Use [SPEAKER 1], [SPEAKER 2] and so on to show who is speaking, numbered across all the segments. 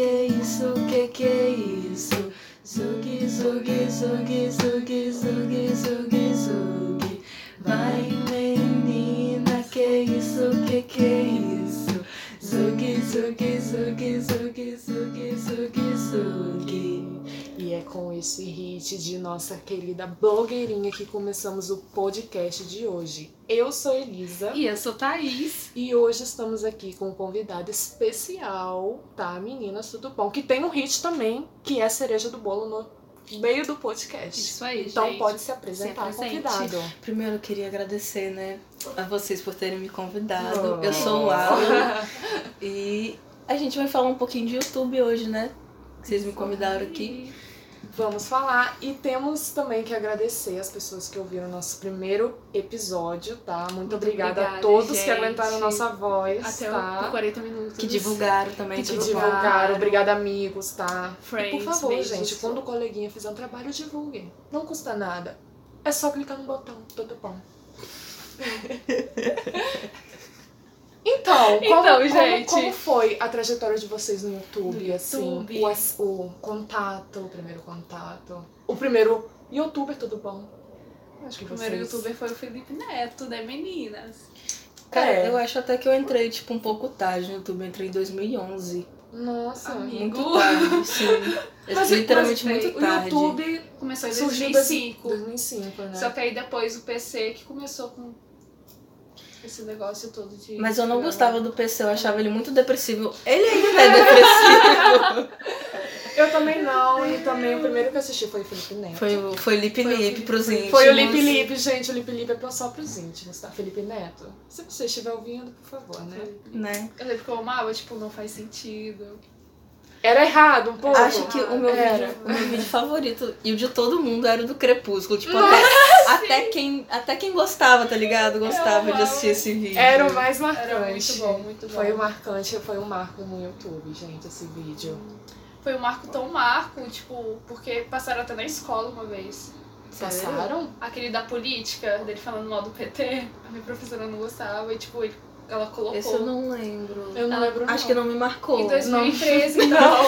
[SPEAKER 1] isso? Que que é isso? Zugi, zugi, zugi, zugi, zugi, zugi, zugi. Vai, menina, que isso? Que que é isso? Zugi, zugi, zugi, zugi, zugi, zugi, zugi.
[SPEAKER 2] E é com esse hit de nossa querida blogueirinha que começamos o podcast de hoje. Eu sou Elisa
[SPEAKER 3] E eu sou Thaís.
[SPEAKER 2] e hoje estamos aqui com um convidado especial, tá? Meninas, tudo bom? Que tem um hit também, que é a cereja do bolo no meio do podcast.
[SPEAKER 3] Isso aí,
[SPEAKER 2] Então
[SPEAKER 3] gente.
[SPEAKER 2] pode se apresentar,
[SPEAKER 3] Se apresente.
[SPEAKER 2] convidado.
[SPEAKER 4] Primeiro eu queria agradecer, né, a vocês por terem me convidado.
[SPEAKER 2] Oh.
[SPEAKER 4] Eu sou o Alan e a gente vai falar um pouquinho de YouTube hoje, né? Vocês me convidaram aqui.
[SPEAKER 2] Vamos falar e temos também que agradecer as pessoas que ouviram nosso primeiro episódio, tá? Muito,
[SPEAKER 3] Muito
[SPEAKER 2] obrigada, a
[SPEAKER 3] obrigada,
[SPEAKER 2] todos que
[SPEAKER 3] gente.
[SPEAKER 2] aventaram nossa voz,
[SPEAKER 3] Até o
[SPEAKER 2] tá?
[SPEAKER 3] 40 minutos.
[SPEAKER 4] Que divulgaram também.
[SPEAKER 2] Que
[SPEAKER 4] tudo bom.
[SPEAKER 2] divulgaram.
[SPEAKER 3] divulgaram.
[SPEAKER 2] Obrigada, amigos, tá? E
[SPEAKER 3] Friends,
[SPEAKER 2] por favor,
[SPEAKER 3] beijos.
[SPEAKER 2] gente, quando o coleguinha fizer um trabalho, divulguem. Não custa nada. É só clicar no botão, tudo bom. Então, como,
[SPEAKER 3] Então,
[SPEAKER 2] como-
[SPEAKER 3] gente.
[SPEAKER 2] como foi a trajetória de vocês no YouTube,
[SPEAKER 3] No
[SPEAKER 2] assim,
[SPEAKER 3] YouTube.
[SPEAKER 2] O, as- o contato, o primeiro contato, o primeiro YouTuber, tudo bom? Acho que
[SPEAKER 3] O primeiro
[SPEAKER 2] vocês...
[SPEAKER 3] youtuber foi o Felipe Neto, né, meninas?
[SPEAKER 4] Cara,
[SPEAKER 2] É.
[SPEAKER 4] eu acho até que eu entrei, tipo, um pouco tarde no YouTube. Eu entrei em 2011.
[SPEAKER 2] Nossa,
[SPEAKER 3] Amigo.
[SPEAKER 4] Muito tarde, sim.
[SPEAKER 2] Mas-
[SPEAKER 4] Literalmente
[SPEAKER 3] mas
[SPEAKER 4] muito
[SPEAKER 2] o
[SPEAKER 4] tarde.
[SPEAKER 2] YouTube
[SPEAKER 3] Começou em
[SPEAKER 2] surgiu em
[SPEAKER 4] tipo
[SPEAKER 3] 2005.
[SPEAKER 4] assim,
[SPEAKER 2] 2005, né?
[SPEAKER 3] Só que aí depois o PC que começou com esse negócio todo de...
[SPEAKER 4] Mas eu não gostava do PC, eu achava ele muito depressivo. Ele ainda é depressivo.
[SPEAKER 2] Eu também não, e também o primeiro que eu assisti foi o Felipe Neto.
[SPEAKER 4] foi, o- foi Lip
[SPEAKER 3] Foi o
[SPEAKER 4] Lip
[SPEAKER 3] Lip
[SPEAKER 4] pros íntimos.
[SPEAKER 2] Foi o Lip Lip, gente. O Lip Lip é pra- só pros íntimos, tá? Felipe Neto. Se você estiver ouvindo, por favor, né?
[SPEAKER 4] Né?
[SPEAKER 3] Eu lembro que eu amava, tipo, não faz sentido.
[SPEAKER 2] Era errado um pouco.
[SPEAKER 4] Acho que o meu,
[SPEAKER 2] Era.
[SPEAKER 4] vídeo, o meu vídeo favorito e o de todo mundo era o do Crepúsculo. Tipo, até- até, quem, até quem gostava, tá ligado? Gostava de
[SPEAKER 3] amava.
[SPEAKER 4] assistir esse vídeo.
[SPEAKER 2] Era o mais marcante.
[SPEAKER 3] Uhum. Era muito bom, muito bom.
[SPEAKER 2] Foi o marcante, foi um marco no YouTube, gente, esse vídeo.
[SPEAKER 3] Foi um marco tão marco, tipo, porque passaram até na escola uma vez.
[SPEAKER 4] Sério?
[SPEAKER 2] Passaram?
[SPEAKER 3] Aquele da política, dele falando mal do PT. A minha professora não gostava e, tipo, ele- ela colocou.
[SPEAKER 4] Esse eu não lembro.
[SPEAKER 2] Eu não
[SPEAKER 3] Ah,
[SPEAKER 2] lembro.
[SPEAKER 4] Acho que não me marcou.
[SPEAKER 3] Em
[SPEAKER 4] Não,
[SPEAKER 3] 2013, então.
[SPEAKER 2] Não,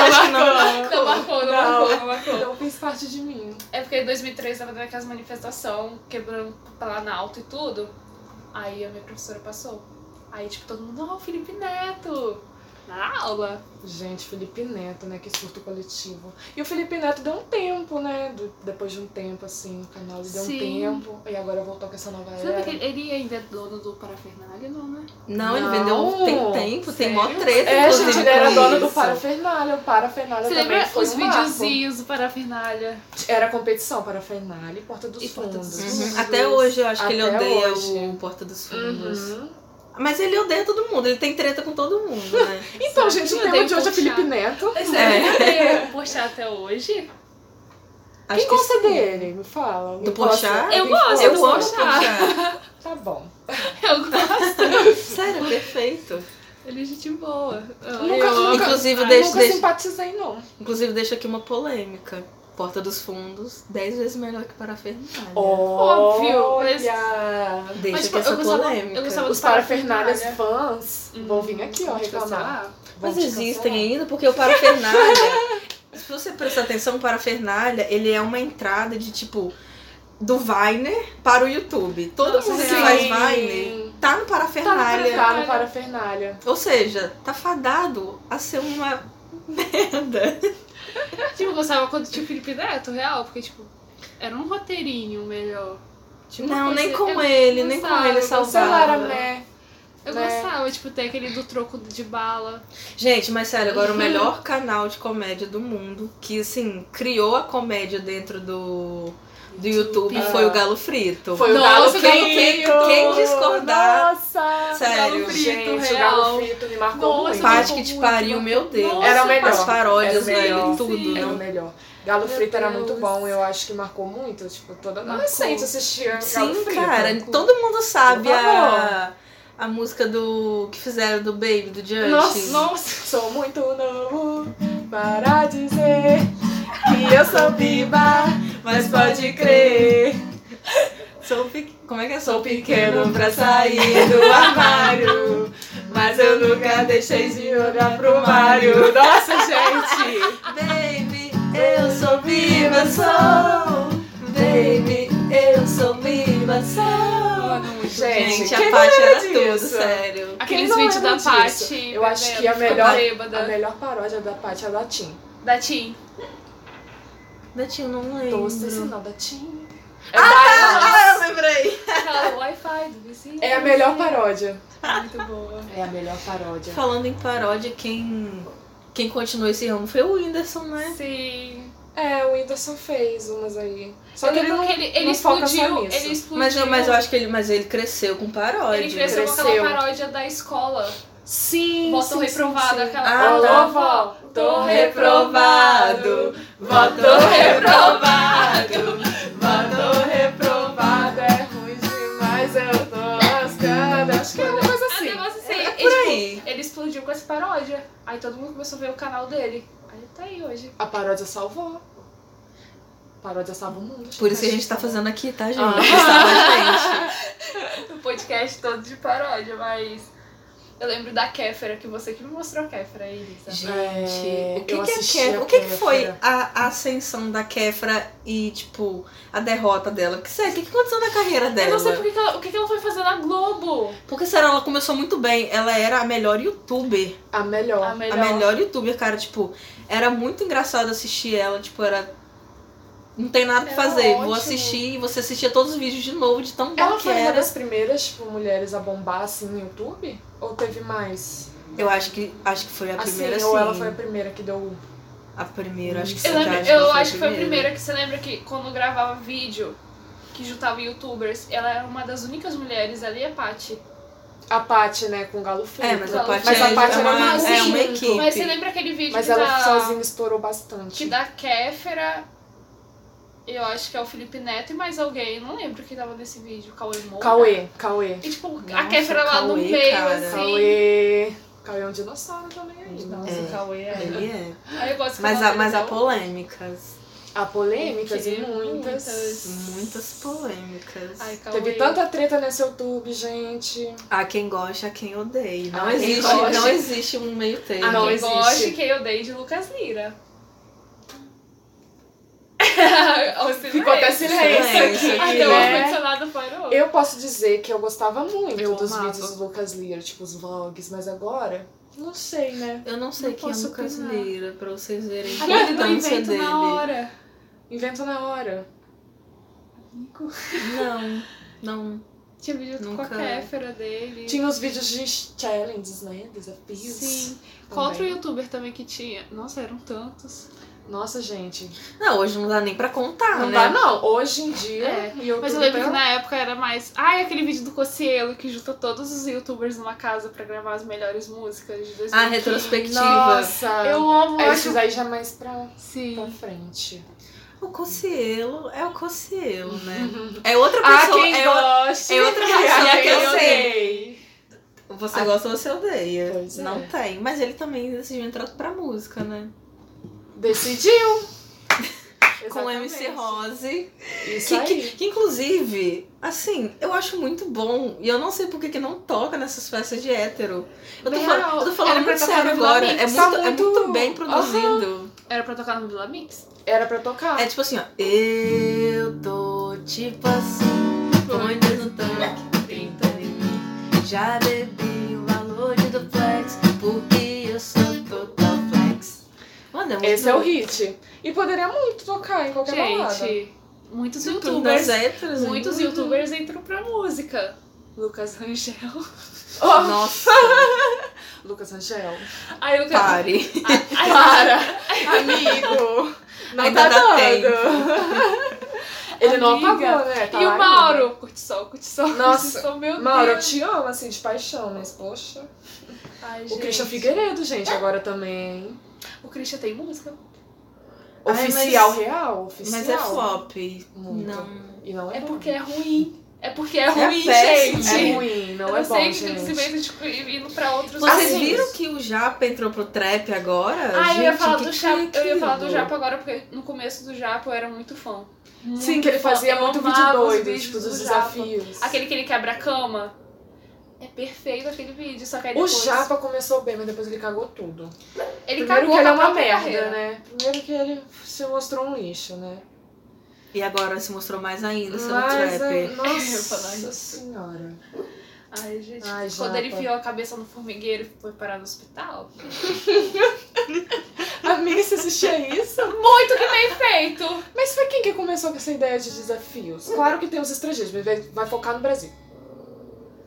[SPEAKER 4] acho que não
[SPEAKER 2] marcou.
[SPEAKER 3] Não marcou, não,
[SPEAKER 2] Não.
[SPEAKER 3] marcou, não marcou.
[SPEAKER 2] Não fez parte de mim.
[SPEAKER 3] É porque em 2013 tava dando aquelas manifestações, quebrando Planalto e tudo. Aí a minha professora passou. Aí, tipo, todo mundo, ó, Felipe Neto! Na aula.
[SPEAKER 2] Gente, Felipe Neto, né? Que surto coletivo. E o Felipe Neto deu um tempo, né? do- depois de um tempo, assim, o canal ele deu
[SPEAKER 3] Sim.
[SPEAKER 2] um tempo. E agora voltou com essa nova
[SPEAKER 3] Sabe
[SPEAKER 2] era.
[SPEAKER 3] que ele- ele ainda é dono do Parafernália, não, né?
[SPEAKER 4] Não, ele
[SPEAKER 2] Não.
[SPEAKER 4] vendeu um tem tempo, tem mó
[SPEAKER 3] Sério?
[SPEAKER 4] treta.
[SPEAKER 2] É,
[SPEAKER 4] inclusive,
[SPEAKER 2] gente, ele era
[SPEAKER 4] com
[SPEAKER 2] dono do
[SPEAKER 4] isso.
[SPEAKER 2] Parafernália. O Parafernália
[SPEAKER 3] Você
[SPEAKER 2] também
[SPEAKER 3] lembra
[SPEAKER 2] foi
[SPEAKER 3] os
[SPEAKER 2] um marco.
[SPEAKER 3] videozinhos do Parafernália?
[SPEAKER 2] Era competição, Parafernália e Porta dos
[SPEAKER 3] E Porta
[SPEAKER 2] Fundos.
[SPEAKER 3] dos
[SPEAKER 4] Uhum. Até hoje eu acho que ele
[SPEAKER 2] Até
[SPEAKER 4] odeia
[SPEAKER 2] hoje.
[SPEAKER 4] o Porta dos Fundos.
[SPEAKER 2] Uhum.
[SPEAKER 4] Mas ele odeia todo mundo, ele tem treta com todo mundo, né?
[SPEAKER 2] Então, gente, o
[SPEAKER 3] Eu
[SPEAKER 2] tema
[SPEAKER 3] odeio
[SPEAKER 2] de hoje é
[SPEAKER 3] puxar.
[SPEAKER 2] Felipe Neto.
[SPEAKER 3] Mas
[SPEAKER 4] É.
[SPEAKER 3] é. postar até hoje?
[SPEAKER 2] Quem gosta
[SPEAKER 4] sim.
[SPEAKER 2] dele? Me fala.
[SPEAKER 4] Do
[SPEAKER 2] Quem gosta?
[SPEAKER 4] Porchat?
[SPEAKER 3] Eu
[SPEAKER 2] Quem
[SPEAKER 3] gosto
[SPEAKER 2] gosta?
[SPEAKER 4] Eu
[SPEAKER 3] do
[SPEAKER 4] gosto de
[SPEAKER 3] Porchat.
[SPEAKER 4] Porchat.
[SPEAKER 2] Tá bom.
[SPEAKER 3] Eu gosto.
[SPEAKER 4] Sério, perfeito.
[SPEAKER 3] Ele é gente boa.
[SPEAKER 2] Nunca- nunca-
[SPEAKER 4] Inclusive,
[SPEAKER 3] Ah,
[SPEAKER 4] deixa,
[SPEAKER 2] Nunca
[SPEAKER 4] deixa-
[SPEAKER 2] simpatizei, não.
[SPEAKER 4] inclusive, deixa aqui uma polêmica. Porta dos Fundos, 10 vezes melhor que Parafernália.
[SPEAKER 3] Óbvio, mas-
[SPEAKER 2] Olha!
[SPEAKER 4] Deixa
[SPEAKER 3] Mas,
[SPEAKER 4] aqui
[SPEAKER 3] tipo,
[SPEAKER 4] essa
[SPEAKER 3] eu gostava-
[SPEAKER 4] polêmica.
[SPEAKER 3] eu gostava-
[SPEAKER 2] Os parafernálias fãs
[SPEAKER 3] Hum.
[SPEAKER 2] vão vir aqui, ó,
[SPEAKER 3] Vou te
[SPEAKER 2] reclamar.
[SPEAKER 3] cancelar.
[SPEAKER 2] Vão
[SPEAKER 4] Mas
[SPEAKER 2] te
[SPEAKER 4] existem
[SPEAKER 2] cancelar.
[SPEAKER 4] ainda, porque o Parafernália... se você prestar atenção, o Parafernália, ele é uma entrada de, tipo... Do Viner para o YouTube. Todo
[SPEAKER 3] Nossa,
[SPEAKER 4] mundo que
[SPEAKER 3] sim.
[SPEAKER 4] faz Viner tá no Parafernália.
[SPEAKER 2] Tá no parafernália.
[SPEAKER 4] Ou seja, tá fadado a ser uma merda.
[SPEAKER 3] Tipo, eu gostava quando tinha o Felipe Neto, real, porque, tipo, era um roteirinho melhor. Tinha uma
[SPEAKER 4] Não,
[SPEAKER 3] coisa-
[SPEAKER 4] nem com
[SPEAKER 3] eu
[SPEAKER 4] ele, nem com
[SPEAKER 3] gostava,
[SPEAKER 4] ele
[SPEAKER 3] eu
[SPEAKER 4] salvaram.
[SPEAKER 2] Cancelaram, né?
[SPEAKER 3] Eu
[SPEAKER 2] né?
[SPEAKER 3] gostava, tipo, tem aquele do troco de bala.
[SPEAKER 4] Gente, mas sério, agora o melhor canal de comédia do mundo, que assim, criou a comédia dentro do, do YouTube,
[SPEAKER 3] Ah.
[SPEAKER 4] foi o Galo Frito.
[SPEAKER 2] Foi
[SPEAKER 3] Nossa,
[SPEAKER 2] o Galo
[SPEAKER 3] quem-
[SPEAKER 2] Frito.
[SPEAKER 4] quem discordar?
[SPEAKER 2] Nossa!
[SPEAKER 4] Sério.
[SPEAKER 2] Galo Frito, gente, o
[SPEAKER 3] real.
[SPEAKER 2] Galo Frito me marcou
[SPEAKER 3] Nossa,
[SPEAKER 2] muito.
[SPEAKER 4] Pate que
[SPEAKER 3] muito
[SPEAKER 4] te
[SPEAKER 3] bom.
[SPEAKER 4] pariu, meu Deus.
[SPEAKER 3] Nossa,
[SPEAKER 2] Era o melhor.
[SPEAKER 4] As paródias,
[SPEAKER 2] Era o
[SPEAKER 4] velho,
[SPEAKER 2] melhor.
[SPEAKER 4] tudo.
[SPEAKER 2] Era é o
[SPEAKER 4] Não.
[SPEAKER 2] melhor. Galo
[SPEAKER 3] Meu
[SPEAKER 2] Frito era
[SPEAKER 3] Deus.
[SPEAKER 2] muito bom, eu acho que marcou muito. Tipo, toda
[SPEAKER 3] Marcou.
[SPEAKER 2] adolescente assistia Galo
[SPEAKER 4] Sim,
[SPEAKER 2] Frito.
[SPEAKER 4] cara, todo mundo sabe
[SPEAKER 2] Por
[SPEAKER 4] a, a música do que fizeram do Baby, do Justin.
[SPEAKER 2] Nossa, nossa, sou muito novo para dizer que eu sou biba, mas pode crer.
[SPEAKER 4] Sou pe- Como é que é?
[SPEAKER 2] Sou pequeno pra sair do armário, mas eu nunca deixei de olhar pro Mário. Nossa, gente!
[SPEAKER 1] Viva Soul, baby, eu sou Viva Soul.
[SPEAKER 3] Mano, muito
[SPEAKER 4] Gente,
[SPEAKER 2] Gente,
[SPEAKER 4] a
[SPEAKER 2] quem
[SPEAKER 4] Paty
[SPEAKER 2] lembra
[SPEAKER 4] era
[SPEAKER 2] disso?
[SPEAKER 4] tudo, sério.
[SPEAKER 3] Aqueles
[SPEAKER 2] não
[SPEAKER 3] vídeos
[SPEAKER 2] lembra
[SPEAKER 3] da
[SPEAKER 2] disso?
[SPEAKER 3] Paty.
[SPEAKER 2] Eu acho
[SPEAKER 3] bebendo,
[SPEAKER 2] que a
[SPEAKER 3] ficando
[SPEAKER 2] melhor- A
[SPEAKER 3] bêbada.
[SPEAKER 2] melhor paródia da Paty é a da Tim.
[SPEAKER 3] Da Tim.
[SPEAKER 4] Da tia, eu não
[SPEAKER 2] Tô sinal da Tim.
[SPEAKER 3] É da
[SPEAKER 4] Ah, eu lembrei.
[SPEAKER 3] Aquela Wi-Fi do vizinho.
[SPEAKER 2] É a melhor paródia.
[SPEAKER 3] Muito boa.
[SPEAKER 2] É a melhor paródia.
[SPEAKER 4] Falando em paródia, quem, quem continuou esse ramo foi o Whindersson, né?
[SPEAKER 3] Sim.
[SPEAKER 2] É, o Whindersson fez umas aí. Só
[SPEAKER 3] Eu
[SPEAKER 2] que ele
[SPEAKER 3] lembro
[SPEAKER 2] não,
[SPEAKER 3] que ele, ele
[SPEAKER 2] não foca só
[SPEAKER 3] explodiu.
[SPEAKER 2] nisso.
[SPEAKER 3] Ele explodiu.
[SPEAKER 4] Mas eu, mas eu acho que ele, mas ele cresceu com paródia.
[SPEAKER 3] Ele cresceu com
[SPEAKER 2] Cresceu.
[SPEAKER 3] aquela paródia da escola.
[SPEAKER 2] Sim,
[SPEAKER 3] Voto
[SPEAKER 2] sim,
[SPEAKER 3] reprovado,
[SPEAKER 2] sim, sim.
[SPEAKER 3] aquela.
[SPEAKER 4] Ah,
[SPEAKER 2] Alô,
[SPEAKER 4] tá.
[SPEAKER 2] vó, tô
[SPEAKER 4] reprovado,
[SPEAKER 2] reprovado.
[SPEAKER 4] voto
[SPEAKER 2] reprovado. Voto reprovado é ruim demais, eu tô lascada. Acho que é uma coisa
[SPEAKER 3] Ah,
[SPEAKER 2] assim.
[SPEAKER 3] negócio assim.
[SPEAKER 4] É
[SPEAKER 3] ele,
[SPEAKER 4] por
[SPEAKER 3] tipo,
[SPEAKER 4] aí.
[SPEAKER 3] ele explodiu com essa paródia. Aí todo mundo começou a ver o canal dele. Aí ele tá aí hoje.
[SPEAKER 2] A paródia salvou. A paródia salva o mundo.
[SPEAKER 4] Por isso que a gente tá fazendo aqui, tá, gente? Tá
[SPEAKER 2] Ah.
[SPEAKER 4] Salva a gente.
[SPEAKER 3] O podcast todo de paródia, mas. Eu lembro da Kéfera, que você que me mostrou a Kéfera aí, Elisa.
[SPEAKER 4] Gente,
[SPEAKER 2] É,
[SPEAKER 4] o que,
[SPEAKER 2] eu
[SPEAKER 4] que, é
[SPEAKER 2] assisti
[SPEAKER 4] Kef-
[SPEAKER 2] a
[SPEAKER 4] o que, que foi
[SPEAKER 2] Kéfera.
[SPEAKER 4] a, a ascensão da Kefra e, tipo, a derrota dela? Que sério, o que, que aconteceu na carreira dela?
[SPEAKER 3] Eu não sei por que que ela, o que que ela foi fazer na Globo.
[SPEAKER 4] Porque será ela começou muito bem. Ela era a melhor youtuber.
[SPEAKER 2] A melhor.
[SPEAKER 3] A melhor.
[SPEAKER 4] A melhor youtuber, cara, tipo, era muito engraçado assistir ela, tipo, era. Não tem nada pra
[SPEAKER 3] Era
[SPEAKER 4] fazer. Vou
[SPEAKER 3] ótimo.
[SPEAKER 4] assistir e você assistia todos os vídeos de novo, de tão bom
[SPEAKER 2] Ela
[SPEAKER 4] que
[SPEAKER 2] foi uma
[SPEAKER 4] era.
[SPEAKER 2] das primeiras tipo, mulheres a bombar assim no YouTube? Ou teve mais?
[SPEAKER 4] Eu acho que acho que foi
[SPEAKER 3] Ah,
[SPEAKER 4] a
[SPEAKER 2] assim,
[SPEAKER 4] primeira,
[SPEAKER 2] ou
[SPEAKER 4] sim.
[SPEAKER 2] ela foi a primeira que deu.
[SPEAKER 4] A primeira, acho que
[SPEAKER 3] Eu,
[SPEAKER 4] sim,
[SPEAKER 3] lembro-
[SPEAKER 4] cara,
[SPEAKER 3] eu
[SPEAKER 4] ela
[SPEAKER 3] acho que foi a primeira que você lembra que quando gravava vídeo, que juntava youtubers, ela era uma das únicas mulheres ali, a Paty.
[SPEAKER 2] A Paty, né, com o Galo Feio.
[SPEAKER 4] É, mas a
[SPEAKER 3] Ela-
[SPEAKER 4] parte
[SPEAKER 2] Mas
[SPEAKER 4] é,
[SPEAKER 2] a Paty
[SPEAKER 4] é
[SPEAKER 2] era
[SPEAKER 4] uma,
[SPEAKER 2] mais
[SPEAKER 4] é
[SPEAKER 2] junto.
[SPEAKER 4] uma equipe.
[SPEAKER 3] Mas você lembra aquele vídeo
[SPEAKER 2] Mas
[SPEAKER 3] que,
[SPEAKER 2] ela
[SPEAKER 3] da,
[SPEAKER 2] sozinha estourou bastante.
[SPEAKER 3] que da Kéfera, eu acho que é o Felipe Neto e mais alguém, não lembro quem tava nesse vídeo, Cauê Moura.
[SPEAKER 2] Cauê, Cauê.
[SPEAKER 3] E tipo,
[SPEAKER 4] Nossa,
[SPEAKER 3] a Kéfera lá no
[SPEAKER 4] Cauê,
[SPEAKER 3] meio,
[SPEAKER 4] cara.
[SPEAKER 3] assim.
[SPEAKER 2] Cauê. Cauê é um dinossauro também aí. então.
[SPEAKER 3] Nossa,
[SPEAKER 4] É.
[SPEAKER 3] o Cauê é.
[SPEAKER 4] Ele é.
[SPEAKER 3] Aí eu gosto que
[SPEAKER 4] Mas
[SPEAKER 3] ela
[SPEAKER 4] há, mas há
[SPEAKER 3] apresentou-
[SPEAKER 4] polêmicas.
[SPEAKER 2] Há polêmicas e
[SPEAKER 3] Que
[SPEAKER 2] muitas.
[SPEAKER 3] muitas.
[SPEAKER 4] Muitas polêmicas.
[SPEAKER 3] Ai, Cauê.
[SPEAKER 2] Teve tanta treta nesse YouTube, gente.
[SPEAKER 4] Há quem gosta, há quem odeia. Não,
[SPEAKER 2] Há quem
[SPEAKER 4] existe,
[SPEAKER 3] goste. Ah,
[SPEAKER 4] não existe um meio termo.
[SPEAKER 3] A
[SPEAKER 2] Não
[SPEAKER 3] quem
[SPEAKER 2] existe.
[SPEAKER 3] gosta e quem eu dei de Lucas Lira. O
[SPEAKER 2] Ficou até silêncio
[SPEAKER 4] Silêncio
[SPEAKER 2] aqui,
[SPEAKER 4] aqui,
[SPEAKER 3] Até o
[SPEAKER 2] né?
[SPEAKER 3] um ar-condicionado parou.
[SPEAKER 2] Eu posso dizer que eu gostava muito
[SPEAKER 3] Eu
[SPEAKER 2] dos
[SPEAKER 3] amava.
[SPEAKER 2] vídeos do Lucas Lira, tipo os vlogs, mas agora, não sei, né?
[SPEAKER 4] Eu não sei
[SPEAKER 2] Não
[SPEAKER 4] quem é o
[SPEAKER 2] posso
[SPEAKER 4] Lucas
[SPEAKER 2] opinar.
[SPEAKER 4] Lira, pra vocês verem a
[SPEAKER 3] Agora eu
[SPEAKER 4] importância
[SPEAKER 3] invento
[SPEAKER 4] dele.
[SPEAKER 3] tá na hora.
[SPEAKER 2] Invento na hora.
[SPEAKER 4] Não, não.
[SPEAKER 3] Tinha vídeo
[SPEAKER 4] Nunca-
[SPEAKER 3] com a Kéfera dele.
[SPEAKER 2] Tinha os vídeos de challenges, né? Desafios.
[SPEAKER 3] Sim. Qual outro
[SPEAKER 2] Também.
[SPEAKER 3] youtuber também que tinha? Nossa, eram tantos.
[SPEAKER 2] Nossa, gente.
[SPEAKER 4] Não, hoje não dá nem pra contar,
[SPEAKER 2] Não
[SPEAKER 4] né?
[SPEAKER 2] dá, não. Hoje em dia.
[SPEAKER 3] É,
[SPEAKER 2] e
[SPEAKER 3] Mas eu lembro que na época era mais. Ai, aquele vídeo do Cocielo que junta todos os youtubers numa casa pra gravar as melhores músicas de 2015.
[SPEAKER 4] A retrospectiva.
[SPEAKER 2] Nossa!
[SPEAKER 3] Eu amo,
[SPEAKER 2] Ah, É,
[SPEAKER 3] acho.
[SPEAKER 2] Esses aí já é mais pra, pra
[SPEAKER 3] Sim.
[SPEAKER 2] frente.
[SPEAKER 4] O Cocielo é o Cocielo, né? É outra
[SPEAKER 2] Ah,
[SPEAKER 4] pessoa.
[SPEAKER 2] quem
[SPEAKER 4] é o-
[SPEAKER 2] gosta!
[SPEAKER 4] é outra pessoa
[SPEAKER 2] Ah,
[SPEAKER 4] que eu sei.
[SPEAKER 2] odeio.
[SPEAKER 4] Você
[SPEAKER 2] Ah.
[SPEAKER 4] gosta ou você odeia.
[SPEAKER 2] Pois é.
[SPEAKER 4] não tem. Mas ele também decidiu entrar pra música, né?
[SPEAKER 2] Decidiu!
[SPEAKER 4] Com MC Rose.
[SPEAKER 2] Isso
[SPEAKER 4] Que,
[SPEAKER 2] aí.
[SPEAKER 4] que, que, inclusive, assim, eu acho muito bom. E eu não sei por que que não toca nessas festas de hétero. Eu tô,
[SPEAKER 3] Real.
[SPEAKER 4] falando, eu tô falando
[SPEAKER 3] Era pra
[SPEAKER 4] muito
[SPEAKER 3] tocar
[SPEAKER 4] sério
[SPEAKER 3] no Vila
[SPEAKER 4] agora.
[SPEAKER 3] Mix.
[SPEAKER 4] É muito,
[SPEAKER 2] Tá
[SPEAKER 4] é
[SPEAKER 2] muito-
[SPEAKER 4] muito bem produzido.
[SPEAKER 3] Era pra tocar no Vila Mix?
[SPEAKER 2] Era pra tocar.
[SPEAKER 4] É tipo assim, ó. Eu tô tipo assim, põe dois no tanque, 30 em mim. um. Já bebi o valor de duplex, porque eu sou total flex. Mano, é muito
[SPEAKER 2] Esse é o hit. E poderia muito tocar em qualquer balada.
[SPEAKER 3] Gente, muitos
[SPEAKER 4] Das
[SPEAKER 3] youtubers.
[SPEAKER 4] héteros, hein?
[SPEAKER 3] Muitos
[SPEAKER 2] Uhum.
[SPEAKER 3] youtubers entram pra música. Lucas Rangel.
[SPEAKER 2] Ó,
[SPEAKER 4] Nossa,
[SPEAKER 2] Lucas Angel.
[SPEAKER 3] Aí Lucas.
[SPEAKER 4] pare.
[SPEAKER 3] Aí,
[SPEAKER 2] Para! Amigo! Não
[SPEAKER 4] Ainda
[SPEAKER 2] tá
[SPEAKER 4] dá
[SPEAKER 2] dando. Ele não
[SPEAKER 3] Amiga.
[SPEAKER 2] apagou, né? Tá
[SPEAKER 3] e
[SPEAKER 2] lá
[SPEAKER 3] o Mauro? Cortisol, cortisol,
[SPEAKER 2] Nossa,
[SPEAKER 3] cortisol, meu
[SPEAKER 2] ainda. Mauro, eu
[SPEAKER 3] Deus.
[SPEAKER 2] te amo, assim, de paixão, mas poxa.
[SPEAKER 3] Ai,
[SPEAKER 2] O
[SPEAKER 3] gente.
[SPEAKER 2] Christian Figueiredo, gente, agora também.
[SPEAKER 3] O Christian tem música?
[SPEAKER 4] Ai,
[SPEAKER 2] Oficial
[SPEAKER 4] mas-
[SPEAKER 2] real, oficial.
[SPEAKER 4] Mas é flop.
[SPEAKER 2] Muito.
[SPEAKER 4] Não.
[SPEAKER 2] E não é,
[SPEAKER 3] É
[SPEAKER 2] bom.
[SPEAKER 3] porque é ruim. É porque é ruim,
[SPEAKER 4] péssimo.
[SPEAKER 3] gente.
[SPEAKER 2] É ruim, não
[SPEAKER 3] eu
[SPEAKER 2] é
[SPEAKER 3] não sei
[SPEAKER 2] bom,
[SPEAKER 3] que
[SPEAKER 2] gente.
[SPEAKER 3] eles inventam tipo, indo pra outros
[SPEAKER 4] Vocês
[SPEAKER 2] Assim,
[SPEAKER 4] viram que o Japa entrou pro trap agora?
[SPEAKER 3] Ah, eu ia
[SPEAKER 4] Gente,
[SPEAKER 3] falar
[SPEAKER 4] que
[SPEAKER 3] do
[SPEAKER 4] que
[SPEAKER 3] Japa.
[SPEAKER 4] é
[SPEAKER 3] eu ia falar do
[SPEAKER 4] aquilo?
[SPEAKER 3] Japa agora, porque no começo do Japa eu era muito fã.
[SPEAKER 2] Sim, que ele
[SPEAKER 3] fã.
[SPEAKER 2] fazia
[SPEAKER 3] Eu
[SPEAKER 2] muito vídeo
[SPEAKER 3] amava os
[SPEAKER 2] doido,
[SPEAKER 3] vídeos
[SPEAKER 2] tipo, dos
[SPEAKER 3] do Japa.
[SPEAKER 2] desafios.
[SPEAKER 3] Aquele que ele quebra a cama. É perfeito aquele vídeo, só que aí
[SPEAKER 2] O
[SPEAKER 3] depois...
[SPEAKER 2] Japa começou bem, mas depois ele cagou tudo.
[SPEAKER 3] Ele
[SPEAKER 2] Primeiro
[SPEAKER 3] cagou
[SPEAKER 2] que ele
[SPEAKER 3] com
[SPEAKER 2] é
[SPEAKER 3] a
[SPEAKER 2] uma
[SPEAKER 3] própria
[SPEAKER 2] merda,
[SPEAKER 3] carreira.
[SPEAKER 2] né? Primeiro que ele se mostrou um lixo, né?
[SPEAKER 4] E agora se mostrou mais ainda, sendo
[SPEAKER 2] Mas, é-
[SPEAKER 4] trapper.
[SPEAKER 3] Eu falo, ai,
[SPEAKER 2] nossa
[SPEAKER 3] Deus.
[SPEAKER 2] senhora.
[SPEAKER 3] Ai, gente.
[SPEAKER 2] Ai,
[SPEAKER 3] quando
[SPEAKER 2] japa.
[SPEAKER 3] ele enfiou a cabeça no formigueiro e foi parar no hospital.
[SPEAKER 2] Amiga, você assistia isso?
[SPEAKER 3] Muito que bem feito!
[SPEAKER 2] Mas foi quem que começou com essa ideia de desafios? Claro que tem os estrangeiros, mas vai, vai focar no Brasil.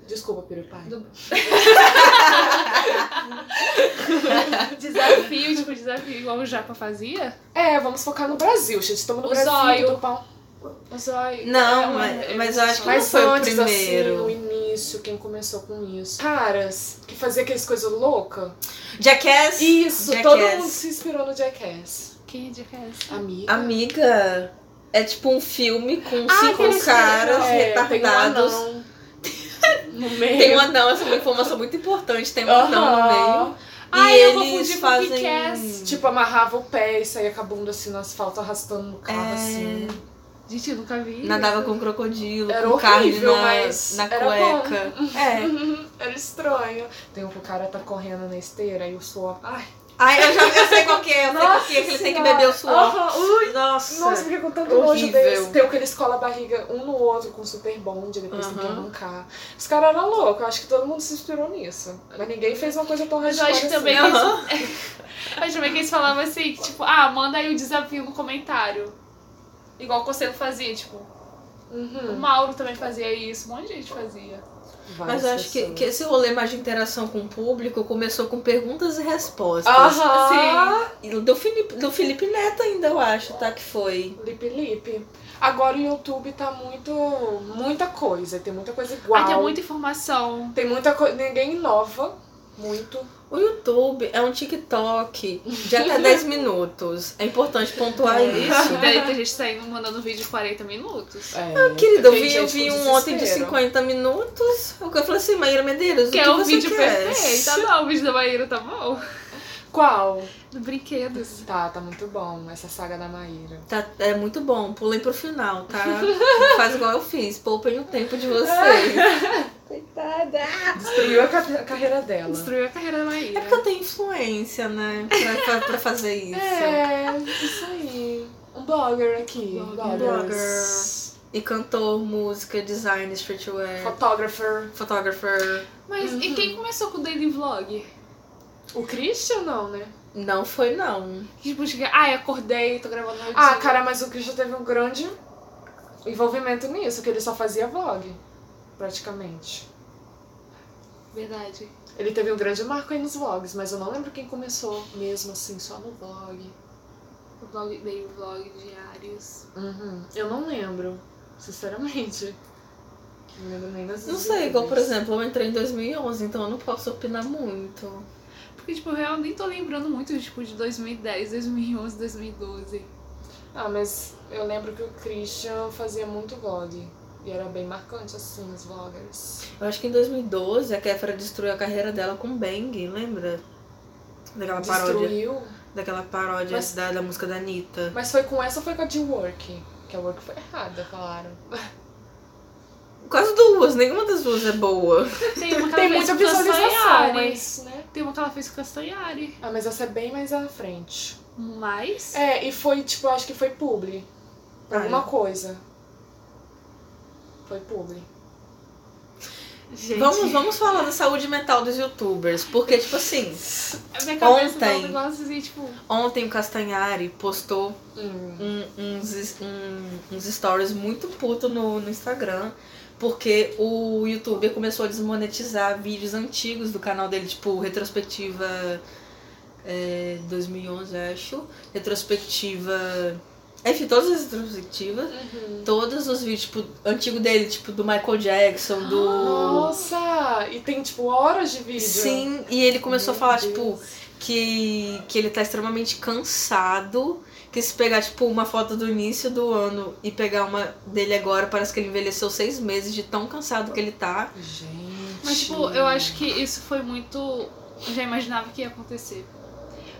[SPEAKER 2] Desculpa, Pirupai.
[SPEAKER 3] Do- Desafio, tipo, desafio igual o Japa fazia.
[SPEAKER 2] É, vamos focar no Brasil, gente. Estamos no
[SPEAKER 3] O
[SPEAKER 2] Brasil,
[SPEAKER 3] zóio.
[SPEAKER 2] tudo bom.
[SPEAKER 3] O zóio.
[SPEAKER 4] Não,
[SPEAKER 3] É uma-
[SPEAKER 4] mas- mas eu acho que-
[SPEAKER 2] Mas
[SPEAKER 4] foi o
[SPEAKER 2] antes,
[SPEAKER 4] primeiro?
[SPEAKER 2] assim, o início, quem começou com isso. Caras que fazia aquelas coisas loucas.
[SPEAKER 4] Jackass!
[SPEAKER 2] Isso, todo
[SPEAKER 4] Jackass.
[SPEAKER 2] mundo se inspirou no Jackass.
[SPEAKER 3] Que dica é essa?
[SPEAKER 2] Amiga.
[SPEAKER 4] Amiga, é tipo um filme com
[SPEAKER 3] Ah,
[SPEAKER 4] cinco
[SPEAKER 3] aquele
[SPEAKER 2] É,
[SPEAKER 4] caras retardados.
[SPEAKER 2] Tem um anão no meio.
[SPEAKER 4] Tem um anão, essa é uma informação muito importante. Tem um anão no meio.
[SPEAKER 2] Aham.
[SPEAKER 3] Ai,
[SPEAKER 4] e
[SPEAKER 3] eu
[SPEAKER 4] eles
[SPEAKER 3] confundi com
[SPEAKER 4] fazem.
[SPEAKER 3] Kick-Ass.
[SPEAKER 2] Tipo, amarrava o pé e saía com a bunda assim no asfalto, arrastando no carro,
[SPEAKER 4] É.
[SPEAKER 2] assim.
[SPEAKER 3] Gente, eu nunca vi.
[SPEAKER 4] Nadava com crocodilo,
[SPEAKER 2] Era
[SPEAKER 4] com carne
[SPEAKER 2] horrível,
[SPEAKER 4] na,
[SPEAKER 2] mas
[SPEAKER 4] na
[SPEAKER 2] era
[SPEAKER 4] cueca. É.
[SPEAKER 2] Era estranho. Tem um que o cara tá correndo na esteira e o suor. Ai,
[SPEAKER 4] Ai, eu já eu sei qual que é, eu sei qual que é, que ele tem que beber o suor.
[SPEAKER 2] Aham, ui,
[SPEAKER 4] Nossa.
[SPEAKER 2] Nossa, fiquei com tanto nojo
[SPEAKER 4] Horrível.
[SPEAKER 2] deles. Tem o que eles colam a barriga um no outro com super bonde, depois tem que
[SPEAKER 4] Aham.
[SPEAKER 2] arrancar. Os caras eram loucos, eu acho que todo mundo se inspirou nisso. Mas ninguém fez uma coisa tão
[SPEAKER 3] Mas eu acho que
[SPEAKER 2] radical
[SPEAKER 3] também.
[SPEAKER 2] assim.
[SPEAKER 4] Aham.
[SPEAKER 3] Eu também que eles falavam assim, tipo, ah, manda aí o desafio no comentário. Igual o Conselho fazia, tipo, o
[SPEAKER 2] Uhum.
[SPEAKER 3] Mauro também fazia isso, um monte de gente fazia.
[SPEAKER 4] Mas
[SPEAKER 2] Várias
[SPEAKER 4] eu acho que,
[SPEAKER 2] pessoas.
[SPEAKER 4] que esse rolê mais de interação com o público começou com perguntas e respostas.
[SPEAKER 2] Aham!
[SPEAKER 4] E Do, Felipe, do Felipe Neto ainda, eu acho, tá? Que foi.
[SPEAKER 2] Lip Lip. Agora o YouTube tá muito. muita coisa, tem muita coisa igual.
[SPEAKER 3] Aí tem é muita informação.
[SPEAKER 2] Tem muita coisa. Ninguém inova muito.
[SPEAKER 4] O YouTube é um TikTok de até 10 minutos. É importante pontuar isso.
[SPEAKER 3] E daí tem gente saindo mandando vídeo de 40 minutos.
[SPEAKER 2] É,
[SPEAKER 4] Querida, Ah, eu
[SPEAKER 2] tem
[SPEAKER 4] vi,
[SPEAKER 2] gente
[SPEAKER 4] eu
[SPEAKER 2] com
[SPEAKER 4] vi um
[SPEAKER 2] desespero.
[SPEAKER 4] ontem de 50 minutos. Eu falei assim, Maíra Medeiros,
[SPEAKER 3] Que
[SPEAKER 4] o
[SPEAKER 3] é
[SPEAKER 4] que
[SPEAKER 3] o
[SPEAKER 4] você
[SPEAKER 3] vídeo
[SPEAKER 4] quer?
[SPEAKER 3] perfeito. Tá bom, o vídeo da Maíra tá bom.
[SPEAKER 2] Qual?
[SPEAKER 3] Do brinquedos.
[SPEAKER 2] Tá, tá muito bom essa saga da Maíra.
[SPEAKER 4] Tá- é muito bom, pulem pro final, tá? Faz igual eu fiz, poupem o tempo de vocês. É Coitada!
[SPEAKER 2] Destruiu a ca- a carreira dela.
[SPEAKER 3] Destruiu a carreira da
[SPEAKER 4] É
[SPEAKER 3] Maíra.
[SPEAKER 4] porque eu tenho influência, né? Pra, pra- pra fazer isso.
[SPEAKER 2] É, isso aí. Um blogger Um aqui.
[SPEAKER 3] Blogger.
[SPEAKER 2] Bloggers.
[SPEAKER 4] E cantor, música, design, streetwear,
[SPEAKER 2] É. Photographer.
[SPEAKER 4] photographer.
[SPEAKER 3] Mas e quem começou com o daily vlog?
[SPEAKER 2] O Christian não, né?
[SPEAKER 4] Não foi, não.
[SPEAKER 3] Que Tipo, chega, ai, acordei, tô gravando meu
[SPEAKER 2] Ah,
[SPEAKER 3] dia.
[SPEAKER 2] cara, mas o Christian teve um grande envolvimento nisso, que ele só fazia vlog, praticamente.
[SPEAKER 3] Verdade.
[SPEAKER 2] Ele teve um grande marco aí nos vlogs, mas eu não lembro quem começou mesmo assim, só no vlog.
[SPEAKER 3] O vlog, daily vlog, diários.
[SPEAKER 2] Uhum. Eu não lembro, sinceramente. Não lembro nem das
[SPEAKER 4] Não sei, igual, por
[SPEAKER 2] exibidas.
[SPEAKER 4] exemplo, eu entrei em 2011, então eu não posso opinar muito.
[SPEAKER 3] Porque, tipo, eu real nem tô lembrando muito, tipo, de 2010, 2011, 2012.
[SPEAKER 2] Ah, mas eu lembro que o Christian fazia muito vlog. E era bem marcante, assim, os vloggers.
[SPEAKER 4] Eu acho que em 2012 a Kéfera destruiu a carreira dela com Bang, lembra? Daquela paródia.
[SPEAKER 2] Destruiu.
[SPEAKER 4] Daquela paródia
[SPEAKER 2] Mas-
[SPEAKER 4] da, da música da Anitta.
[SPEAKER 2] Mas foi com essa ou foi com a de Work? Que a Work foi errada, falaram.
[SPEAKER 4] Quase duas, nenhuma das duas é boa.
[SPEAKER 3] Tem uma que
[SPEAKER 2] Tem
[SPEAKER 3] ela
[SPEAKER 2] muita
[SPEAKER 3] fez com o
[SPEAKER 2] visualização,
[SPEAKER 3] Castanhari.
[SPEAKER 2] mas, né?
[SPEAKER 3] Tem uma que ela fez com o Castanhari.
[SPEAKER 2] Ah, mas essa é bem mais à frente.
[SPEAKER 3] Mas.
[SPEAKER 2] É, e foi, tipo, eu acho que foi publi. Pra
[SPEAKER 4] Ah,
[SPEAKER 2] alguma
[SPEAKER 4] é.
[SPEAKER 2] coisa. Foi publi.
[SPEAKER 3] Gente.
[SPEAKER 4] Vamos, vamos falar da saúde mental dos youtubers, porque, tipo assim,
[SPEAKER 3] A minha cabeça tá um
[SPEAKER 4] Ontem.
[SPEAKER 3] negócio assim, tipo.
[SPEAKER 4] ontem o Castanhari postou
[SPEAKER 2] Hum.
[SPEAKER 4] um- uns, es- um- uns stories muito puto no, no Instagram, porque o YouTube começou a desmonetizar vídeos antigos do canal dele, tipo retrospectiva é, 2011, acho, retrospectiva. é, Enfim, todas as retrospectivas, todos os vídeos, tipo, antigo dele, tipo, do Michael Jackson, do.
[SPEAKER 2] Ah, Nossa! E tem, tipo, horas de vídeo.
[SPEAKER 4] Sim, e ele começou a
[SPEAKER 2] Meu
[SPEAKER 4] falar,
[SPEAKER 2] Deus.
[SPEAKER 4] tipo, que, que ele tá extremamente cansado. Que se pegar, tipo, uma foto do início do ano e pegar uma dele agora, parece que ele envelheceu seis meses de tão cansado que ele tá.
[SPEAKER 2] Gente.
[SPEAKER 3] Mas, tipo, eu acho que isso foi muito. eu Já imaginava que ia acontecer.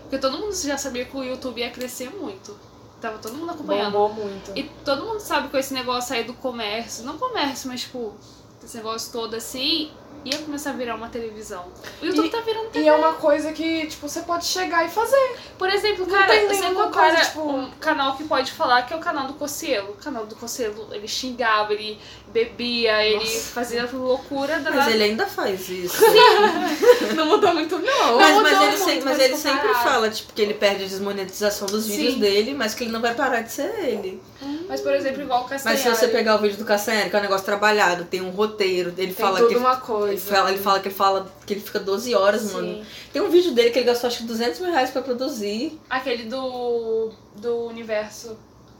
[SPEAKER 3] Porque todo mundo já sabia que o YouTube ia crescer muito. Tava todo mundo acompanhando.
[SPEAKER 2] Bombou muito.
[SPEAKER 3] E todo mundo sabe com esse negócio aí do comércio, não comércio, mas tipo, esse negócio todo assim, ia começar a virar uma televisão. O YouTube
[SPEAKER 2] E-
[SPEAKER 3] tá virando TV.
[SPEAKER 2] E é uma coisa que, tipo, você pode chegar e fazer.
[SPEAKER 3] Por exemplo,
[SPEAKER 2] Não
[SPEAKER 3] cara,
[SPEAKER 2] tem
[SPEAKER 3] você
[SPEAKER 2] nenhuma
[SPEAKER 3] compara
[SPEAKER 2] coisa, tipo-
[SPEAKER 3] um canal que pode falar que é o canal do Cocielo. O canal do Cocielo, ele xingava, ele bebia, ele
[SPEAKER 2] Nossa.
[SPEAKER 3] fazia loucura.
[SPEAKER 4] Mas
[SPEAKER 3] danada.
[SPEAKER 4] ele ainda faz isso.
[SPEAKER 2] Não mudou muito, não.
[SPEAKER 4] Mas, mas
[SPEAKER 3] mudou
[SPEAKER 4] ele, sem-
[SPEAKER 3] muito,
[SPEAKER 4] mas
[SPEAKER 3] mas
[SPEAKER 4] ele sempre
[SPEAKER 3] comparado.
[SPEAKER 4] fala, tipo, que ele perde a desmonetização dos vídeos
[SPEAKER 3] Sim.
[SPEAKER 4] dele, mas que ele não vai parar de ser ele.
[SPEAKER 3] Mas, por exemplo, igual o
[SPEAKER 4] Mas
[SPEAKER 3] Castanhari.
[SPEAKER 4] se você pegar o vídeo do Castanheira, que é um negócio trabalhado, tem um roteiro, ele
[SPEAKER 2] Tem
[SPEAKER 4] fala
[SPEAKER 2] toda
[SPEAKER 4] que.
[SPEAKER 2] uma
[SPEAKER 4] Ele
[SPEAKER 2] coisa.
[SPEAKER 4] fala, ele fala que ele fala que ele fica 12 horas, mano.
[SPEAKER 3] Sim.
[SPEAKER 4] Tem um vídeo dele que ele gastou acho que 200 mil reais pra produzir.
[SPEAKER 3] Aquele do, do universo.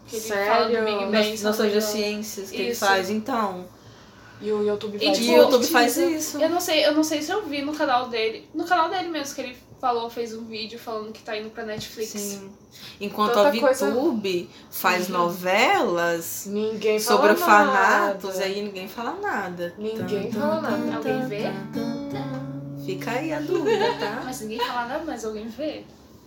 [SPEAKER 3] Que ele
[SPEAKER 2] Sério?
[SPEAKER 3] fala do Big Bang.
[SPEAKER 4] Nas
[SPEAKER 3] se não
[SPEAKER 4] noções
[SPEAKER 3] me
[SPEAKER 4] de
[SPEAKER 3] engano.
[SPEAKER 4] ciências que ele
[SPEAKER 3] Isso.
[SPEAKER 4] faz, então.
[SPEAKER 2] E o YouTube
[SPEAKER 3] E,
[SPEAKER 2] vai
[SPEAKER 4] E
[SPEAKER 3] tipo,
[SPEAKER 4] o YouTube faz
[SPEAKER 3] utiliza-
[SPEAKER 4] isso.
[SPEAKER 3] Eu não sei, eu não sei se eu vi no canal dele. No canal dele mesmo, que ele falou, fez um vídeo falando que tá indo pra Netflix.
[SPEAKER 4] Sim. Enquanto a
[SPEAKER 2] Tanta coisa-
[SPEAKER 4] VTube faz
[SPEAKER 2] Uhum.
[SPEAKER 4] novelas
[SPEAKER 2] Ninguém fala
[SPEAKER 4] sobre orfanatos, é Então,
[SPEAKER 2] fanatos
[SPEAKER 4] e aí ninguém fala nada.
[SPEAKER 2] Ninguém
[SPEAKER 4] Tum,
[SPEAKER 2] fala nada.
[SPEAKER 3] Alguém vê?
[SPEAKER 4] Fica aí a dúvida, tá?
[SPEAKER 3] Mas
[SPEAKER 2] Ah.
[SPEAKER 3] ninguém fala nada, mas alguém vê.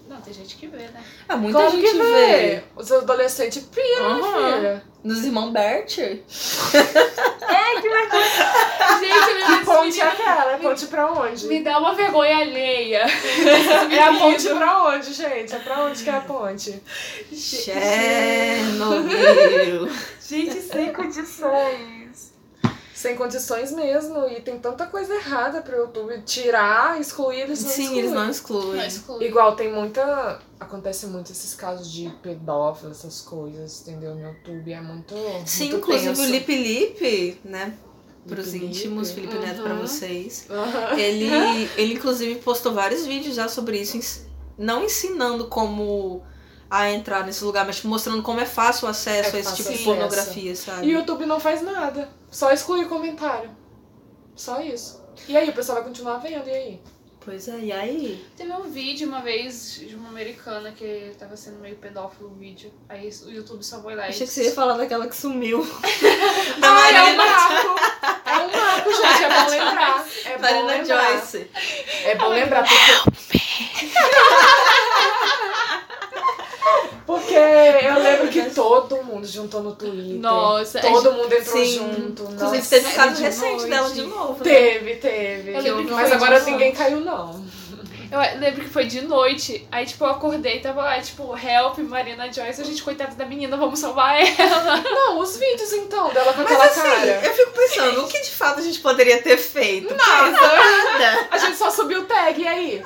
[SPEAKER 3] Não, tem gente que vê, né?
[SPEAKER 4] Ah, muita
[SPEAKER 2] Claro
[SPEAKER 4] gente
[SPEAKER 2] que
[SPEAKER 4] vê.
[SPEAKER 2] vê. Os adolescentes piram,
[SPEAKER 4] Aham.
[SPEAKER 2] filha.
[SPEAKER 4] Nos irmãos Bercher?
[SPEAKER 3] Gente, eu
[SPEAKER 4] Ah,
[SPEAKER 2] Que
[SPEAKER 3] lembro desse
[SPEAKER 2] ponte é
[SPEAKER 3] vídeo.
[SPEAKER 2] aquela? É ponte pra onde?
[SPEAKER 3] Me dá uma vergonha alheia.
[SPEAKER 4] um
[SPEAKER 2] É a ponte pra onde, gente? É pra onde que é a ponte?
[SPEAKER 4] Chernobyl.
[SPEAKER 2] Gente, sem condições. Sem condições mesmo. E tem tanta coisa errada pro YouTube tirar, excluir, eles não
[SPEAKER 4] Sim,
[SPEAKER 2] excluem.
[SPEAKER 4] eles não excluem.
[SPEAKER 3] Mas, Clu,
[SPEAKER 2] Igual tem muita. Acontece muito esses casos de pedófilo, essas coisas, entendeu? No YouTube é muito.
[SPEAKER 4] Sim,
[SPEAKER 2] muito
[SPEAKER 4] inclusive
[SPEAKER 2] tenso.
[SPEAKER 4] o Lip Lip, né? Pros
[SPEAKER 2] Lip Lip.
[SPEAKER 4] íntimos, Felipe Neto pra
[SPEAKER 3] Uhum.
[SPEAKER 4] vocês.
[SPEAKER 2] Aham.
[SPEAKER 4] Ele, ele, inclusive, postou vários vídeos já sobre isso, ens- não ensinando como a entrar nesse lugar, mas mostrando como é fácil o acesso
[SPEAKER 2] É
[SPEAKER 4] a esse tipo de
[SPEAKER 2] fácil
[SPEAKER 4] pornografia,
[SPEAKER 2] E
[SPEAKER 4] sabe?
[SPEAKER 2] o YouTube não faz nada. Só exclui o comentário. Só isso. E aí, o pessoal vai continuar vendo, e aí?
[SPEAKER 4] Pois é, e aí?
[SPEAKER 3] Teve um vídeo uma vez de uma americana que tava sendo meio pedófilo o vídeo. Aí o YouTube só foi lá e.
[SPEAKER 4] Achei que você ia falar daquela que sumiu. da
[SPEAKER 2] Ai, é um
[SPEAKER 4] Marina,
[SPEAKER 2] marco! É um marco, gente. É bom lembrar. É bom
[SPEAKER 4] Marina
[SPEAKER 2] lembrar.
[SPEAKER 4] Joyce.
[SPEAKER 2] É bom lembrar porque. Porque eu lembro que todo mundo juntou no Twitter.
[SPEAKER 4] é.
[SPEAKER 3] Nossa, a
[SPEAKER 2] Todo mundo entrou
[SPEAKER 4] Sim.
[SPEAKER 2] junto.
[SPEAKER 4] Inclusive,
[SPEAKER 2] nossa,
[SPEAKER 4] teve um caso
[SPEAKER 2] de
[SPEAKER 4] recente
[SPEAKER 2] noite.
[SPEAKER 4] dela de novo. né?
[SPEAKER 2] Teve, teve.
[SPEAKER 3] Eu lembro que
[SPEAKER 2] Mas
[SPEAKER 3] foi
[SPEAKER 2] agora
[SPEAKER 3] de
[SPEAKER 2] ninguém caiu, não.
[SPEAKER 3] Eu lembro que foi de noite, aí tipo, eu acordei e tava lá, tipo, help, Marina Joyce, a gente, coitada da menina, vamos salvar ela.
[SPEAKER 2] Não, os vídeos então dela com
[SPEAKER 4] Mas
[SPEAKER 2] aquela
[SPEAKER 4] assim,
[SPEAKER 2] cara.
[SPEAKER 4] eu fico pensando, o que de fato a gente poderia ter feito? Nada.
[SPEAKER 2] A gente só subiu o tag, e aí?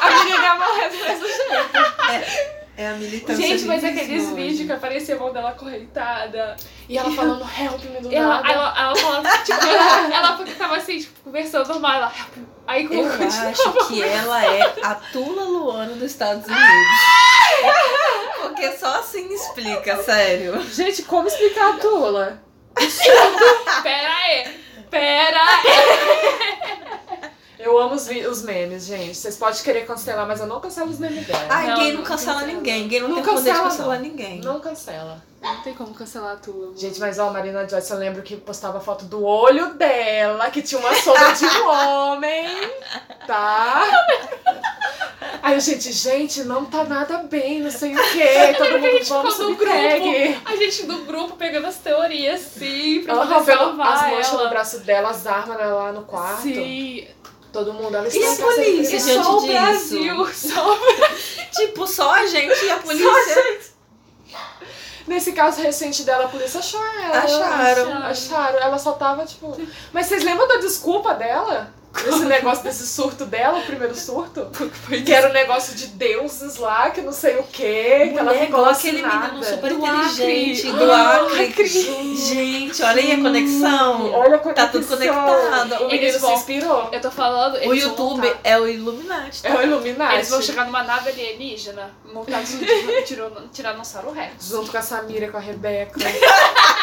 [SPEAKER 2] A menina é
[SPEAKER 4] Então,
[SPEAKER 2] morrendo mas o jeito.
[SPEAKER 4] É a militância.
[SPEAKER 3] gente,
[SPEAKER 4] do
[SPEAKER 3] mas
[SPEAKER 4] feminismo
[SPEAKER 3] aqueles
[SPEAKER 4] hoje.
[SPEAKER 3] vídeos que aparecia a mão dela correntada.
[SPEAKER 2] E ela falando help me do
[SPEAKER 3] Ela,
[SPEAKER 2] nada.
[SPEAKER 3] ela, ela falava, tipo, ela, ela porque tava assim, tipo, conversando normal, ela help. Aí
[SPEAKER 4] Eu
[SPEAKER 3] quando continuava,
[SPEAKER 4] acho que ela é a Tula Luana dos Estados Unidos. Porque só assim explica, sério.
[SPEAKER 2] Gente, como explicar a Tula?
[SPEAKER 3] pera aí, pera aí.
[SPEAKER 2] Eu amo os, vi- os memes, gente. Vocês podem querer cancelar, mas eu não cancelo os memes dela.
[SPEAKER 4] Ai,
[SPEAKER 3] Não,
[SPEAKER 4] gay não
[SPEAKER 3] não
[SPEAKER 4] cancela
[SPEAKER 3] cancela.
[SPEAKER 4] ninguém. Gay não,
[SPEAKER 2] Não
[SPEAKER 4] tem poder de
[SPEAKER 2] cancela,
[SPEAKER 4] cancelar
[SPEAKER 2] não.
[SPEAKER 4] ninguém.
[SPEAKER 2] Não cancela.
[SPEAKER 3] Não tem como cancelar a tua. amor.
[SPEAKER 2] Gente, mas ó, a Marina Joyce, eu lembro que postava foto do olho dela, que tinha uma sombra de um homem, tá? Aí, gente, gente, não tá nada bem, não sei o quê. Todo mundo, vamos
[SPEAKER 3] ficou
[SPEAKER 2] subir
[SPEAKER 3] no grupo.
[SPEAKER 2] tag.
[SPEAKER 3] A gente do grupo pegando as teorias, sim, pra
[SPEAKER 2] Ela
[SPEAKER 3] poder
[SPEAKER 2] roubou
[SPEAKER 3] salvar
[SPEAKER 2] as manchas
[SPEAKER 3] ela.
[SPEAKER 2] no braço dela, as armas né, lá no quarto.
[SPEAKER 3] Sim,
[SPEAKER 2] Todo mundo, ela
[SPEAKER 4] E a
[SPEAKER 2] está sempre-
[SPEAKER 4] polícia,
[SPEAKER 3] e
[SPEAKER 4] gente?
[SPEAKER 3] só o
[SPEAKER 4] disso.
[SPEAKER 3] Brasil, só
[SPEAKER 4] Tipo, só a gente e a polícia
[SPEAKER 2] Nesse caso recente dela, a polícia achou ela.
[SPEAKER 4] acharam.
[SPEAKER 3] Acharam.
[SPEAKER 2] Acharam. Ela só tava, tipo. Mas vocês lembram da desculpa dela? Esse negócio desse surto dela, o primeiro surto? Que era um negócio de deuses lá, que não sei o quê. Que ela
[SPEAKER 4] Mulher,
[SPEAKER 2] ficou
[SPEAKER 4] igual aquele
[SPEAKER 2] assinada.
[SPEAKER 4] menino super
[SPEAKER 3] Do Acre.
[SPEAKER 4] inteligente do
[SPEAKER 2] Ah,
[SPEAKER 4] Acre.
[SPEAKER 2] Acre.
[SPEAKER 4] Gente, olha aí a conexão.
[SPEAKER 2] Olha a conexão.
[SPEAKER 4] Tá tudo conectado.
[SPEAKER 2] O menino
[SPEAKER 3] Eles
[SPEAKER 2] se
[SPEAKER 3] vão-
[SPEAKER 2] inspirou.
[SPEAKER 3] Eu tô falando,
[SPEAKER 4] O
[SPEAKER 3] eles vão
[SPEAKER 4] YouTube
[SPEAKER 3] montar.
[SPEAKER 4] é o Illuminati.
[SPEAKER 2] É o Illuminati.
[SPEAKER 3] Eles vão chegar numa nave alienígena, montados no tiro- tiro- Tiranossauro Rex.
[SPEAKER 2] Junto com a Samira, com a Rebeca.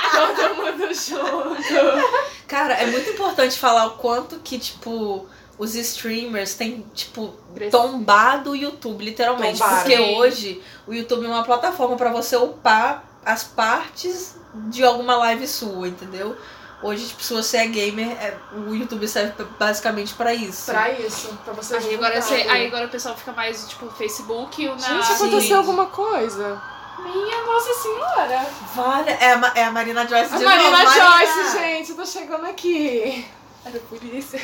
[SPEAKER 2] Todo mundo junto.
[SPEAKER 4] Cara, é muito importante falar o quanto que, tipo, os streamers têm, tipo,
[SPEAKER 3] Cres-
[SPEAKER 4] tombado o YouTube, literalmente.
[SPEAKER 2] Tombaram.
[SPEAKER 4] Porque
[SPEAKER 3] Sim.
[SPEAKER 4] hoje o YouTube é uma plataforma pra você upar as partes de alguma live sua, entendeu? Hoje, tipo, se você é gamer, é- o YouTube serve pra- basicamente pra isso.
[SPEAKER 2] Pra isso, pra vocês
[SPEAKER 3] Aí agora, você-
[SPEAKER 2] juntarem.
[SPEAKER 3] aí agora o pessoal fica mais, tipo, Facebook ou na...
[SPEAKER 2] Gente,
[SPEAKER 4] sim.
[SPEAKER 2] aconteceu alguma coisa?
[SPEAKER 3] Minha Nossa Senhora!
[SPEAKER 4] Vale. É a, Ma- é a Marina Joyce
[SPEAKER 2] A
[SPEAKER 4] de
[SPEAKER 2] Marina
[SPEAKER 4] novo,
[SPEAKER 2] Joyce, gente, eu tô chegando aqui.
[SPEAKER 3] Era a polícia.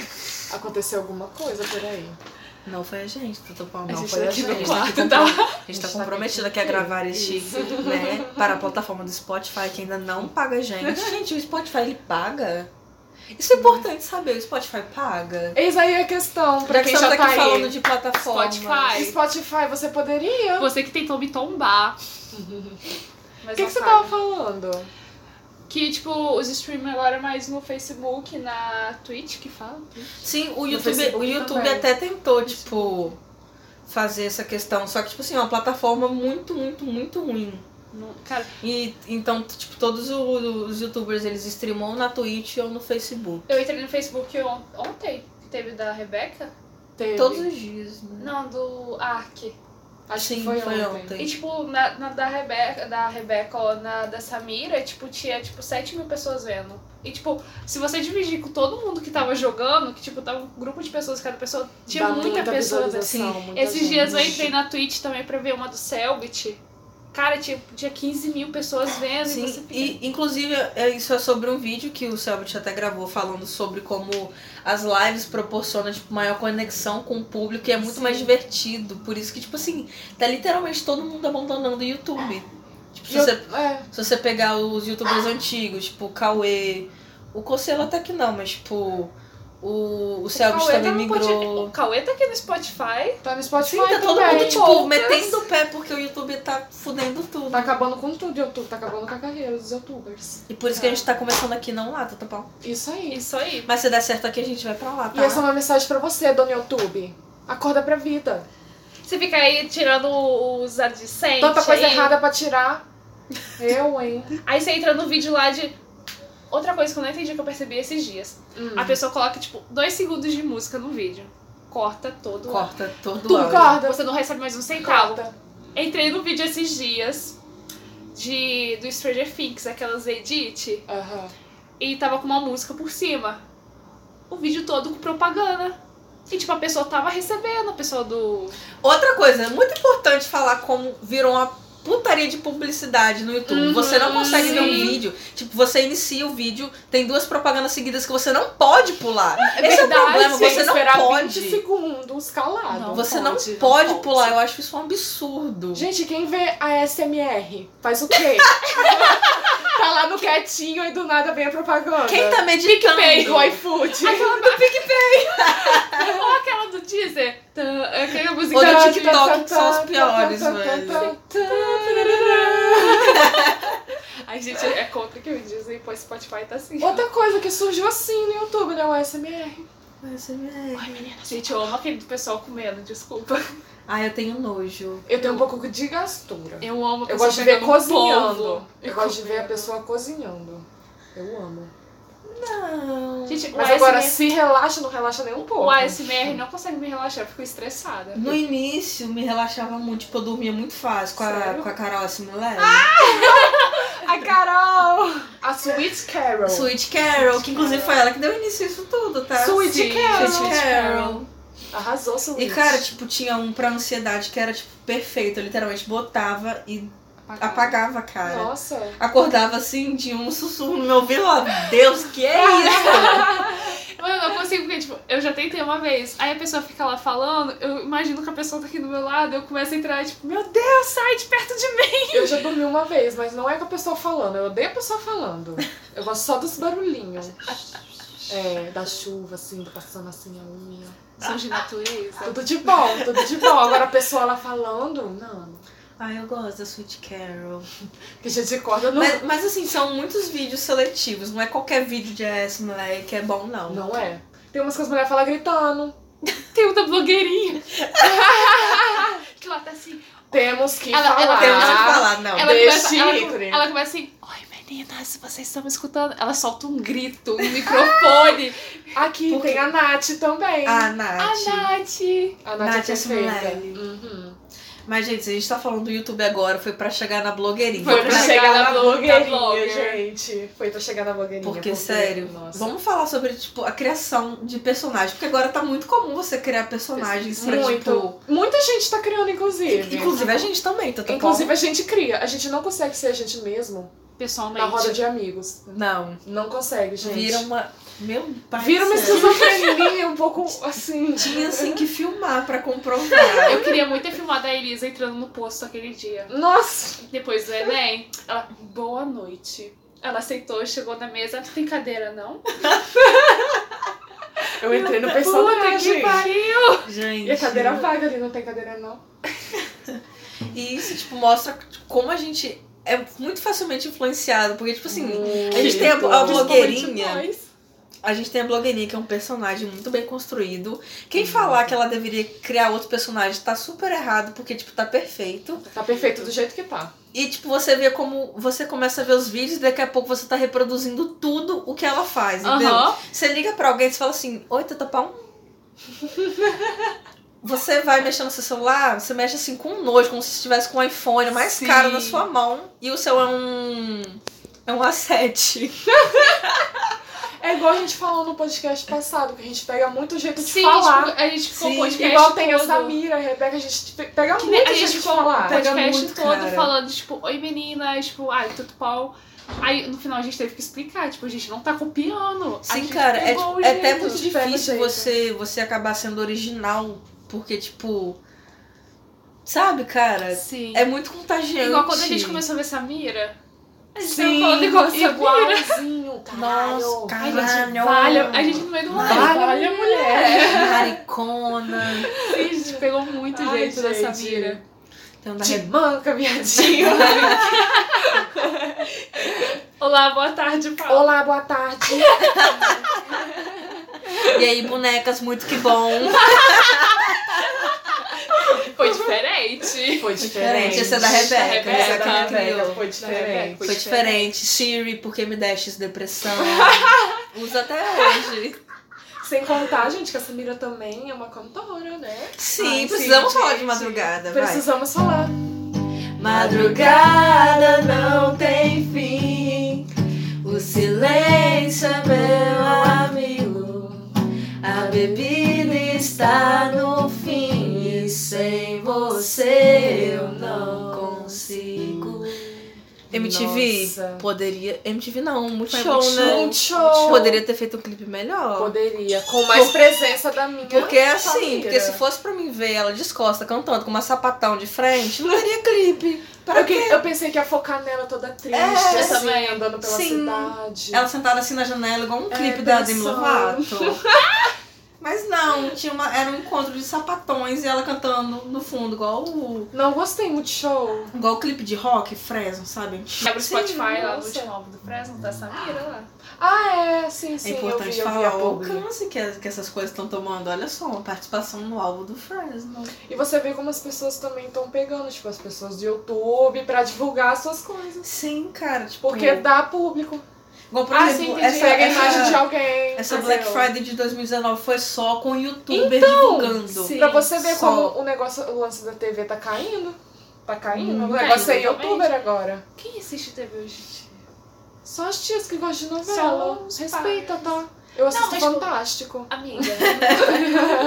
[SPEAKER 2] Aconteceu alguma coisa por aí.
[SPEAKER 4] Não foi a gente, Tutu Pau.
[SPEAKER 2] A
[SPEAKER 4] Não
[SPEAKER 2] gente
[SPEAKER 4] foi
[SPEAKER 2] tá
[SPEAKER 4] a
[SPEAKER 2] aqui
[SPEAKER 4] gente.
[SPEAKER 2] no
[SPEAKER 4] tá aqui
[SPEAKER 3] quarto, tá?
[SPEAKER 4] compro- A gente
[SPEAKER 2] A
[SPEAKER 4] tá
[SPEAKER 2] gente tá
[SPEAKER 4] comprometida aqui a gravar este, né? Para a plataforma do Spotify, que ainda não paga a gente. Gente, o Spotify, ele paga? Isso é importante saber, o Spotify paga?
[SPEAKER 2] Eis aí a questão, pra quem já
[SPEAKER 4] Estamos
[SPEAKER 2] tá
[SPEAKER 4] aqui
[SPEAKER 2] aí.
[SPEAKER 4] falando de plataforma.
[SPEAKER 3] Spotify.
[SPEAKER 2] Spotify, você poderia.
[SPEAKER 3] Você que tentou me tombar. Mas
[SPEAKER 2] O que,
[SPEAKER 3] não
[SPEAKER 2] que você
[SPEAKER 3] sabe.
[SPEAKER 2] tava falando?
[SPEAKER 3] Que, tipo, os streamers agora mais no Facebook, na Twitch, que fala?
[SPEAKER 4] Sim, o YouTube,
[SPEAKER 3] Facebook
[SPEAKER 4] o YouTube
[SPEAKER 3] também.
[SPEAKER 4] até tentou, tipo, fazer essa questão. Só que, tipo assim, é uma plataforma muito, muito, muito ruim.
[SPEAKER 3] Não- cara,
[SPEAKER 4] E então, t- tipo, todos o- os youtubers, eles streamam na Twitch ou no Facebook.
[SPEAKER 3] eu entrei no Facebook on- ontem, que teve da Rebeca.
[SPEAKER 2] Teve.
[SPEAKER 4] Todos os dias, né?
[SPEAKER 3] Não, do Ark.
[SPEAKER 2] Acho
[SPEAKER 4] Sim,
[SPEAKER 2] que foi,
[SPEAKER 4] foi
[SPEAKER 2] ontem.
[SPEAKER 4] ontem.
[SPEAKER 3] E, tipo, na, na da Rebeca, da Rebeca ou na da Samira, tipo, tinha, tipo, 7 mil pessoas vendo. E, tipo, se você dividir com todo mundo que tava jogando, que, tipo, tava um grupo de pessoas, cada pessoa, tinha
[SPEAKER 2] Dá
[SPEAKER 3] muita, pessoa vendo.
[SPEAKER 2] visualização,
[SPEAKER 4] Sim.
[SPEAKER 2] muita
[SPEAKER 3] Esses dias eu
[SPEAKER 2] gente.
[SPEAKER 3] entrei na Twitch também pra ver uma do Selbit. Cara, tinha, tinha 15 mil pessoas vendo e você
[SPEAKER 4] Sim,
[SPEAKER 3] fica...
[SPEAKER 4] e inclusive é, isso é sobre um vídeo que o Selbit até gravou falando sobre como as lives proporcionam tipo, maior conexão com o público e é muito
[SPEAKER 3] Sim.
[SPEAKER 4] mais divertido. Por isso que, tipo assim, tá literalmente todo mundo abandonando o YouTube. Tipo, se
[SPEAKER 2] Eu-
[SPEAKER 4] você
[SPEAKER 2] é,
[SPEAKER 4] Se você pegar os youtubers antigos, tipo o Cauê, o Conselho até que não, mas tipo o, o Selbit
[SPEAKER 3] Cauê
[SPEAKER 4] também
[SPEAKER 3] tá
[SPEAKER 4] migrou.
[SPEAKER 3] no podcast- O Cauê tá aqui no Spotify.
[SPEAKER 2] tá no Spotify
[SPEAKER 4] Sim, tá todo
[SPEAKER 2] também.
[SPEAKER 4] mundo tipo
[SPEAKER 3] poucas.
[SPEAKER 4] metendo o pé porque o YouTube tá fudendo tudo.
[SPEAKER 2] Tá acabando com tudo, YouTube. Tá acabando com a carreira dos youtubers.
[SPEAKER 4] E por isso
[SPEAKER 3] É.
[SPEAKER 4] que a gente tá começando aqui, não lá, tá bom?
[SPEAKER 2] Isso aí.
[SPEAKER 3] Isso aí.
[SPEAKER 4] Mas se der certo aqui, a gente vai pra lá, tá?
[SPEAKER 2] E essa é uma mensagem pra você, dona YouTube. Acorda pra vida.
[SPEAKER 3] Você fica aí tirando os adicentes.
[SPEAKER 2] Tanta coisa
[SPEAKER 3] aí.
[SPEAKER 2] errada pra tirar. Eu, hein?
[SPEAKER 3] Aí você entra no vídeo lá de... Outra coisa que eu não entendi que eu percebi esses dias. A
[SPEAKER 2] Hum.
[SPEAKER 3] pessoa coloca, tipo, dois segundos de música no vídeo. Corta todo.
[SPEAKER 4] Corta todo
[SPEAKER 2] Tu
[SPEAKER 4] áudio.
[SPEAKER 2] corta.
[SPEAKER 3] Você não recebe mais um centavo.
[SPEAKER 2] Corta.
[SPEAKER 3] Entrei no vídeo esses dias de do Stranger Things, aquelas edit.
[SPEAKER 2] Aham.
[SPEAKER 3] e tava com uma música por cima. O vídeo todo com propaganda. E tipo, a pessoa tava recebendo, a pessoa do.
[SPEAKER 4] Outra coisa, é muito importante falar como virou uma putaria de publicidade no YouTube.
[SPEAKER 3] Uhum,
[SPEAKER 4] você não consegue ver um
[SPEAKER 3] sim.
[SPEAKER 4] vídeo. Tipo, você inicia o vídeo, tem duas propagandas seguidas que você não pode pular.
[SPEAKER 3] É
[SPEAKER 4] Esse é o
[SPEAKER 3] verdade,
[SPEAKER 4] problema,
[SPEAKER 2] Tem que
[SPEAKER 4] você não
[SPEAKER 2] esperar
[SPEAKER 4] pode.
[SPEAKER 2] 20 segundos calado.
[SPEAKER 3] Não,
[SPEAKER 4] você não pode,
[SPEAKER 2] não
[SPEAKER 4] pular, eu acho isso um absurdo.
[SPEAKER 2] Gente, quem vê a SMR faz o quê? tá lá no quietinho e do nada vem a propaganda.
[SPEAKER 4] Quem tá meditando?
[SPEAKER 2] Pay do iFood.
[SPEAKER 3] Aquela do PicPay! Ou aquela do Deezer. Tá, Aquela música
[SPEAKER 4] Ou do
[SPEAKER 3] da
[SPEAKER 4] TikTok. que são os piores, velho.
[SPEAKER 3] Ai, gente, é contra que o Deezer e pô, Spotify tá assim.
[SPEAKER 2] Outra coisa que surgiu assim no YouTube, né? O SMR.
[SPEAKER 3] Gente, eu amo aquele do pessoal comendo, desculpa.
[SPEAKER 4] Ah, eu tenho nojo.
[SPEAKER 2] Eu tenho um pouco de gastura.
[SPEAKER 3] Eu amo a
[SPEAKER 2] Eu
[SPEAKER 3] pessoa
[SPEAKER 2] gosto de ver
[SPEAKER 3] pegando
[SPEAKER 2] cozinhando.
[SPEAKER 3] um polvo e
[SPEAKER 2] Eu gosto de ver a
[SPEAKER 3] comendo.
[SPEAKER 2] pessoa cozinhando. Eu amo.
[SPEAKER 4] Não.
[SPEAKER 3] Gente,
[SPEAKER 2] Mas
[SPEAKER 3] o
[SPEAKER 2] agora,
[SPEAKER 3] ASMR
[SPEAKER 2] se relaxa, não relaxa nem um pouco.
[SPEAKER 3] O ASMR não consegue me relaxar, eu fico estressada.
[SPEAKER 4] No início me relaxava muito, tipo, eu dormia muito fácil com a,
[SPEAKER 2] Sério?
[SPEAKER 4] com a Carol assim, moleque.
[SPEAKER 2] A Carol! A Sweet Carol.
[SPEAKER 4] Sweet Carol, que inclusive foi ela que deu início a isso tudo, tá?
[SPEAKER 2] Sweet
[SPEAKER 4] Sim,
[SPEAKER 2] Carol.
[SPEAKER 4] Sweet Carol.
[SPEAKER 2] Arrasou, Sweet.
[SPEAKER 4] E cara, tipo, tinha um pra ansiedade que era, tipo, perfeito. Eu literalmente botava e apagava a cara.
[SPEAKER 2] Nossa.
[SPEAKER 4] Acordava assim, tinha um sussurro no meu ouvido, ó, Deus, que é isso?
[SPEAKER 3] Mano, eu não consigo, porque, tipo, eu já tentei uma vez. Aí a pessoa fica lá falando, eu imagino que a pessoa tá aqui do meu lado, eu começo a entrar, tipo, meu Deus, sai de perto de mim.
[SPEAKER 2] Eu já dormi uma vez, mas não é com a pessoa falando. Eu odeio a pessoa falando. Eu gosto só dos barulhinhos. É, da chuva, assim, passando assim a unha.
[SPEAKER 3] São de natureza.
[SPEAKER 2] Tudo de bom, tudo de bom. Agora a pessoa lá falando, não.
[SPEAKER 4] Ai, eu gosto da Sweet Carol.
[SPEAKER 2] Que gente de corda não,
[SPEAKER 4] Mas, mas, assim, são muitos vídeos seletivos. Não é qualquer vídeo de ASMR que é bom, não.
[SPEAKER 2] não é. Tem umas que as mulheres falam gritando.
[SPEAKER 3] Tem outra blogueirinha. que lá tá assim.
[SPEAKER 2] Temos que
[SPEAKER 3] Ela- ela-
[SPEAKER 2] falar.
[SPEAKER 4] Temos que falar, não.
[SPEAKER 3] Ela começa,
[SPEAKER 2] Desse
[SPEAKER 3] ela,
[SPEAKER 2] ícone.
[SPEAKER 3] ela começa assim, oi meninas, vocês estão me escutando? Ela solta um grito, um microfone.
[SPEAKER 2] Aqui
[SPEAKER 4] Porque-
[SPEAKER 2] tem a Nath também.
[SPEAKER 4] A
[SPEAKER 3] A
[SPEAKER 4] Ah, Nath.
[SPEAKER 3] Nath.
[SPEAKER 2] a
[SPEAKER 4] Nath
[SPEAKER 2] Nath,
[SPEAKER 4] é
[SPEAKER 2] é perfeita.
[SPEAKER 4] Smiley.
[SPEAKER 2] Uhum.
[SPEAKER 4] Mas, gente, se a gente tá falando do YouTube agora, foi pra chegar na blogueirinha.
[SPEAKER 3] Foi pra
[SPEAKER 4] né?
[SPEAKER 3] chegar na blogueirinha, blogger.
[SPEAKER 2] gente. Foi pra chegar na blogueirinha.
[SPEAKER 4] Porque, sério,
[SPEAKER 2] nossa.
[SPEAKER 4] vamos falar sobre, tipo, a criação de personagem. Porque agora tá muito comum você criar personagens pra,
[SPEAKER 2] Muito.
[SPEAKER 4] tipo...
[SPEAKER 2] Muita gente tá criando, inclusive.
[SPEAKER 4] Inclusive a gente também, tá tá bom?
[SPEAKER 2] Inclusive, a gente cria. A gente não consegue ser a gente mesmo na
[SPEAKER 3] Pessoalmente.
[SPEAKER 2] roda de amigos.
[SPEAKER 4] Não.
[SPEAKER 2] Não consegue, gente.
[SPEAKER 4] Vira um uma... Meu pai.
[SPEAKER 2] Vira uma
[SPEAKER 4] do céu.
[SPEAKER 2] esquizofrenia um pouco assim.
[SPEAKER 4] Tinha assim que filmar pra comprovar.
[SPEAKER 3] Eu queria muito ter filmado a Elisa entrando no posto aquele dia.
[SPEAKER 2] Nossa!
[SPEAKER 3] Depois do Enem, ela, boa noite. Ela aceitou, chegou na mesa. Tem cadeira, não?
[SPEAKER 2] Eu entrei no
[SPEAKER 3] Puta que
[SPEAKER 2] personagem.
[SPEAKER 3] pariu!
[SPEAKER 4] Gente.
[SPEAKER 2] E a cadeira vaga ali, não tem cadeira não.
[SPEAKER 4] E isso, tipo, mostra como a gente é muito facilmente influenciado. Porque, tipo assim,
[SPEAKER 2] Hum.
[SPEAKER 3] Hum.
[SPEAKER 4] a gente tem a, a
[SPEAKER 2] Muito.
[SPEAKER 4] blogueirinha.
[SPEAKER 3] Principalmente
[SPEAKER 4] A gente tem a blogueirinha, que é um personagem muito bem construído. Quem
[SPEAKER 2] Hum.
[SPEAKER 4] falar que ela deveria criar outro personagem tá super errado, porque, tipo, tá perfeito.
[SPEAKER 2] Tá perfeito do jeito que tá.
[SPEAKER 4] E, tipo, você vê como. Você começa a ver os vídeos e daqui a pouco você tá reproduzindo tudo o que ela faz,
[SPEAKER 3] nós.
[SPEAKER 4] entendeu?
[SPEAKER 3] Aham.
[SPEAKER 4] Você liga pra alguém e você fala assim, oi, Tata Pão. Você vai mexendo no seu celular, você mexe assim com nojo, como se estivesse com um iPhone mais
[SPEAKER 2] Sim.
[SPEAKER 4] caro na sua mão. E o seu é um. É um A7.
[SPEAKER 2] É igual a gente falou no podcast passado, que a gente pega muito jeito de
[SPEAKER 3] Sim,
[SPEAKER 2] falar.
[SPEAKER 3] tipo, a gente ficou
[SPEAKER 4] Sim,
[SPEAKER 3] o podcast
[SPEAKER 2] Igual tem a
[SPEAKER 3] todo.
[SPEAKER 2] Samira, a Rebeca, a gente pe- pega
[SPEAKER 3] Que nem-
[SPEAKER 2] muito
[SPEAKER 3] a
[SPEAKER 2] jeito
[SPEAKER 3] gente
[SPEAKER 2] de
[SPEAKER 3] ficou o
[SPEAKER 2] falar.
[SPEAKER 4] pega
[SPEAKER 3] podcast
[SPEAKER 4] muito,
[SPEAKER 3] todo
[SPEAKER 4] cara.
[SPEAKER 3] falando, tipo, oi meninas, tipo, ai, tudo pau. Aí no final a gente teve que explicar, tipo, a gente não tá copiando. A
[SPEAKER 4] Sim,
[SPEAKER 3] gente
[SPEAKER 4] cara, é,
[SPEAKER 3] pegou
[SPEAKER 4] tipo,
[SPEAKER 3] o
[SPEAKER 4] é até
[SPEAKER 3] jeito.
[SPEAKER 4] muito
[SPEAKER 2] pega o
[SPEAKER 4] difícil
[SPEAKER 2] jeito.
[SPEAKER 4] você, você acabar sendo original, porque, tipo. Sabe, cara?
[SPEAKER 3] Sim.
[SPEAKER 4] É muito contagiante.
[SPEAKER 3] Igual quando a gente começou a ver Samira. A gente tava
[SPEAKER 2] Sim,
[SPEAKER 3] falando igual a Samira.
[SPEAKER 2] igualzinho,
[SPEAKER 4] Nossa,
[SPEAKER 2] caralho.
[SPEAKER 3] Ai,
[SPEAKER 4] caralho.
[SPEAKER 3] gente, valha, a gente no meio do rolê.
[SPEAKER 2] Valha, mulher.
[SPEAKER 4] Maricona.
[SPEAKER 3] Sim, a gente pegou muito
[SPEAKER 2] Ai,
[SPEAKER 3] jeito da
[SPEAKER 2] gente.
[SPEAKER 3] Samira.
[SPEAKER 4] Tem um da
[SPEAKER 2] De manca, viadinho.
[SPEAKER 3] Olá, boa tarde, Paulo.
[SPEAKER 2] Olá, boa tarde.
[SPEAKER 4] E aí, bonecas, muito que bom.
[SPEAKER 3] Foi diferente.
[SPEAKER 2] Foi
[SPEAKER 4] Diferente, essa é da Rebeca.
[SPEAKER 3] Rebeca,
[SPEAKER 4] Essa que
[SPEAKER 3] da
[SPEAKER 4] ela criou.
[SPEAKER 2] Foi diferente.
[SPEAKER 4] Foi
[SPEAKER 3] Foi
[SPEAKER 4] diferente. Siri, por que me destes depressão? Usa até hoje.
[SPEAKER 2] Sem contar, gente, que a Samira também é uma cantora, né?
[SPEAKER 4] Sim,
[SPEAKER 2] Ai,
[SPEAKER 4] precisamos
[SPEAKER 2] sim,
[SPEAKER 4] falar de
[SPEAKER 2] gente.
[SPEAKER 4] madrugada, vai.
[SPEAKER 2] Precisamos falar.
[SPEAKER 4] Madrugada não tem fim. O silêncio é meu amigo. A bebida está no fim. E sem você eu não consigo. MTV
[SPEAKER 2] Nossa.
[SPEAKER 4] poderia. MTV não, muito
[SPEAKER 3] Foi
[SPEAKER 4] show,
[SPEAKER 3] Multishow.
[SPEAKER 4] né?
[SPEAKER 2] Muito show.
[SPEAKER 4] Poderia ter feito um clipe melhor.
[SPEAKER 2] Poderia. Com mais presença da minha.
[SPEAKER 4] Porque assim,
[SPEAKER 2] Samira.
[SPEAKER 4] porque se fosse pra mim ver ela descosta cantando com uma sapatão de frente, não teria clipe. Pra
[SPEAKER 2] eu, que-
[SPEAKER 4] quê?
[SPEAKER 2] eu pensei que ia focar nela toda triste,
[SPEAKER 4] É,
[SPEAKER 2] assim,
[SPEAKER 3] também.
[SPEAKER 2] andando pela
[SPEAKER 4] Sim.
[SPEAKER 2] cidade.
[SPEAKER 4] Ela sentada assim na janela, igual um
[SPEAKER 2] É,
[SPEAKER 4] clipe da Demi
[SPEAKER 2] dançando.
[SPEAKER 4] Lovato. Mas não, tinha uma, era um encontro de sapatões e ela cantando no fundo, igual o,
[SPEAKER 2] Não gostei muito show.
[SPEAKER 4] igual o clipe de rock, Fresno, sabe?
[SPEAKER 3] Quebra o
[SPEAKER 4] Sim,
[SPEAKER 3] Spotify lá no
[SPEAKER 2] nossa.
[SPEAKER 3] último álbum do Fresno, da Samira lá.
[SPEAKER 2] Ah, é, sim,
[SPEAKER 4] É
[SPEAKER 2] sim. eu
[SPEAKER 4] importante
[SPEAKER 2] vi,
[SPEAKER 4] falar o
[SPEAKER 2] eu vi a publi.
[SPEAKER 4] alcance que, as- que essas coisas estão tomando. Olha só, uma participação no álbum do Fresno.
[SPEAKER 2] E você vê como as pessoas também estão pegando, tipo, as pessoas do YouTube pra divulgar as suas coisas.
[SPEAKER 4] Sim, cara, tipo...
[SPEAKER 2] Porque dá público.
[SPEAKER 4] Igual, por
[SPEAKER 3] Ah,
[SPEAKER 4] exemplo,
[SPEAKER 3] sim, entendi.
[SPEAKER 4] essa,
[SPEAKER 2] Pega a
[SPEAKER 4] essa-
[SPEAKER 2] imagem de alguém. é
[SPEAKER 4] Essa
[SPEAKER 2] entendeu?
[SPEAKER 4] Black Friday de 2019 foi só com o youtuber
[SPEAKER 2] Então,
[SPEAKER 4] divulgando.
[SPEAKER 3] sim.
[SPEAKER 2] Pra você ver
[SPEAKER 4] Só.
[SPEAKER 2] como o negócio, o lance da TV tá caindo. Tá caindo.
[SPEAKER 4] Hum,
[SPEAKER 2] o negócio é
[SPEAKER 3] caindo, realmente.
[SPEAKER 2] youtuber agora.
[SPEAKER 3] Quem assiste TV hoje em dia?
[SPEAKER 2] Só as tias que gostam de
[SPEAKER 3] Só
[SPEAKER 2] novela.
[SPEAKER 3] os
[SPEAKER 2] Respeita,
[SPEAKER 3] pais.
[SPEAKER 2] tá? Eu assisto
[SPEAKER 3] mas, tipo,
[SPEAKER 2] Fantástico.
[SPEAKER 3] Amiga.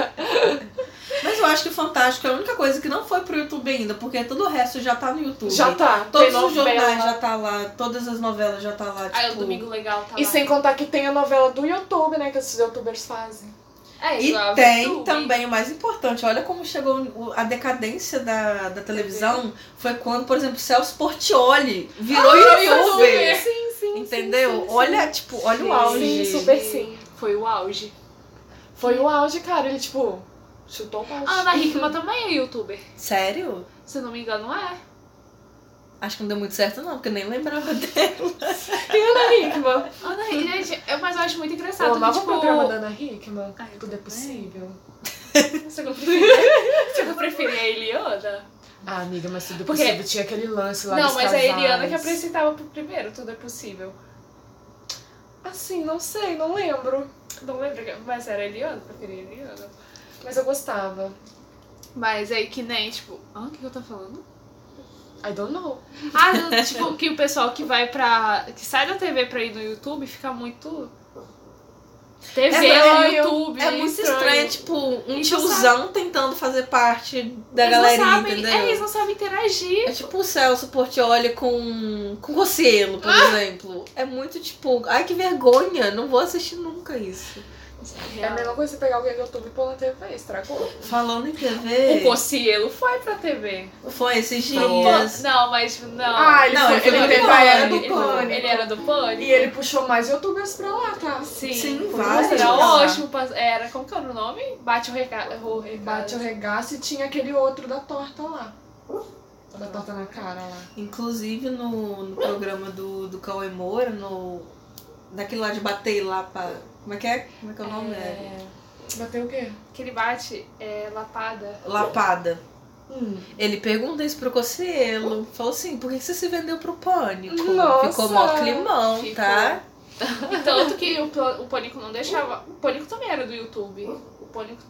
[SPEAKER 4] Mas eu acho que o Fantástico é a única coisa que não foi pro YouTube ainda, porque todo o resto já tá no YouTube.
[SPEAKER 2] Já tá.
[SPEAKER 4] Todos
[SPEAKER 2] tem
[SPEAKER 4] os jornais
[SPEAKER 2] novela.
[SPEAKER 4] já tá lá, todas as novelas já tá lá. Tipo...
[SPEAKER 3] Aí o Domingo Legal tá
[SPEAKER 2] E
[SPEAKER 3] lá.
[SPEAKER 2] sem contar que tem a novela do YouTube, né? Que esses youtubers fazem.
[SPEAKER 3] É,
[SPEAKER 4] E
[SPEAKER 3] igual a
[SPEAKER 4] tem
[SPEAKER 3] YouTube.
[SPEAKER 4] também o mais importante, olha como chegou o- a decadência da, da televisão. Foi quando, por exemplo, Celso Portioli virou
[SPEAKER 2] Sim,
[SPEAKER 4] youtuber.
[SPEAKER 2] Ah, sim, sim.
[SPEAKER 4] Entendeu?
[SPEAKER 2] sim, sim.
[SPEAKER 4] Olha, tipo, olha o
[SPEAKER 2] Sim,
[SPEAKER 4] auge.
[SPEAKER 2] sim, super sim.
[SPEAKER 3] Foi o auge.
[SPEAKER 2] Foi o auge, cara. Ele, tipo, chutou o balde.
[SPEAKER 3] A Ana Hickman também é youtuber.
[SPEAKER 4] Sério?
[SPEAKER 3] Se eu não me engano, é.
[SPEAKER 4] Acho que não deu muito certo, não, porque eu nem lembrava dele.
[SPEAKER 2] Tem é a Ana Hickman.
[SPEAKER 3] Ana Hickman, gente, eu- mas eu acho muito engraçado.
[SPEAKER 2] Eu
[SPEAKER 3] que,
[SPEAKER 2] amava
[SPEAKER 3] tipo,
[SPEAKER 2] o programa da Ana Hickman.
[SPEAKER 3] Ah, eu
[SPEAKER 2] Tudo é
[SPEAKER 3] também.
[SPEAKER 2] possível.
[SPEAKER 3] Será que eu preferia- será que eu preferia a Eliana?
[SPEAKER 2] Ah, amiga, mas tudo é
[SPEAKER 3] Porque-
[SPEAKER 2] possível. Tinha aquele lance lá
[SPEAKER 3] não,
[SPEAKER 2] dos
[SPEAKER 3] mas
[SPEAKER 2] casais.
[SPEAKER 3] a Eliana que apresentava pro primeiro, tudo é possível.
[SPEAKER 2] Assim, não sei, não lembro.
[SPEAKER 3] Não lembro, que- mas era a Eliana, eu preferia a Eliana.
[SPEAKER 2] Mas eu gostava.
[SPEAKER 3] Mas aí que nem, tipo, ah, o que que eu tô falando?
[SPEAKER 2] I don't know.
[SPEAKER 3] Ah, não, tipo, que o pessoal que vai pra. que sai da TV pra ir no YouTube fica muito.
[SPEAKER 2] É
[SPEAKER 3] TV,
[SPEAKER 4] estranho,
[SPEAKER 3] YouTube.
[SPEAKER 4] É muito estranho, tipo, um
[SPEAKER 3] Eles não
[SPEAKER 4] tiozão tentando fazer parte da
[SPEAKER 3] Eles não
[SPEAKER 4] galerinha,
[SPEAKER 3] sabem-
[SPEAKER 4] entendeu?
[SPEAKER 3] É, eles não sabem interagir.
[SPEAKER 4] É tipo o Celso Portiolli com, com Cosselo, por exemplo. É muito tipo, ai que vergonha, não vou assistir nunca isso.
[SPEAKER 2] É a mesma coisa você pegar alguém do YouTube e pôr na TV, estragou.
[SPEAKER 4] Falando em
[SPEAKER 3] O
[SPEAKER 4] TV,
[SPEAKER 3] Cocielo foi pra TV.
[SPEAKER 4] foi esses
[SPEAKER 3] Pô,
[SPEAKER 4] dias.
[SPEAKER 3] Não, mas tipo, não.
[SPEAKER 2] Ah, ele
[SPEAKER 4] Não,
[SPEAKER 2] foi,
[SPEAKER 4] ele foi
[SPEAKER 2] ele
[SPEAKER 4] do
[SPEAKER 2] teve
[SPEAKER 4] Pânico,
[SPEAKER 2] a
[SPEAKER 4] era
[SPEAKER 2] era
[SPEAKER 4] do
[SPEAKER 2] do
[SPEAKER 4] Pânico.
[SPEAKER 3] Ele era do Pânico?
[SPEAKER 2] E ele puxou mais youtubers pra lá, tá?
[SPEAKER 3] Sim.
[SPEAKER 4] Sim,
[SPEAKER 2] foi
[SPEAKER 4] vários.
[SPEAKER 3] Era
[SPEAKER 2] Não,
[SPEAKER 3] ótimo. pass- Era, como que era o nome? Bate o recado. O recado.
[SPEAKER 2] Bate o regaço e tinha aquele outro da torta lá. Da torta na cara lá.
[SPEAKER 4] Inclusive no, no programa do, do Cauê Moura, no. Daquele lá de bater lá pra. Como é que é? Como é que é o nome? É...
[SPEAKER 2] Bateu o quê?
[SPEAKER 3] Que ele bate é lapada.
[SPEAKER 4] Lapada.
[SPEAKER 2] Hum.
[SPEAKER 4] Ele pergunta isso pro Cossielo. Falou assim, por que que você se vendeu pro pânico?
[SPEAKER 2] Nossa.
[SPEAKER 4] Ficou mó climão,
[SPEAKER 3] Ficou.
[SPEAKER 4] tá?
[SPEAKER 3] Tanto que o, pl- o Pânico não deixava. O Pânico também era do YouTube. O Pânico,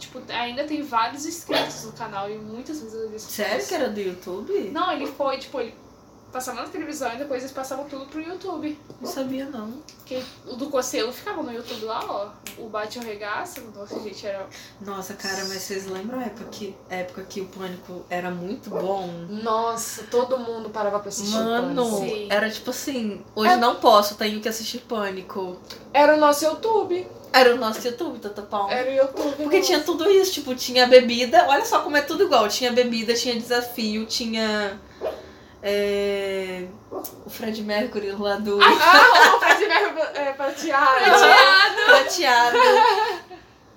[SPEAKER 3] tipo, ainda tem vários inscritos no canal e muitas visualizações.
[SPEAKER 4] Sério
[SPEAKER 2] é?
[SPEAKER 4] que era do YouTube?
[SPEAKER 3] Não, ele foi, tipo, ele passava na televisão e depois eles passavam tudo pro YouTube.
[SPEAKER 4] Não sabia, não.
[SPEAKER 3] Porque o do Cocelo ficava no YouTube lá, ó. O Bate o Regaço. Nossa, gente, era.
[SPEAKER 4] Nossa, cara, mas vocês lembram a época que, a época que o pânico era muito bom?
[SPEAKER 2] Nossa, todo mundo parava pra assistir.
[SPEAKER 4] Mano,
[SPEAKER 2] Pânico.
[SPEAKER 3] Sim.
[SPEAKER 4] era tipo assim, hoje
[SPEAKER 2] É.
[SPEAKER 4] não posso, tenho que assistir pânico.
[SPEAKER 2] Era o nosso YouTube.
[SPEAKER 4] Era o nosso YouTube, Tata Pau.
[SPEAKER 2] Era o YouTube.
[SPEAKER 4] Porque
[SPEAKER 2] nosso.
[SPEAKER 4] tinha tudo isso, tipo, tinha bebida, olha só como é tudo igual, tinha bebida, tinha desafio, tinha. é, o Fred Mercury lá do
[SPEAKER 2] Ah, o Fred Mercury é, prateado.
[SPEAKER 4] prateado.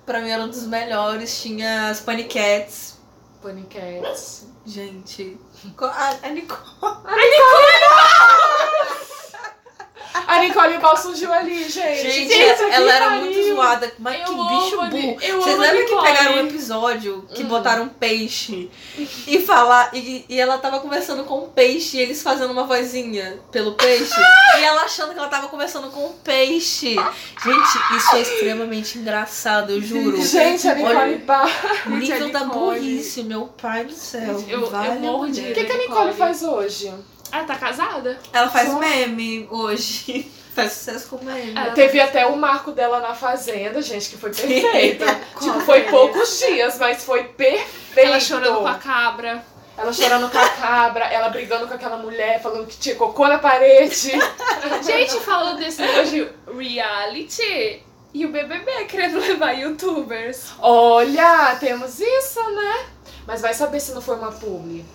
[SPEAKER 4] pra mim era um dos melhores, tinha as paniquetes.
[SPEAKER 2] Paniquetes.
[SPEAKER 4] Gente, co- a, a Nicole.
[SPEAKER 2] A Nicole Ball surgiu ali, gente.
[SPEAKER 4] Gente,
[SPEAKER 2] Gente, que
[SPEAKER 4] ela era
[SPEAKER 2] pariu.
[SPEAKER 4] muito zoada. Mas
[SPEAKER 3] Eu
[SPEAKER 4] que
[SPEAKER 3] amo
[SPEAKER 4] bicho
[SPEAKER 3] a Ni-
[SPEAKER 4] burro.
[SPEAKER 3] eu
[SPEAKER 4] Vocês
[SPEAKER 3] amo a
[SPEAKER 4] lembram que
[SPEAKER 3] Nicole. Hum.
[SPEAKER 4] pegaram um episódio que botaram um peixe e falar. E, e ela tava conversando com um peixe e eles fazendo uma vozinha pelo peixe. e ela achando que ela tava conversando com um peixe. Gente, isso é extremamente engraçado, eu juro.
[SPEAKER 2] Gente, a Nicole
[SPEAKER 4] Olha,
[SPEAKER 2] Ball.
[SPEAKER 3] Gente, a
[SPEAKER 4] nível da
[SPEAKER 3] Nicole.
[SPEAKER 4] burrice, tá meu pai do céu.
[SPEAKER 3] Gente, eu- eu
[SPEAKER 4] Vale a
[SPEAKER 3] morro de-
[SPEAKER 2] O
[SPEAKER 4] mulher.
[SPEAKER 2] que, que a Nicole faz hoje?
[SPEAKER 3] Ah, tá casada?
[SPEAKER 4] Ela faz
[SPEAKER 2] Só-
[SPEAKER 4] meme hoje. Faz sucesso com meme.
[SPEAKER 3] Ah,
[SPEAKER 2] Teve até o marco dela na fazenda, gente, que foi perfeito. tipo, foi poucos dias, mas foi perfeito.
[SPEAKER 3] Ela chorando com a cabra.
[SPEAKER 2] Ela chorando com a cabra, ela brigando com aquela mulher, falando que tinha cocô na parede.
[SPEAKER 3] Gente, falando desse hoje, reality e o BBB querendo levar youtubers.
[SPEAKER 2] Olha, temos isso, né? Mas vai saber se não foi uma publi.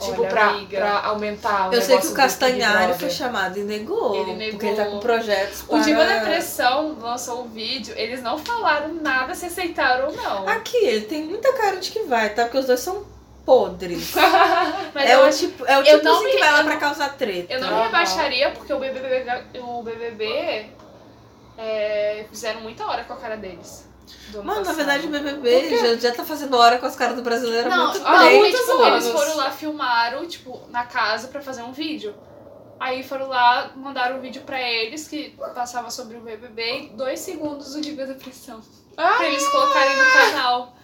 [SPEAKER 2] Tipo,
[SPEAKER 3] Olha,
[SPEAKER 2] pra,
[SPEAKER 3] amiga.
[SPEAKER 2] pra aumentar o
[SPEAKER 3] um
[SPEAKER 4] Eu sei que o
[SPEAKER 2] negócio
[SPEAKER 4] é
[SPEAKER 2] do
[SPEAKER 4] Castanhari
[SPEAKER 2] Big
[SPEAKER 4] foi
[SPEAKER 2] Brother.
[SPEAKER 4] chamado e negou.
[SPEAKER 3] Ele negou.
[SPEAKER 4] Porque ele tá com projetos
[SPEAKER 3] O
[SPEAKER 4] para...
[SPEAKER 3] Diva Depressão lançou um vídeo, eles não falaram nada se aceitaram ou não.
[SPEAKER 4] Aqui, ele tem muita cara de que vai, tá? Porque os dois são podres.
[SPEAKER 3] Mas
[SPEAKER 4] é,
[SPEAKER 3] eu,
[SPEAKER 4] o
[SPEAKER 3] acho-
[SPEAKER 4] tipo, é o
[SPEAKER 3] eu
[SPEAKER 4] tipo
[SPEAKER 3] não
[SPEAKER 4] assim
[SPEAKER 3] me-
[SPEAKER 4] que vai lá
[SPEAKER 3] eu
[SPEAKER 4] pra causar treta.
[SPEAKER 3] eu não me rebaixaria porque o BBB, o BBB é, fizeram muita hora com a cara deles. do ano
[SPEAKER 4] Mano, na
[SPEAKER 3] passado.
[SPEAKER 4] verdade o BBB já, já tá fazendo hora com as caras do brasileiro há
[SPEAKER 3] Não,
[SPEAKER 4] muito
[SPEAKER 3] não,
[SPEAKER 4] tempo.
[SPEAKER 3] porque,
[SPEAKER 2] muitos
[SPEAKER 3] tipo, eles
[SPEAKER 2] anos.
[SPEAKER 3] foram lá, filmaram, tipo, na casa pra fazer um vídeo. Aí foram lá, mandaram um vídeo pra eles que passava sobre o BBB e dois segundos do Diva Depressão.
[SPEAKER 2] Ah!
[SPEAKER 3] Pra eles colocarem no canal.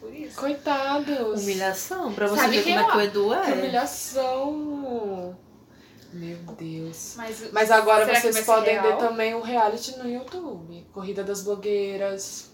[SPEAKER 3] Por isso.
[SPEAKER 2] Coitados.
[SPEAKER 4] Humilhação, pra você
[SPEAKER 3] Sabe
[SPEAKER 4] ver
[SPEAKER 3] quem
[SPEAKER 4] como é
[SPEAKER 3] eu-
[SPEAKER 4] que o Edu
[SPEAKER 2] Que
[SPEAKER 4] é.
[SPEAKER 2] humilhação. Meu Deus.
[SPEAKER 3] Mas,
[SPEAKER 2] Mas agora
[SPEAKER 3] será que
[SPEAKER 2] vocês
[SPEAKER 3] vai ser
[SPEAKER 2] podem ver
[SPEAKER 3] real?
[SPEAKER 2] também o reality no YouTube. Corrida das blogueiras.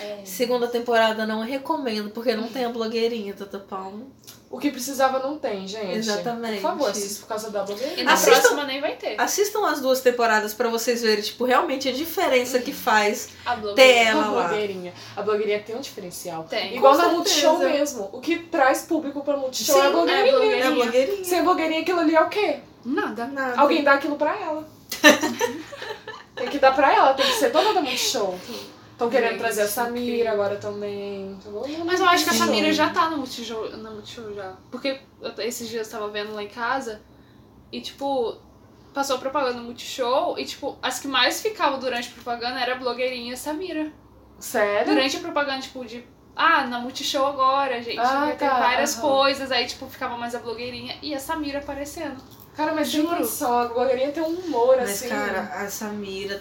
[SPEAKER 3] É.
[SPEAKER 4] Segunda temporada não recomendo, porque
[SPEAKER 2] É.
[SPEAKER 4] não tem a blogueirinha, tá, Tata Palmo.
[SPEAKER 2] O que precisava não tem, gente.
[SPEAKER 4] Exatamente.
[SPEAKER 2] Por favor, assista por causa da
[SPEAKER 3] E
[SPEAKER 2] blogueira.
[SPEAKER 3] na
[SPEAKER 4] Assistam-
[SPEAKER 3] próxima nem vai ter.
[SPEAKER 4] Assistam as duas temporadas pra vocês verem, tipo, realmente a diferença que faz
[SPEAKER 3] A blogueira.
[SPEAKER 4] ter ela
[SPEAKER 2] a
[SPEAKER 4] lá. É,
[SPEAKER 2] blogueirinha. A blogueirinha tem um diferencial.
[SPEAKER 3] Tem.
[SPEAKER 2] Igual na
[SPEAKER 4] certeza.
[SPEAKER 2] Multishow mesmo. O que traz público pra Multishow
[SPEAKER 4] Sim,
[SPEAKER 2] é a
[SPEAKER 3] É a
[SPEAKER 2] blogueirinha.
[SPEAKER 4] É a
[SPEAKER 3] blogueirinha.
[SPEAKER 4] blogueirinha.
[SPEAKER 2] Sem blogueirinha, aquilo ali é o quê?
[SPEAKER 3] Nada.
[SPEAKER 4] Nada.
[SPEAKER 2] Alguém dá aquilo pra ela. tem que dar pra ela, tem que ser dona da Multishow. Estão querendo
[SPEAKER 3] Gente,
[SPEAKER 2] trazer a Samira
[SPEAKER 3] incrível.
[SPEAKER 2] agora também.
[SPEAKER 3] Mas eu acho que a
[SPEAKER 2] Então,
[SPEAKER 4] Sim.
[SPEAKER 3] Samira já tá no Multishow, na Multishow já. Porque eu t- esses dias eu tava vendo lá em casa e, tipo, passou propaganda no Multishow e, tipo, as que mais ficavam durante a propaganda era a blogueirinha Samira.
[SPEAKER 2] Sério?
[SPEAKER 3] Durante a propaganda, tipo, de. Ah, na Multishow agora, gente.
[SPEAKER 2] Ah,
[SPEAKER 3] vai ter
[SPEAKER 2] tá,
[SPEAKER 3] várias
[SPEAKER 2] aham.
[SPEAKER 3] coisas. Aí, tipo, ficava mais a blogueirinha e a Samira aparecendo.
[SPEAKER 2] Cara, mas tem
[SPEAKER 3] Juro.
[SPEAKER 2] condição. A blogueirinha tem um humor,
[SPEAKER 4] Mas,
[SPEAKER 2] assim.
[SPEAKER 4] cara, a Samira,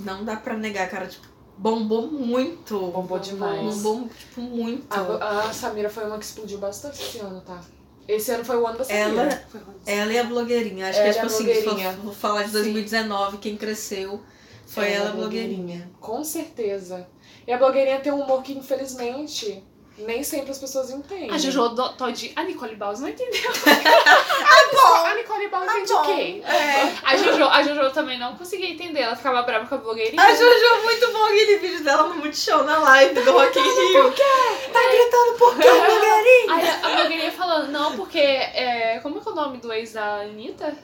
[SPEAKER 4] não dá pra negar, cara, tipo, bombou muito.
[SPEAKER 2] Bombou demais.
[SPEAKER 4] Bombou, tipo, muito.
[SPEAKER 2] A, a Samira foi uma que explodiu bastante esse ano, tá? Esse ano foi o ano da Samira.
[SPEAKER 4] Ela, ela é a blogueirinha. Acho
[SPEAKER 2] Ela
[SPEAKER 4] que é
[SPEAKER 2] é
[SPEAKER 4] tipo
[SPEAKER 2] a
[SPEAKER 4] assim,
[SPEAKER 2] blogueirinha.
[SPEAKER 4] vou- vou falar de 2019, quem cresceu Foi ela, blogueirinha.
[SPEAKER 2] Com certeza. E a blogueirinha tem um humor que, infelizmente, nem sempre as pessoas entendem.
[SPEAKER 3] A Jojo Do- Todinho. A Nicole Baus não entendeu.
[SPEAKER 2] A Nicole Ball entende o quê?
[SPEAKER 4] É.
[SPEAKER 3] A Jojo, a Jojo também não conseguia entender. Ela ficava brava com a blogueirinha.
[SPEAKER 4] A Jojo, muito bom aquele vídeo dela no Multishow, na live do Rock in Rio. Tá gritando por quê, blogueirinha?
[SPEAKER 3] Aí a a blogueirinha falando, não, porque. é, como é que é o nome do ex da Anitta?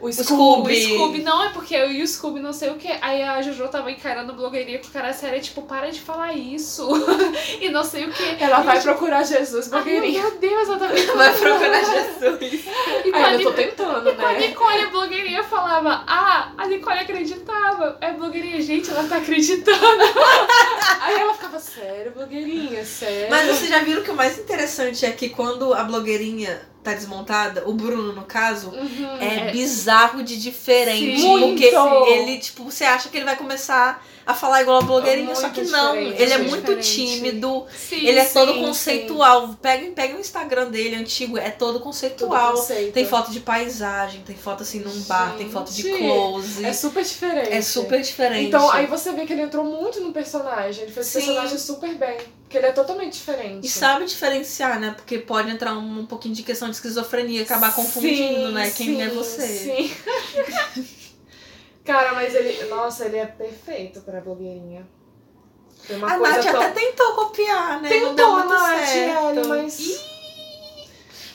[SPEAKER 2] O
[SPEAKER 4] Scooby.
[SPEAKER 3] O Scooby não é porque eu e o Scooby não sei o que. Aí a Jojo tava encarando a blogueirinha com cara séria, tipo, para de falar isso. e não sei o que.
[SPEAKER 2] Ela vai procurar Jesus, blogueirinha.
[SPEAKER 3] Meu Deus, ela tava
[SPEAKER 4] Vai procurar Jesus.
[SPEAKER 3] E com a
[SPEAKER 2] Aí eu tô
[SPEAKER 3] Nicole-
[SPEAKER 2] tentando,
[SPEAKER 3] com a
[SPEAKER 2] né?
[SPEAKER 3] Nicole, a blogueirinha falava, ah, a Nicole acreditava. Aí a blogueirinha, gente, ela tá acreditando.
[SPEAKER 2] Aí ela ficava, sério, blogueirinha, sério.
[SPEAKER 4] Mas vocês já viram que o mais interessante é que quando a blogueirinha tá desmontada, o Bruno, no caso,
[SPEAKER 2] Uhum.
[SPEAKER 4] é, bizarro de diferente.
[SPEAKER 3] Sim.
[SPEAKER 4] porque
[SPEAKER 2] Muito.
[SPEAKER 4] ele, tipo, você acha que ele vai começar a falar igual a blogueirinha,
[SPEAKER 2] Muito
[SPEAKER 4] só que não.
[SPEAKER 2] diferente,
[SPEAKER 4] Ele é
[SPEAKER 2] muito
[SPEAKER 4] muito
[SPEAKER 3] diferente.
[SPEAKER 4] tímido,
[SPEAKER 3] Sim,
[SPEAKER 4] ele é
[SPEAKER 2] sim,
[SPEAKER 4] todo
[SPEAKER 2] sim.
[SPEAKER 4] conceitual. Pega, pega o Instagram dele antigo, é todo
[SPEAKER 2] Todo
[SPEAKER 4] conceitual.
[SPEAKER 2] conceito.
[SPEAKER 4] Tem foto de paisagem, tem foto assim num bar, tem foto de
[SPEAKER 2] Gente,
[SPEAKER 4] close.
[SPEAKER 2] É
[SPEAKER 4] É,
[SPEAKER 2] super diferente.
[SPEAKER 4] super diferente.
[SPEAKER 2] Então, aí você vê que ele entrou muito no personagem. Ele fez
[SPEAKER 4] Sim.
[SPEAKER 2] o personagem super bem. Porque ele é totalmente diferente.
[SPEAKER 4] E sabe diferenciar, né? Porque pode entrar um, um pouquinho de questão de esquizofrenia, acabar confundindo,
[SPEAKER 2] Sim,
[SPEAKER 4] né? Quem é
[SPEAKER 2] sim,
[SPEAKER 4] você.
[SPEAKER 2] Sim. Cara, mas ele. Nossa, ele é perfeito pra blogueirinha. Tem uma
[SPEAKER 4] a
[SPEAKER 2] coisa
[SPEAKER 4] Nath
[SPEAKER 2] tão...
[SPEAKER 4] até tentou copiar, né? não deu
[SPEAKER 2] tentou a
[SPEAKER 4] muito
[SPEAKER 2] Nath,
[SPEAKER 4] certo.
[SPEAKER 2] velho, mas.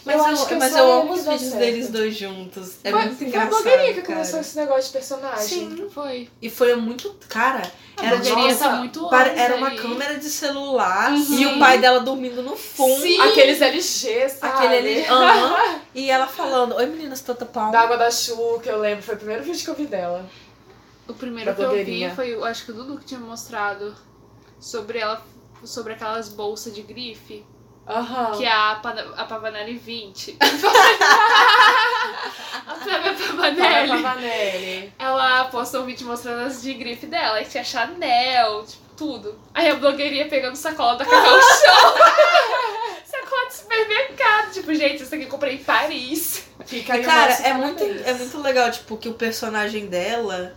[SPEAKER 4] Mas
[SPEAKER 2] é, eu
[SPEAKER 4] eu,
[SPEAKER 2] acho que
[SPEAKER 4] mas
[SPEAKER 2] só
[SPEAKER 4] eu
[SPEAKER 2] ele
[SPEAKER 4] amo
[SPEAKER 2] que
[SPEAKER 4] os
[SPEAKER 2] dá
[SPEAKER 4] vídeos
[SPEAKER 2] certo.
[SPEAKER 4] deles dois juntos. É
[SPEAKER 2] foi,
[SPEAKER 4] muito
[SPEAKER 2] foi a
[SPEAKER 4] engraçado.
[SPEAKER 2] blogueirinha que
[SPEAKER 4] cara.
[SPEAKER 2] começou esse negócio de personagem.
[SPEAKER 4] Sim.
[SPEAKER 3] Foi.
[SPEAKER 4] E foi muito. Cara,
[SPEAKER 3] A
[SPEAKER 4] era,
[SPEAKER 3] blogueirinha
[SPEAKER 4] nossa,
[SPEAKER 3] tá muito
[SPEAKER 4] para-
[SPEAKER 3] anos
[SPEAKER 4] era uma
[SPEAKER 3] aí.
[SPEAKER 4] câmera de celular
[SPEAKER 3] Uhum.
[SPEAKER 4] e o pai dela dormindo no fundo.
[SPEAKER 3] Sim.
[SPEAKER 2] Aqueles LG, sabe?
[SPEAKER 4] Aquele ali. aham. e ela falando: Oi meninas, Tota Palma.
[SPEAKER 2] Da água da Chu, que eu lembro, foi o primeiro vídeo que eu vi dela.
[SPEAKER 3] O
[SPEAKER 2] Da
[SPEAKER 3] primeiro que eu vi
[SPEAKER 2] blogueirinha.
[SPEAKER 3] foi, eu acho que o Dudu que tinha mostrado sobre ela, sobre aquelas bolsas de grife
[SPEAKER 2] Aham.
[SPEAKER 3] que é a, Pana- a Pavanelli 20. Sabe a
[SPEAKER 4] é
[SPEAKER 2] Fala,
[SPEAKER 3] Pavanelli?
[SPEAKER 2] Pavanelli.
[SPEAKER 3] Ela postou um vídeo mostrando as de grife dela, que tinha Chanel, tipo, tudo. Aí a blogueirinha pegando sacola da Cacau Show. sacola de supermercado. Tipo, gente, isso aqui eu comprei em Paris.
[SPEAKER 2] Fica aí
[SPEAKER 4] E,
[SPEAKER 2] o
[SPEAKER 4] cara,
[SPEAKER 2] nosso
[SPEAKER 4] é muito,
[SPEAKER 2] parabéns.
[SPEAKER 4] é muito legal, tipo, que o personagem dela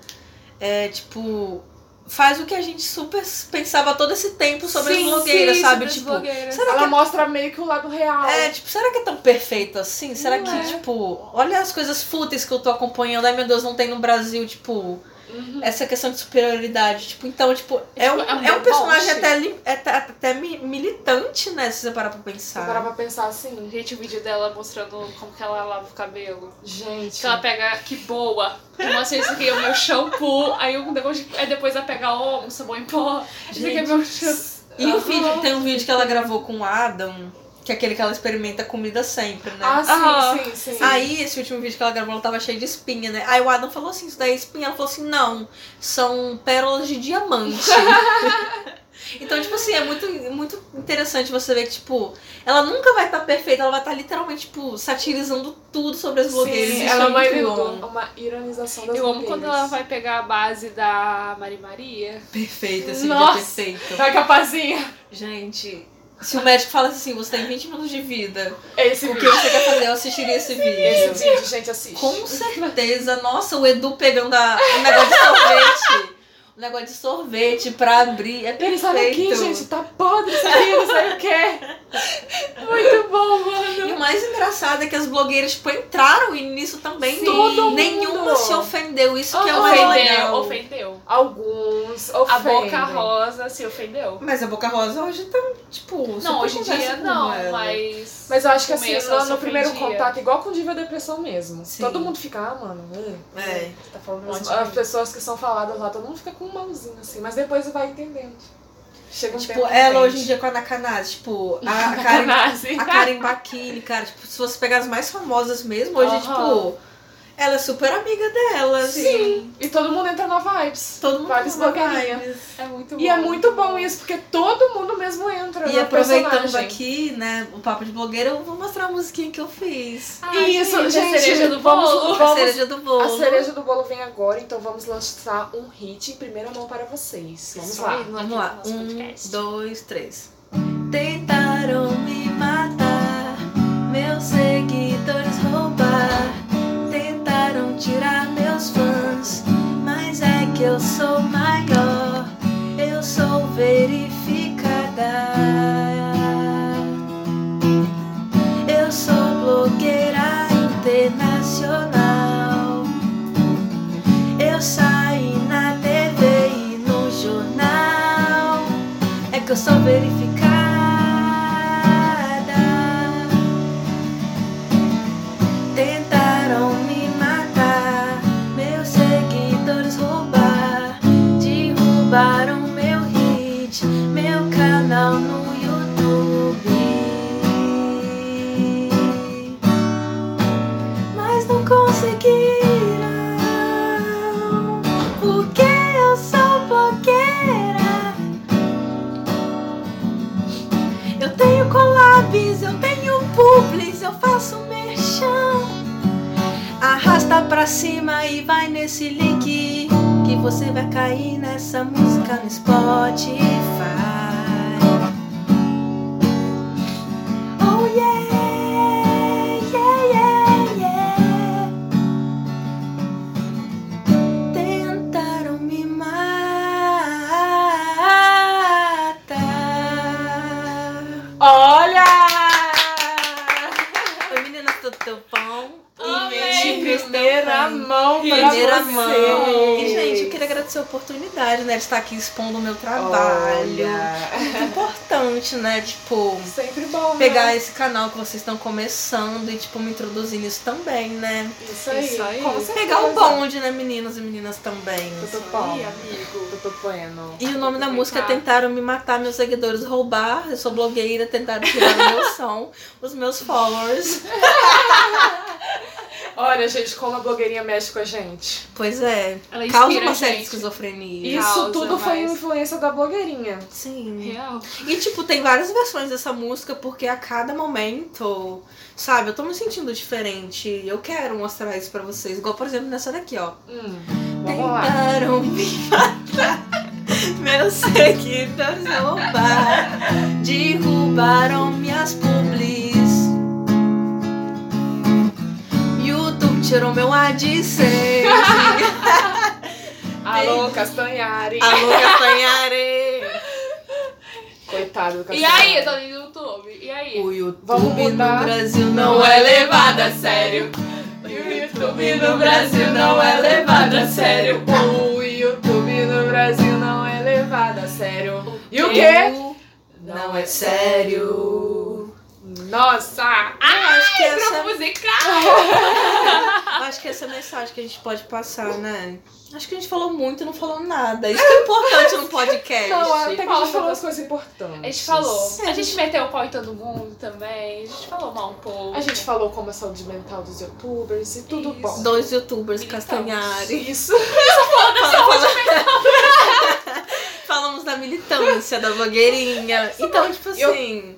[SPEAKER 4] é, tipo, faz o que a gente super pensava todo esse tempo sobre as blogueiras,
[SPEAKER 3] sim,
[SPEAKER 4] sabe?
[SPEAKER 3] sobre as
[SPEAKER 4] Tipo,
[SPEAKER 3] blogueiras.
[SPEAKER 4] será
[SPEAKER 2] Ela mostra meio que o lado real.
[SPEAKER 4] é, tipo, será que é tão perfeito assim? Será
[SPEAKER 2] Não
[SPEAKER 4] que,
[SPEAKER 2] é.
[SPEAKER 4] tipo, olha as coisas fúteis que eu tô acompanhando, ai meu Deus, não tem no Brasil, tipo,
[SPEAKER 2] Uhum.
[SPEAKER 4] essa questão de superioridade. Tipo, então, tipo, é um,
[SPEAKER 3] Tipo, é um
[SPEAKER 4] é um personagem
[SPEAKER 3] deboche.
[SPEAKER 4] até, li- é até, até mi- militante, né? Se você parar pra
[SPEAKER 2] Se eu parar
[SPEAKER 4] pensar.
[SPEAKER 2] pra pensar assim,
[SPEAKER 3] Gente, o vídeo dela mostrando como que ela lava o cabelo.
[SPEAKER 2] gente.
[SPEAKER 3] Que ela pega, que boa. Uma vez isso aqui é o meu shampoo. Aí, um negócio de- aí depois ela pega o um sabão em pó. Isso aqui é meu shampoo.
[SPEAKER 4] E
[SPEAKER 2] Ah,
[SPEAKER 4] o vídeo, tem um vídeo que ela gravou com o Adam, que é aquele que ela experimenta comida sempre, né?
[SPEAKER 2] Ah, sim,
[SPEAKER 3] Ah.
[SPEAKER 2] sim, sim.
[SPEAKER 4] Aí, esse último vídeo que ela gravou, ela tava cheia de espinha, né? Aí o Adam falou assim, isso daí é espinha. Ela falou assim, não, são pérolas de diamante. então, tipo assim, é muito, muito interessante você ver que, tipo, ela nunca vai estar perfeita. Ela vai estar literalmente, tipo, satirizando tudo sobre as blogueiras.
[SPEAKER 2] sim,
[SPEAKER 4] Isso
[SPEAKER 2] ela
[SPEAKER 4] é
[SPEAKER 2] é uma,
[SPEAKER 4] muito
[SPEAKER 2] iron-
[SPEAKER 4] bom.
[SPEAKER 2] uma ironização das
[SPEAKER 3] Eu amo quando
[SPEAKER 2] blogueiras.
[SPEAKER 3] ela vai pegar a base da Mari Maria.
[SPEAKER 4] Perfeita, esse
[SPEAKER 3] Nossa.
[SPEAKER 4] vídeo é perfeito.
[SPEAKER 2] Vai capazinha.
[SPEAKER 4] Gente... Se o médico fala assim, você tem 20 minutos de vida,
[SPEAKER 2] Esse
[SPEAKER 4] o que
[SPEAKER 2] vídeo.
[SPEAKER 4] você quer fazer? Eu assistiria esse vídeo.
[SPEAKER 2] Esse vídeo, gente, assiste.
[SPEAKER 4] Com certeza. Nossa, o Edu pegando a, o negócio de sorvete. O negócio de sorvete pra abrir. É
[SPEAKER 2] Ele sabe aqui,
[SPEAKER 4] perfeito.
[SPEAKER 2] gente, tá podre isso aqui, não sei o que. Muito bom, mano.
[SPEAKER 4] E o mais engraçado é que as blogueiras, tipo, entraram e nisso também.
[SPEAKER 2] Sim. Todo
[SPEAKER 4] Nenhuma
[SPEAKER 2] mundo. Ah,
[SPEAKER 4] se ofendeu. Isso que é o mais
[SPEAKER 3] Ofendeu,
[SPEAKER 4] legal.
[SPEAKER 3] ofendeu.
[SPEAKER 2] Alguns
[SPEAKER 3] A
[SPEAKER 2] ofendem.
[SPEAKER 3] Boca Rosa se ofendeu.
[SPEAKER 4] Mas a Boca Rosa hoje tá, tipo... super
[SPEAKER 3] Não, hoje em
[SPEAKER 4] conversa
[SPEAKER 3] dia
[SPEAKER 4] com
[SPEAKER 3] não,
[SPEAKER 4] ela.
[SPEAKER 3] mas...
[SPEAKER 2] Mas eu acho que assim,
[SPEAKER 3] Começa a
[SPEAKER 2] no,
[SPEAKER 3] se
[SPEAKER 2] no primeiro
[SPEAKER 3] ofendia.
[SPEAKER 2] contato, igual com diva depressão mesmo.
[SPEAKER 4] Sim.
[SPEAKER 2] Todo mundo fica, ah, mano, uh,
[SPEAKER 4] É.
[SPEAKER 2] tá falando as,
[SPEAKER 3] Ótimo.
[SPEAKER 2] as pessoas que são faladas lá, todo mundo fica com um malzinho assim, mas depois vai entendendo. Chega um
[SPEAKER 4] Tipo,
[SPEAKER 2] tempo que
[SPEAKER 4] ela hoje em
[SPEAKER 2] entende.
[SPEAKER 4] dia com a Nakanaz, tipo, a, a Karen
[SPEAKER 3] Sacanagem.
[SPEAKER 4] A Karen Bakini, cara, tipo, se você pegar as mais famosas mesmo, hoje,
[SPEAKER 3] Aham.
[SPEAKER 4] tipo, ela é super amiga dela. assim,
[SPEAKER 2] Sim, e todo mundo entra na vibes.
[SPEAKER 4] Todo mundo
[SPEAKER 2] Vibes
[SPEAKER 4] ama
[SPEAKER 2] blogueirinha.
[SPEAKER 4] vibes.
[SPEAKER 3] É muito bom.
[SPEAKER 2] E é muito bom isso, porque todo mundo mesmo entra
[SPEAKER 4] E
[SPEAKER 2] no
[SPEAKER 4] aproveitando
[SPEAKER 2] personagem.
[SPEAKER 4] aqui, né, o papo de blogueira, eu vou mostrar a musiquinha que eu fiz.
[SPEAKER 3] Ai,
[SPEAKER 2] E isso,
[SPEAKER 3] a
[SPEAKER 2] gente,
[SPEAKER 3] cereja do
[SPEAKER 2] vamos-
[SPEAKER 3] bolo.
[SPEAKER 4] a
[SPEAKER 2] vamos-
[SPEAKER 4] cereja do bolo.
[SPEAKER 2] A cereja do bolo vem agora, então vamos lançar um hit em primeira mão para vocês. Vamos
[SPEAKER 3] Isso
[SPEAKER 2] lá.
[SPEAKER 3] aí, no-
[SPEAKER 4] Vamos
[SPEAKER 3] no
[SPEAKER 4] lá.
[SPEAKER 3] nosso
[SPEAKER 4] Um,
[SPEAKER 3] podcast.
[SPEAKER 4] dois, três. Tentaram me matar, meus seguidores roubar. Tentaram tirar meus fãs, mas é que eu sou É esse link que você vai cair nessa música no Spotify. Oh yeah, yeah, yeah, yeah. Tentaram me matar.
[SPEAKER 2] Olha!
[SPEAKER 4] Oi, meninas do Tupão.
[SPEAKER 3] Amei!
[SPEAKER 2] Primeira mão pra
[SPEAKER 4] Primeira
[SPEAKER 2] vocês.
[SPEAKER 4] mão. E, gente, eu queria agradecer a oportunidade, né, de estar aqui expondo o meu trabalho.
[SPEAKER 2] Olha.
[SPEAKER 4] Muito importante, né, tipo,
[SPEAKER 2] Sempre bom, né?
[SPEAKER 4] pegar esse canal que vocês estão começando e, tipo, me introduzindo isso também, né?
[SPEAKER 2] Isso aí.
[SPEAKER 3] Isso aí.
[SPEAKER 2] Com certeza.
[SPEAKER 4] Pegar o bonde, né, meninos e meninas também.
[SPEAKER 2] Tudo bom.
[SPEAKER 3] Aí, amigo.
[SPEAKER 2] Tudo bueno.
[SPEAKER 4] E o nome da
[SPEAKER 3] Tentar.
[SPEAKER 4] música é Tentaram Me Matar, Meus Seguidores Roubar. Eu sou blogueira, tentaram tirar o meu som, os meus followers.
[SPEAKER 2] Olha, gente, como a blogueirinha mexe com a gente.
[SPEAKER 4] Pois é,
[SPEAKER 3] Ela inspira
[SPEAKER 4] causa
[SPEAKER 3] a
[SPEAKER 4] uma série de
[SPEAKER 3] gente.
[SPEAKER 4] esquizofrenia.
[SPEAKER 2] Isso
[SPEAKER 3] Causa,
[SPEAKER 2] tudo foi
[SPEAKER 3] mas-
[SPEAKER 2] influência da blogueirinha.
[SPEAKER 4] Sim.
[SPEAKER 3] Real.
[SPEAKER 4] E, tipo, tem várias versões dessa música, porque a cada momento, sabe, eu tô me sentindo diferente. Eu quero mostrar isso pra vocês. Igual, por exemplo, nessa daqui, ó.
[SPEAKER 2] Hum, vamos lá.
[SPEAKER 4] Tentaram me matar, meus seguidores roubar. Derrubaram minhas publis. YouTube tirou meu AdSense.
[SPEAKER 2] Alô, Castanhari.
[SPEAKER 4] Alô, Castanhari.
[SPEAKER 2] Coitado do
[SPEAKER 3] E
[SPEAKER 2] Castanhari.
[SPEAKER 3] aí, Dona do YouTube? E aí?
[SPEAKER 4] O YouTube
[SPEAKER 2] Vamos mudar.
[SPEAKER 4] no Brasil não é levado a sério.
[SPEAKER 2] O YouTube no Brasil não é levado a sério. O YouTube no Brasil não é levado a sério. E o quê?
[SPEAKER 4] Não é sério. Ah,
[SPEAKER 2] Nossa!
[SPEAKER 4] Eu acho que
[SPEAKER 3] Pra
[SPEAKER 4] essa,
[SPEAKER 3] musical!
[SPEAKER 4] eu acho que essa é a mensagem que a gente pode passar, né? Acho que a gente falou muito e não falou nada. Isso que é importante num podcast.
[SPEAKER 2] Não, é- até que a gente
[SPEAKER 3] fala
[SPEAKER 2] falou
[SPEAKER 3] sobre-
[SPEAKER 2] as coisas importantes.
[SPEAKER 3] A gente falou.
[SPEAKER 4] Sim.
[SPEAKER 3] A gente meteu o pau em todo mundo também. A gente falou mal um pouco.
[SPEAKER 2] A gente falou como a saúde mental dos youtubers e tudo
[SPEAKER 3] Isso.
[SPEAKER 2] bom.
[SPEAKER 4] Dois youtubers,
[SPEAKER 3] Militamos.
[SPEAKER 4] Castanhari.
[SPEAKER 2] Isso.
[SPEAKER 4] Falamos da militância, da blogueirinha. Então, tipo
[SPEAKER 2] Eu-
[SPEAKER 4] assim.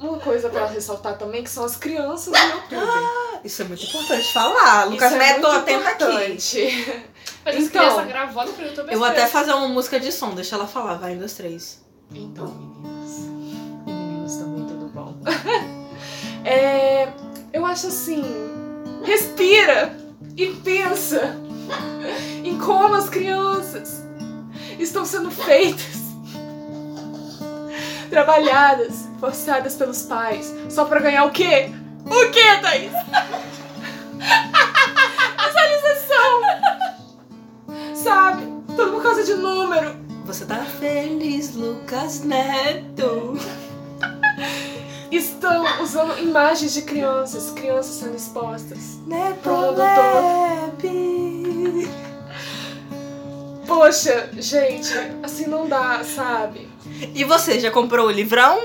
[SPEAKER 2] Uma coisa pra ressaltar também que são as crianças do YouTube.
[SPEAKER 4] Isso é muito importante falar. Lucas
[SPEAKER 2] Isso é
[SPEAKER 4] Neto,
[SPEAKER 2] muito
[SPEAKER 4] atenta aqui.
[SPEAKER 2] importante.
[SPEAKER 3] Mas as
[SPEAKER 2] Então.
[SPEAKER 3] crianças gravando pro YouTube. é
[SPEAKER 4] Eu vou
[SPEAKER 3] as
[SPEAKER 4] até
[SPEAKER 3] crianças-
[SPEAKER 4] fazer uma música de som, deixa ela falar. Vai, um, dois, três.
[SPEAKER 2] Então, meninas e meninos também, tudo bom? É, eu acho assim, respira e pensa em como as crianças estão sendo feitas, trabalhadas, forçadas pelos pais, só pra ganhar o quê? O quê, Thaís? Visualização! Sabe? Tudo por causa de número.
[SPEAKER 4] Você tá feliz, Lucas Neto?
[SPEAKER 2] estão usando imagens de crianças, crianças sendo expostas.
[SPEAKER 4] Neto
[SPEAKER 2] Produtor.
[SPEAKER 4] Lab.
[SPEAKER 2] Poxa, gente, assim não dá, sabe?
[SPEAKER 4] E você, já comprou o livrão?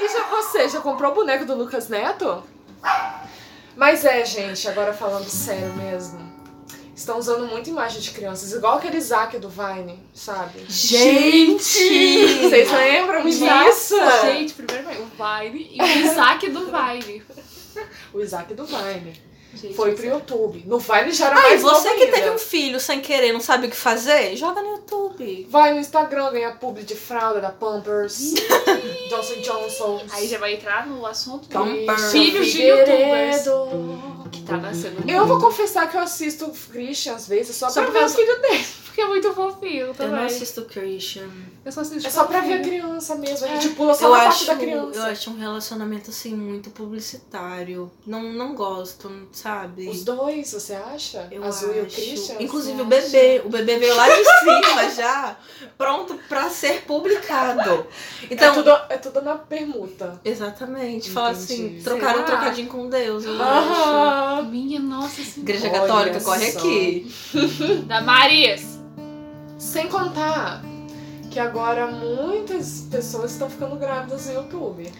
[SPEAKER 2] E já você, já comprou o boneco do Lucas Neto? Mas é, gente, agora falando sério mesmo. Estão usando muita imagem de crianças, igual aquele Zack do Vine, sabe?
[SPEAKER 4] Gente!
[SPEAKER 2] Vocês lembram disso?
[SPEAKER 4] Nossa!
[SPEAKER 3] Gente, primeiro vai o Vine e o Isaac do Vine.
[SPEAKER 2] O Isaac do Vine.
[SPEAKER 3] Gente,
[SPEAKER 2] Foi pro YouTube. No Vine já era
[SPEAKER 4] Ai,
[SPEAKER 2] mais
[SPEAKER 4] você
[SPEAKER 2] novo
[SPEAKER 4] que
[SPEAKER 2] ainda.
[SPEAKER 4] teve um filho sem querer, não sabe o que fazer? Joga no YouTube.
[SPEAKER 2] Vai no Instagram ganhar publi de fralda da Pampers, Johnson Johnson.
[SPEAKER 3] Aí já vai entrar no assunto do
[SPEAKER 4] Então, pam.
[SPEAKER 3] filhos de youtubers que tá nascendo.
[SPEAKER 2] Eu vou confessar que eu assisto o Christian às vezes só,
[SPEAKER 3] Só
[SPEAKER 2] pra
[SPEAKER 3] pra
[SPEAKER 2] ver os filhos.
[SPEAKER 3] Porque é muito fofinho
[SPEAKER 4] Eu não
[SPEAKER 3] também.
[SPEAKER 4] assisto Christian.
[SPEAKER 3] Eu só assisto
[SPEAKER 2] É só pra ver a
[SPEAKER 3] fofinho.
[SPEAKER 2] criança mesmo. A gente pula só
[SPEAKER 4] É. Eu
[SPEAKER 2] na
[SPEAKER 4] acho,
[SPEAKER 2] parte da
[SPEAKER 4] eu
[SPEAKER 2] criança.
[SPEAKER 4] acho um relacionamento assim muito publicitário. Não, não gosto, sabe?
[SPEAKER 2] Os dois, você acha?
[SPEAKER 4] Eu
[SPEAKER 2] Azul e o
[SPEAKER 4] acho.
[SPEAKER 2] Christian? assim,
[SPEAKER 4] Inclusive
[SPEAKER 3] você
[SPEAKER 4] o bebê. O bebê veio lá de cima já, pronto pra ser publicado. Então.
[SPEAKER 2] é, tudo, é tudo na permuta.
[SPEAKER 4] Exatamente. Falar
[SPEAKER 2] Entendi.
[SPEAKER 4] assim, trocaram um
[SPEAKER 3] Será?
[SPEAKER 4] trocadinho com Deus. Eu acho.
[SPEAKER 2] Aham.
[SPEAKER 3] Minha nossa senhora.
[SPEAKER 4] Igreja
[SPEAKER 2] Olha
[SPEAKER 4] Católica corre
[SPEAKER 2] só.
[SPEAKER 4] aqui.
[SPEAKER 3] Da Marias.
[SPEAKER 2] Sem contar que agora muitas pessoas estão ficando grávidas no YouTube.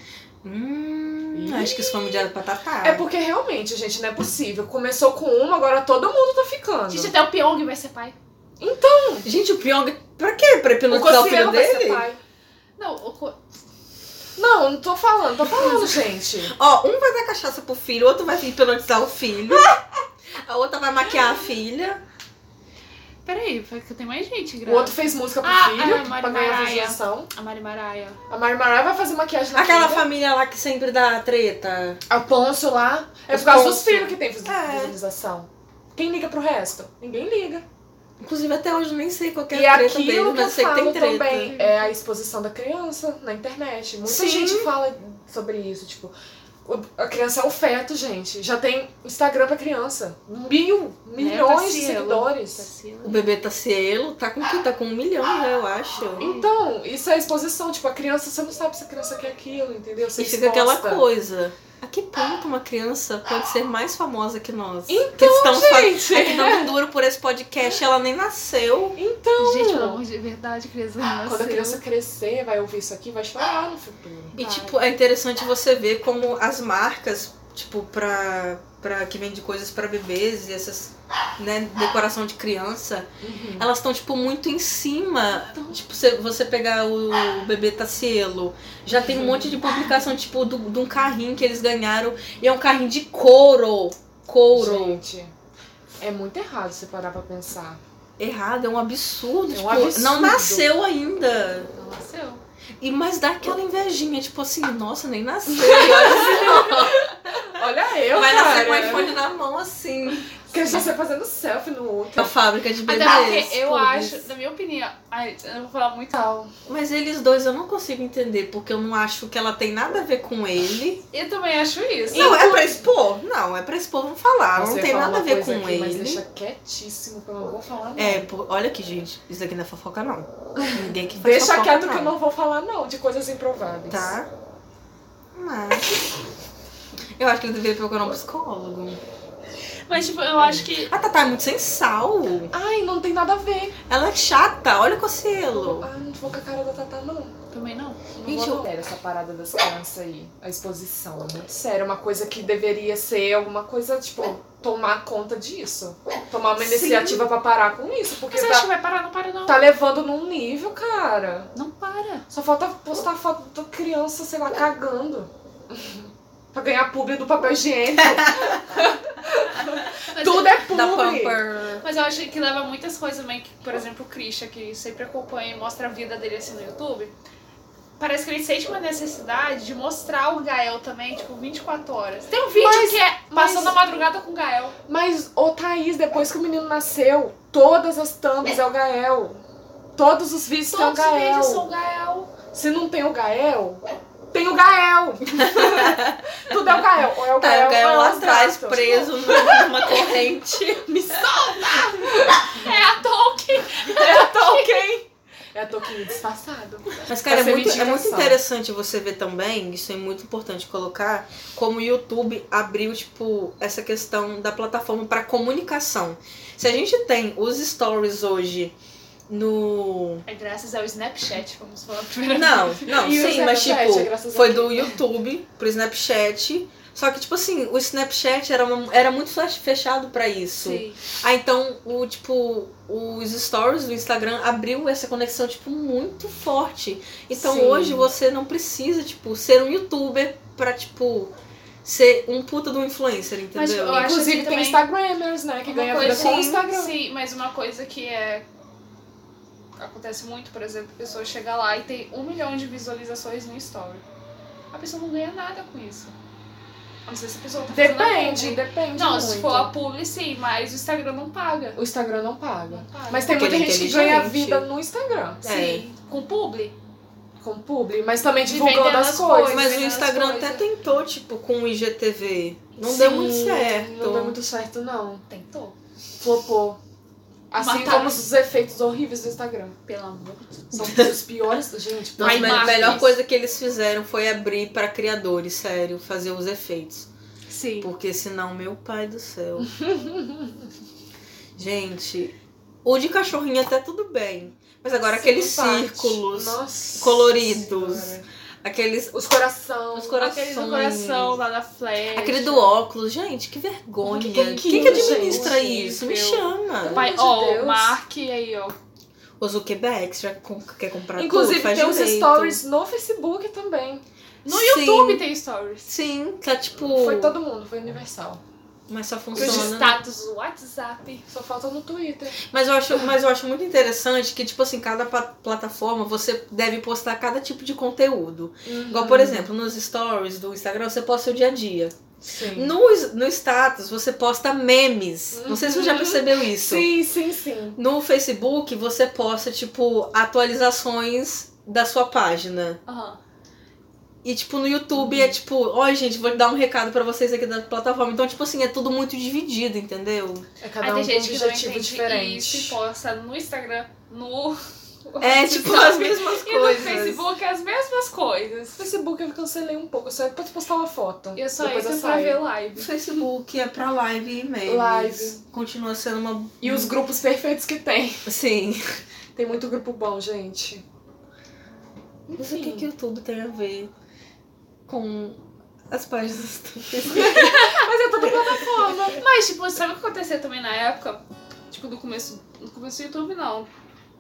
[SPEAKER 4] Hum, acho que isso foi mediado pra Tatá.
[SPEAKER 2] É porque realmente, gente, não é possível. Começou com uma, agora todo mundo tá ficando.
[SPEAKER 3] Gente, até o Pyong vai ser pai.
[SPEAKER 4] Gente, o Pyong, pra quê? Pra pilotar é o filho
[SPEAKER 2] Cossielo vai ser
[SPEAKER 4] dele?
[SPEAKER 2] é pai.
[SPEAKER 3] Não, o co-
[SPEAKER 2] Não, não tô falando, tô falando, gente.
[SPEAKER 4] Ó, um vai dar cachaça pro filho, o outro vai pilotizar o filho. A outra vai maquiar a filha.
[SPEAKER 3] Peraí, foi que tem mais gente
[SPEAKER 2] O
[SPEAKER 3] grávida.
[SPEAKER 2] outro fez música pro
[SPEAKER 3] Ah,
[SPEAKER 2] filho,
[SPEAKER 3] é, Mari
[SPEAKER 2] pra ganhar a
[SPEAKER 3] Maraia.
[SPEAKER 2] visualização.
[SPEAKER 3] A Mari Maraia.
[SPEAKER 2] A Mari Maraia vai fazer maquiagem na
[SPEAKER 4] Aquela
[SPEAKER 2] filha.
[SPEAKER 4] família lá que sempre dá treta.
[SPEAKER 2] A Pôncio lá. É
[SPEAKER 4] Os
[SPEAKER 2] por causa dos
[SPEAKER 4] Pôncio.
[SPEAKER 2] filhos que tem vis-
[SPEAKER 4] É.
[SPEAKER 2] visualização. Quem liga pro resto? Ninguém liga.
[SPEAKER 4] Inclusive, até hoje eu nem sei qual que é
[SPEAKER 2] e
[SPEAKER 4] a treta
[SPEAKER 2] aquilo
[SPEAKER 4] dele,
[SPEAKER 2] que eu
[SPEAKER 4] mas sei que
[SPEAKER 2] falo
[SPEAKER 4] tem treta.
[SPEAKER 2] também é a exposição da criança na internet. Muita
[SPEAKER 4] Sim.
[SPEAKER 2] gente fala sobre isso, tipo... o- A criança é o feto, gente. Já tem Instagram pra criança. Mil, milhões de
[SPEAKER 3] Tassielo.
[SPEAKER 2] seguidores.
[SPEAKER 3] Tassielo.
[SPEAKER 4] O bebê tá cielo, tá com que? Tá com um milhão já, eu acho.
[SPEAKER 2] Então, isso é exposição. Tipo, a criança, você não sabe se a criança quer aquilo, entendeu? Você
[SPEAKER 4] E fica aquela
[SPEAKER 2] exposta.
[SPEAKER 4] coisa. A que ponto uma criança pode ser mais famosa que nós?
[SPEAKER 2] Então,
[SPEAKER 4] que estamos fa-
[SPEAKER 2] Gente,
[SPEAKER 4] que dando duro por esse podcast, ela nem nasceu.
[SPEAKER 2] então...
[SPEAKER 3] Gente, pelo amor de verdade, criança não
[SPEAKER 2] Quando a
[SPEAKER 3] nasceu.
[SPEAKER 2] criança crescer, vai ouvir isso aqui, vai chorar no futuro.
[SPEAKER 4] E
[SPEAKER 3] Vai.
[SPEAKER 4] tipo, é interessante você ver como as marcas, tipo, pra, pra que vende coisas pra bebês e essas, né, decoração de criança, elas estão tipo muito em cima. Tipo, se você pegar o bebê Tacielo, já tem um monte de publicação tipo do- de um carrinho que eles ganharam e é um carrinho de couro. Couro.
[SPEAKER 2] Gente, é muito errado você parar pra pensar.
[SPEAKER 4] Errado, é um absurdo.
[SPEAKER 2] É um
[SPEAKER 4] tipo,
[SPEAKER 2] absurdo.
[SPEAKER 4] não nasceu ainda.
[SPEAKER 3] Não nasceu.
[SPEAKER 4] E mas dá aquela invejinha, tipo assim, nossa, nem nasceu. E olha,
[SPEAKER 2] Olha eu,
[SPEAKER 4] vai
[SPEAKER 2] cara.
[SPEAKER 4] nascer com o iPhone na mão assim.
[SPEAKER 2] Que a gente tá fazendo selfie no outro.
[SPEAKER 4] A fábrica de bebês.
[SPEAKER 3] Até é porque eu
[SPEAKER 4] todas.
[SPEAKER 3] acho, na minha opinião, ai, eu vou falar muito alto.
[SPEAKER 4] Mas eles dois eu não consigo entender, porque eu não acho que ela tem nada a ver com ele.
[SPEAKER 3] Eu também acho isso.
[SPEAKER 4] Não, é pra expor. Não, é pra expor, vamos falar.
[SPEAKER 2] Você
[SPEAKER 4] não tem
[SPEAKER 2] fala
[SPEAKER 4] nada a
[SPEAKER 2] uma
[SPEAKER 4] ver com
[SPEAKER 2] coisa aqui,
[SPEAKER 4] ele.
[SPEAKER 2] Mas deixa quietíssimo, que eu não vou falar nada.
[SPEAKER 4] É, pô, olha aqui, gente. Isso aqui não é fofoca, não. Ninguém que faz
[SPEAKER 2] Deixa
[SPEAKER 4] fofoca,
[SPEAKER 2] quieto que eu não vou falar, não, de coisas improváveis.
[SPEAKER 4] Tá? Mas. Eu acho que ele deveria procurar um psicólogo.
[SPEAKER 3] Mas, tipo, eu acho que.
[SPEAKER 4] A Tatá é muito sem sal.
[SPEAKER 2] Ai, não tem nada a ver.
[SPEAKER 4] Ela é chata, olha o cocelo.
[SPEAKER 2] Ai, não vou com a cara da Tatá, não.
[SPEAKER 3] Também não.
[SPEAKER 2] Não
[SPEAKER 4] Gente, eu-
[SPEAKER 2] vou sério essa parada das crianças aí. A exposição é muito séria. é Uma coisa que deveria ser alguma coisa, tipo, tomar conta disso. Tomar uma
[SPEAKER 4] Sim.
[SPEAKER 2] iniciativa pra parar com isso. Porque
[SPEAKER 3] Mas eu acho que
[SPEAKER 2] tá,
[SPEAKER 3] vai parar, não para não.
[SPEAKER 2] tá levando num nível, cara.
[SPEAKER 3] Não para.
[SPEAKER 2] Só falta postar foto da criança, sei lá, cagando. pra ganhar publi do papel higiênico.
[SPEAKER 3] Mas,
[SPEAKER 2] Tudo é
[SPEAKER 4] Da
[SPEAKER 2] publi.
[SPEAKER 4] Pamper.
[SPEAKER 3] mas eu acho que leva muitas coisas também. Que, por exemplo, o Christian, que sempre acompanha e mostra a vida dele assim no YouTube. Parece que ele sente uma necessidade de mostrar o Gael também, tipo, 24 horas. Tem um vídeo
[SPEAKER 2] Mas-
[SPEAKER 3] que é
[SPEAKER 2] mas-
[SPEAKER 3] passando a madrugada com o Gael.
[SPEAKER 2] Mas, ô Thaís, depois que o menino nasceu, todas as thumbs é o Gael. Todos os vídeos
[SPEAKER 3] Todos
[SPEAKER 2] tem é o
[SPEAKER 3] os
[SPEAKER 2] Gael.
[SPEAKER 3] vídeos são Gael.
[SPEAKER 2] Se não tem o Gael, tem o Gael! Tudo é o Gael. Ou é o
[SPEAKER 4] Tá,
[SPEAKER 2] Gael,
[SPEAKER 4] eu ganhei
[SPEAKER 2] ou é
[SPEAKER 4] lá
[SPEAKER 2] os
[SPEAKER 4] atrás,
[SPEAKER 2] gatos.
[SPEAKER 4] preso numa corrente. Me
[SPEAKER 3] É a Tolkien.
[SPEAKER 2] É a Tolkien! É a Tolkien disfarçado.
[SPEAKER 4] Mas, cara, é
[SPEAKER 2] Essa é
[SPEAKER 4] muito,
[SPEAKER 2] minha
[SPEAKER 4] é muito
[SPEAKER 2] indicação.
[SPEAKER 4] interessante você ver também, isso é muito importante colocar, como o YouTube abriu, tipo, essa questão da plataforma para comunicação. Se a gente tem os stories hoje no.
[SPEAKER 3] É graças ao Snapchat, vamos falar primeiro.
[SPEAKER 4] Não, não,
[SPEAKER 2] E o
[SPEAKER 4] sim, mas
[SPEAKER 2] Snapchat, é
[SPEAKER 4] tipo,
[SPEAKER 2] graças a
[SPEAKER 4] foi
[SPEAKER 2] Deus.
[SPEAKER 4] do YouTube pro Snapchat. Só que, tipo assim, o Snapchat era, uma- era muito fechado pra isso.
[SPEAKER 3] Sim.
[SPEAKER 4] Ah, então, o tipo, os stories do Instagram abriu essa conexão, tipo, muito forte. Então
[SPEAKER 2] Sim.
[SPEAKER 4] hoje você não precisa, tipo, ser um youtuber pra, tipo, ser um puta de um influencer, entendeu?
[SPEAKER 3] Mas, eu acho
[SPEAKER 2] Inclusive
[SPEAKER 3] que
[SPEAKER 2] tem
[SPEAKER 3] também-
[SPEAKER 2] Instagramers, né? Que
[SPEAKER 3] Uma
[SPEAKER 2] ganha vida
[SPEAKER 3] coisa- assim.
[SPEAKER 2] com o
[SPEAKER 4] sim,
[SPEAKER 2] Instagram.
[SPEAKER 3] Sim, mas uma coisa que é. Acontece muito, por exemplo, a pessoa chega lá e tem um milhão de visualizações no story. A pessoa não ganha nada com isso. A não ser se a pessoa tá fazendo
[SPEAKER 2] Depende,
[SPEAKER 3] a publi.
[SPEAKER 2] depende.
[SPEAKER 3] Não,
[SPEAKER 2] muito.
[SPEAKER 3] se for a publi, sim, mas o Instagram não paga.
[SPEAKER 2] O Instagram não paga.
[SPEAKER 3] Não paga.
[SPEAKER 2] Mas tem assim.
[SPEAKER 4] Porque
[SPEAKER 2] muita
[SPEAKER 4] ele é
[SPEAKER 2] gente que ganha
[SPEAKER 4] inteligente.
[SPEAKER 2] vida no Instagram.
[SPEAKER 4] É.
[SPEAKER 3] Sim, com publi.
[SPEAKER 2] Com publi, mas também
[SPEAKER 3] De
[SPEAKER 2] divulgando
[SPEAKER 3] vendendo
[SPEAKER 2] as
[SPEAKER 3] as
[SPEAKER 2] coisas.
[SPEAKER 3] coisas,
[SPEAKER 4] Mas o
[SPEAKER 3] vendo as
[SPEAKER 4] Instagram até
[SPEAKER 3] coisas.
[SPEAKER 4] tentou, tipo, com o IGTV. Não
[SPEAKER 2] Sim,
[SPEAKER 4] deu muito certo.
[SPEAKER 2] Não deu muito certo, não.
[SPEAKER 3] Tentou.
[SPEAKER 2] Flopou. Assim
[SPEAKER 3] Mataram.
[SPEAKER 2] como os efeitos horríveis do Instagram.
[SPEAKER 3] Pelo amor de Deus.
[SPEAKER 2] São os piores, gente.
[SPEAKER 4] Nossa,
[SPEAKER 3] Ai,
[SPEAKER 4] mas a
[SPEAKER 3] Marcos.
[SPEAKER 4] melhor coisa que eles fizeram foi abrir pra criadores, sério, fazer os efeitos.
[SPEAKER 3] Sim.
[SPEAKER 4] Porque senão, meu pai do céu. Gente, o de cachorrinho até tudo bem. Mas agora aqueles
[SPEAKER 2] Simpático.
[SPEAKER 4] círculos,
[SPEAKER 2] Nossa
[SPEAKER 4] coloridos.
[SPEAKER 2] Senhora.
[SPEAKER 4] aqueles.
[SPEAKER 2] Os corações.
[SPEAKER 4] Os corações.
[SPEAKER 3] Aquele do coração lá da Flash.
[SPEAKER 4] Aquele do óculos, gente, que vergonha.
[SPEAKER 2] Que-
[SPEAKER 4] Quem
[SPEAKER 2] que-
[SPEAKER 4] que,
[SPEAKER 2] que isso,
[SPEAKER 4] administra
[SPEAKER 2] gente?
[SPEAKER 4] isso? Me
[SPEAKER 2] Eu-
[SPEAKER 4] chama.
[SPEAKER 3] Pai,
[SPEAKER 2] Pelo amor de
[SPEAKER 3] ó,
[SPEAKER 2] Deus.
[SPEAKER 3] o Mark aí, ó.
[SPEAKER 4] O Zuckerberg, você já com- quer comprar
[SPEAKER 2] Inclusive,
[SPEAKER 4] tudo, faz
[SPEAKER 2] tem os
[SPEAKER 4] direito.
[SPEAKER 2] stories no Facebook também.
[SPEAKER 3] No
[SPEAKER 4] Sim.
[SPEAKER 3] YouTube tem stories.
[SPEAKER 4] Sim, tá tipo.
[SPEAKER 2] Foi todo mundo, foi universal.
[SPEAKER 4] Mas só
[SPEAKER 3] Os
[SPEAKER 4] funciona. né?
[SPEAKER 3] status do WhatsApp.
[SPEAKER 2] Só falta no Twitter.
[SPEAKER 4] Mas eu, acho, mas eu acho muito interessante que, tipo assim, cada pa- plataforma você deve postar cada tipo de conteúdo. Igual, por exemplo, nos stories do Instagram você posta o dia a dia.
[SPEAKER 2] Sim.
[SPEAKER 4] No, es- no status você posta memes. Não sei se você já percebeu isso.
[SPEAKER 2] Sim, sim, sim.
[SPEAKER 4] No Facebook você posta, tipo, atualizações da sua página.
[SPEAKER 3] Aham.
[SPEAKER 4] E, tipo, no YouTube é tipo, ó, gente, vou dar um recado pra vocês aqui da plataforma. Então, tipo assim, é tudo muito dividido, entendeu?
[SPEAKER 2] É
[SPEAKER 3] Aí
[SPEAKER 2] cada um
[SPEAKER 3] tem
[SPEAKER 2] com um
[SPEAKER 3] gente que não
[SPEAKER 2] objetivo
[SPEAKER 3] entende
[SPEAKER 2] diferente.
[SPEAKER 3] isso e posta no Instagram, no.
[SPEAKER 4] É, tipo, as mesmas
[SPEAKER 3] E no
[SPEAKER 4] coisas.
[SPEAKER 3] Facebook é as mesmas coisas.
[SPEAKER 2] No Facebook eu cancelei um pouco, só é pra postar uma foto.
[SPEAKER 3] Eu só
[SPEAKER 2] Depois eu
[SPEAKER 3] entro pra
[SPEAKER 2] saio.
[SPEAKER 3] ver
[SPEAKER 4] O
[SPEAKER 3] live.
[SPEAKER 4] Facebook é pra live e e-mails.
[SPEAKER 2] Live.
[SPEAKER 4] Continua sendo uma.
[SPEAKER 2] E os grupos perfeitos que tem.
[SPEAKER 4] Sim.
[SPEAKER 2] Tem muito grupo bom, gente.
[SPEAKER 4] Mas o que, que o YouTube tem a ver com as páginas do Facebook?
[SPEAKER 2] Mas é tudo plataforma.
[SPEAKER 3] Mas, tipo, sabe o que aconteceu também na época? Tipo, do começo. No começo do YouTube, não.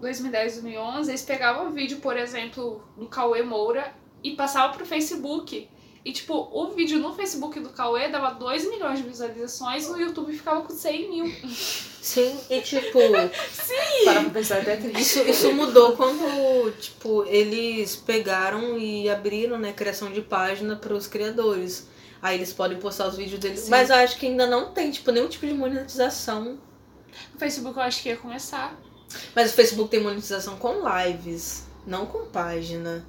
[SPEAKER 3] 2010, 2011, eles pegavam vídeo, por exemplo, do Cauê Moura e passavam pro Facebook. E, tipo, o vídeo no Facebook do Cauê dava 2 milhões de visualizações e o YouTube ficava com 100 mil.
[SPEAKER 4] Sim, e tipo,
[SPEAKER 2] Para pra pensar até é triste.
[SPEAKER 4] isso, isso mudou quando, tipo, eles pegaram e abriram, né, criação de página pros criadores. Aí eles podem postar os vídeos deles.
[SPEAKER 2] Sim.
[SPEAKER 4] Mas eu acho que ainda não tem, tipo, nenhum tipo de monetização.
[SPEAKER 3] No Facebook eu acho que ia começar.
[SPEAKER 4] Mas o Facebook tem monetização com lives, não com página.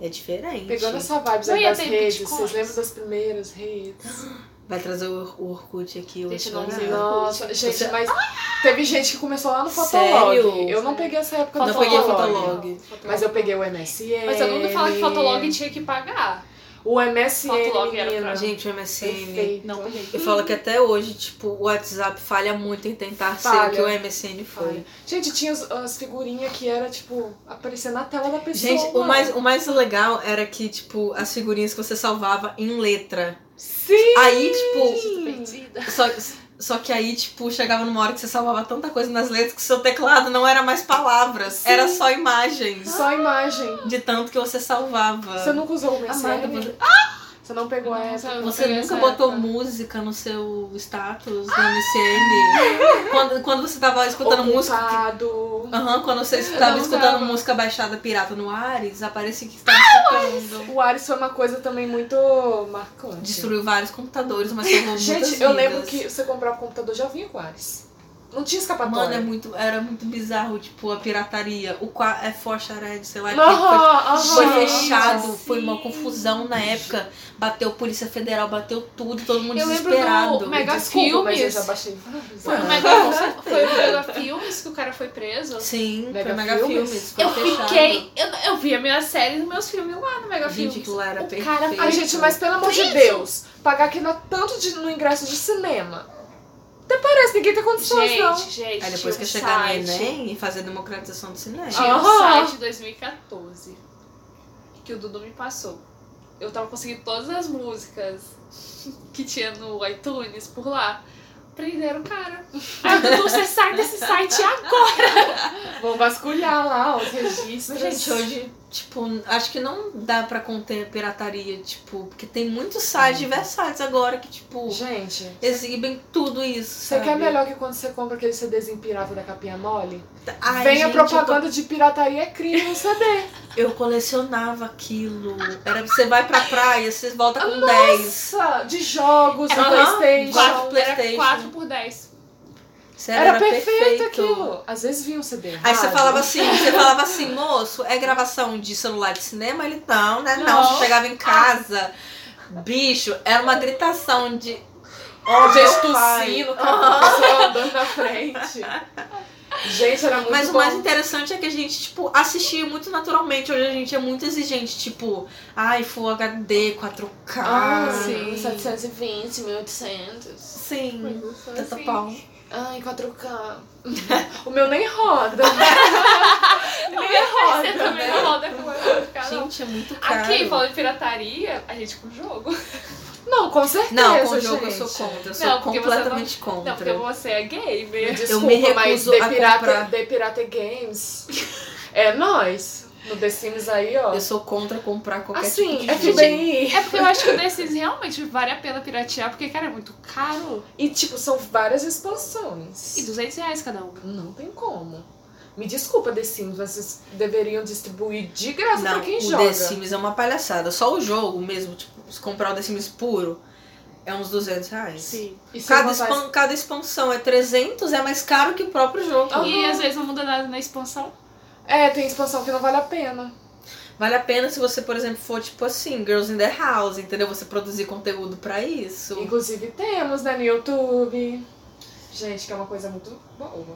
[SPEAKER 4] É diferente.
[SPEAKER 2] Pegando essa vibe
[SPEAKER 3] Não
[SPEAKER 2] aí
[SPEAKER 3] ia
[SPEAKER 2] das
[SPEAKER 3] ter
[SPEAKER 2] redes,
[SPEAKER 3] bitcoins.
[SPEAKER 2] vocês lembram das primeiras redes?
[SPEAKER 4] Vai trazer o Or- o Orkut aqui hoje.
[SPEAKER 3] Gente, não
[SPEAKER 4] né?
[SPEAKER 3] sei.
[SPEAKER 2] um Nossa, gente,
[SPEAKER 4] Você-
[SPEAKER 2] mas
[SPEAKER 3] Ah!
[SPEAKER 2] teve gente que começou lá no Fotolog.
[SPEAKER 4] Sério?
[SPEAKER 2] Eu não peguei essa época
[SPEAKER 4] Não
[SPEAKER 2] do
[SPEAKER 4] peguei
[SPEAKER 2] Fotolog.
[SPEAKER 4] Fotolog.
[SPEAKER 2] Mas eu peguei o MSN.
[SPEAKER 3] Mas todo mundo fala que
[SPEAKER 2] É.
[SPEAKER 3] Fotolog tinha que pagar.
[SPEAKER 2] O MSN,
[SPEAKER 3] Fotolog era
[SPEAKER 2] menina.
[SPEAKER 3] pra
[SPEAKER 4] Gente, o MSN.
[SPEAKER 2] Perfeito.
[SPEAKER 3] Não peguei.
[SPEAKER 4] Eu falo que até hoje, tipo, o WhatsApp falha muito em tentar ser
[SPEAKER 2] Falha.
[SPEAKER 4] o que o MSN foi.
[SPEAKER 2] Gente, tinha as, as figurinhas que era, tipo, aparecendo na tela da pessoa.
[SPEAKER 4] Gente, o mais, o mais legal era que, tipo, as figurinhas que você salvava em letra.
[SPEAKER 2] Sim!
[SPEAKER 4] Aí, tipo,
[SPEAKER 3] Tô perdida.
[SPEAKER 4] só, só que aí, tipo, chegava numa hora que você salvava tanta coisa nas letras que seu teclado não era mais palavras, era só imagens.
[SPEAKER 2] Só a imagem.
[SPEAKER 4] De tanto que você salvava.
[SPEAKER 2] Você nunca
[SPEAKER 4] Ah,
[SPEAKER 2] usou o MSN?
[SPEAKER 4] Amada, você-
[SPEAKER 2] Ah! Você não pegou a
[SPEAKER 3] Não,
[SPEAKER 2] época?
[SPEAKER 3] eu não
[SPEAKER 4] Você
[SPEAKER 3] peguei
[SPEAKER 4] nunca
[SPEAKER 3] essa
[SPEAKER 4] botou
[SPEAKER 3] época.
[SPEAKER 4] música no seu status, no MCN. quando, quando você tava escutando música. que-
[SPEAKER 2] Ocupado.
[SPEAKER 4] Aham, quando você estava
[SPEAKER 3] não
[SPEAKER 4] escutando
[SPEAKER 3] usava. Ah,
[SPEAKER 4] música baixada pirata no Ares, aparece que estava escutando.
[SPEAKER 2] O Ares foi uma coisa também muito marcante.
[SPEAKER 4] Destruiu vários computadores, mas salvou muitas
[SPEAKER 2] Gente, eu
[SPEAKER 4] vidas.
[SPEAKER 2] lembro que você comprava o computador já vinha com o Ares. Não tinha
[SPEAKER 4] Mano,
[SPEAKER 2] escapatória.
[SPEAKER 4] é muito, era muito bizarro, tipo, a pirataria. O qua- é Forchared, sei lá, que foi,
[SPEAKER 2] Aham, aham.
[SPEAKER 4] foi
[SPEAKER 3] gente,
[SPEAKER 4] fechado,
[SPEAKER 3] sim.
[SPEAKER 4] foi uma confusão na época. Bateu Polícia Federal, bateu tudo, todo mundo
[SPEAKER 3] Eu lembro
[SPEAKER 4] desesperado.
[SPEAKER 3] do Mega
[SPEAKER 2] Desculpa, mas eu já
[SPEAKER 3] Filmes.
[SPEAKER 2] baixei.
[SPEAKER 3] Foi o
[SPEAKER 4] Ah.
[SPEAKER 3] Mega, foi o Mega Filmes que o cara foi preso.
[SPEAKER 4] Sim,
[SPEAKER 2] Mega
[SPEAKER 4] foi Mega
[SPEAKER 2] Filmes.
[SPEAKER 4] Filmes. foi
[SPEAKER 3] eu
[SPEAKER 4] fechado.
[SPEAKER 3] fiquei. Eu, eu vi a minha série e meus filmes lá no Mega
[SPEAKER 4] Gente, aquilo
[SPEAKER 3] Filmes.
[SPEAKER 4] lá era
[SPEAKER 3] O
[SPEAKER 4] perfeito.
[SPEAKER 3] cara-
[SPEAKER 2] Ai, gente, mas pelo amor de
[SPEAKER 3] Isso.
[SPEAKER 2] Deus, pagar aqui na, tanto de- no ingresso de cinema. Até parece, ninguém tem condições, não.
[SPEAKER 3] Gente, gente.
[SPEAKER 4] Aí depois que eu
[SPEAKER 3] tinha um
[SPEAKER 4] chegar no
[SPEAKER 3] site-
[SPEAKER 4] Enem e fazer a democratização do cinema.
[SPEAKER 3] Tinha um
[SPEAKER 2] Aham.
[SPEAKER 3] site de 2014 que o Dudu me passou. Eu tava conseguindo todas as músicas que tinha no iTunes por lá. Prenderam o cara. Aí, Dudu, você sai desse site agora.
[SPEAKER 2] Vão vasculhar lá os registros.
[SPEAKER 4] Gente, hoje, tipo, acho que não dá pra conter a pirataria, tipo, porque tem muitos sites
[SPEAKER 2] Uhum.
[SPEAKER 4] diversos sites agora que, tipo,
[SPEAKER 2] Gente,
[SPEAKER 4] exibem tudo isso.
[SPEAKER 2] você
[SPEAKER 4] Sabe?
[SPEAKER 2] quer melhor que quando você compra aquele CD pirata da capinha mole?
[SPEAKER 4] Ai,
[SPEAKER 2] Vem a
[SPEAKER 4] gente,
[SPEAKER 2] propaganda de pirataria é crime no CD.
[SPEAKER 4] Eu, eu colecionava aquilo. Era você vai pra praia, você volta com 10.
[SPEAKER 2] Nossa, de jogos, de
[SPEAKER 4] É Aham,
[SPEAKER 2] Playstation.
[SPEAKER 4] quatro.
[SPEAKER 3] Era
[SPEAKER 4] PlayStation.
[SPEAKER 3] 4 por 10.
[SPEAKER 4] Sério,
[SPEAKER 2] Era, perfeito, aquilo. Às vezes vinha um CD.
[SPEAKER 4] Aí você
[SPEAKER 2] errado.
[SPEAKER 4] falava assim, você falava assim, moço, é gravação de celular de cinema? Ele não, né? Não,
[SPEAKER 3] Não.
[SPEAKER 4] você chegava em casa, bicho, era uma gritação de.
[SPEAKER 2] Ó, gente
[SPEAKER 4] meu pai.
[SPEAKER 2] tossindo, cara, a pessoa andando na frente. Gente, era muito
[SPEAKER 4] Mas
[SPEAKER 2] bom.
[SPEAKER 4] o mais interessante é que a gente, tipo, assistia muito naturalmente. Hoje a gente é muito exigente, tipo, ai, Full HD, 4K.
[SPEAKER 2] Ah,
[SPEAKER 3] sim.
[SPEAKER 1] 720, 1800.
[SPEAKER 4] Sim.
[SPEAKER 3] Assim.
[SPEAKER 4] Tanta pau.
[SPEAKER 1] Ai, 4K.
[SPEAKER 2] O meu nem roda. nem roda.
[SPEAKER 3] Você também não roda com o cara, não.
[SPEAKER 4] Gente, é muito caro.
[SPEAKER 3] um. Aqui, falando em pirataria, a gente com o jogo.
[SPEAKER 2] Não, com certeza.
[SPEAKER 4] não, com o jogo
[SPEAKER 2] gente.
[SPEAKER 4] eu sou contra. Eu sou
[SPEAKER 3] Não, porque você
[SPEAKER 4] completamente
[SPEAKER 3] Não,
[SPEAKER 4] contra.
[SPEAKER 3] porque você é gamer.
[SPEAKER 2] Desculpa,
[SPEAKER 4] me recuso
[SPEAKER 2] mas The
[SPEAKER 4] a
[SPEAKER 2] Pirata,
[SPEAKER 4] comprar.
[SPEAKER 2] The Pirata Games é nós. No The Sims aí, ó.
[SPEAKER 4] Eu sou contra comprar qualquer
[SPEAKER 2] Assim,
[SPEAKER 4] tipo de jogo.
[SPEAKER 2] FBI.
[SPEAKER 3] É porque eu acho que o The Sims realmente vale a pena piratear, porque, cara, é muito caro.
[SPEAKER 2] E, tipo, são várias expansões.
[SPEAKER 3] E 200 reais cada um.
[SPEAKER 2] Não tem como. Me desculpa, The Sims, mas vocês deveriam distribuir de graça
[SPEAKER 4] Não,
[SPEAKER 2] pra quem
[SPEAKER 4] o
[SPEAKER 2] joga.
[SPEAKER 4] The Sims é uma palhaçada. Só o jogo mesmo, tipo, se comprar o The Sims puro, é uns 200 reais.
[SPEAKER 3] Sim.
[SPEAKER 2] E sem
[SPEAKER 4] Cada,
[SPEAKER 2] contar
[SPEAKER 4] expan- cada expansão é 300, é mais caro que o próprio jogo.
[SPEAKER 3] E às vezes não muda nada na expansão.
[SPEAKER 2] É, tem expansão que não vale a pena.
[SPEAKER 4] Vale a pena se você, por exemplo, for tipo assim, Girls in the House, entendeu? Você produzir conteúdo pra isso.
[SPEAKER 2] Inclusive temos, né, no YouTube. Gente, que é uma coisa muito boa.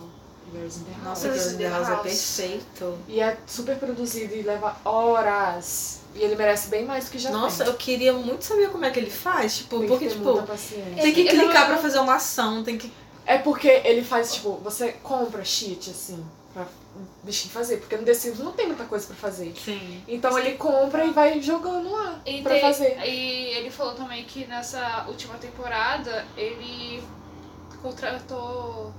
[SPEAKER 2] Girls in the House.
[SPEAKER 4] Nossa, Girls in the House é perfeito.
[SPEAKER 2] E é super produzido e leva horas. E ele merece bem mais do que já
[SPEAKER 4] Nossa,
[SPEAKER 2] tem.
[SPEAKER 4] eu queria muito saber como é que ele faz. Tipo,
[SPEAKER 2] tem que
[SPEAKER 4] porque,
[SPEAKER 2] ter
[SPEAKER 4] tipo,
[SPEAKER 2] muita paciência.
[SPEAKER 4] tem que
[SPEAKER 3] Eu não-
[SPEAKER 4] clicar pra fazer uma ação, tem que.
[SPEAKER 2] É porque ele faz, tipo, você compra cheat, assim, pra o bichinho fazer. Porque no The Sims não tem muita coisa pra fazer.
[SPEAKER 4] Sim.
[SPEAKER 2] Então ele compra e vai jogando lá
[SPEAKER 3] E,
[SPEAKER 2] pra
[SPEAKER 3] tem-
[SPEAKER 2] fazer.
[SPEAKER 3] e ele falou também que nessa última temporada ele contratou.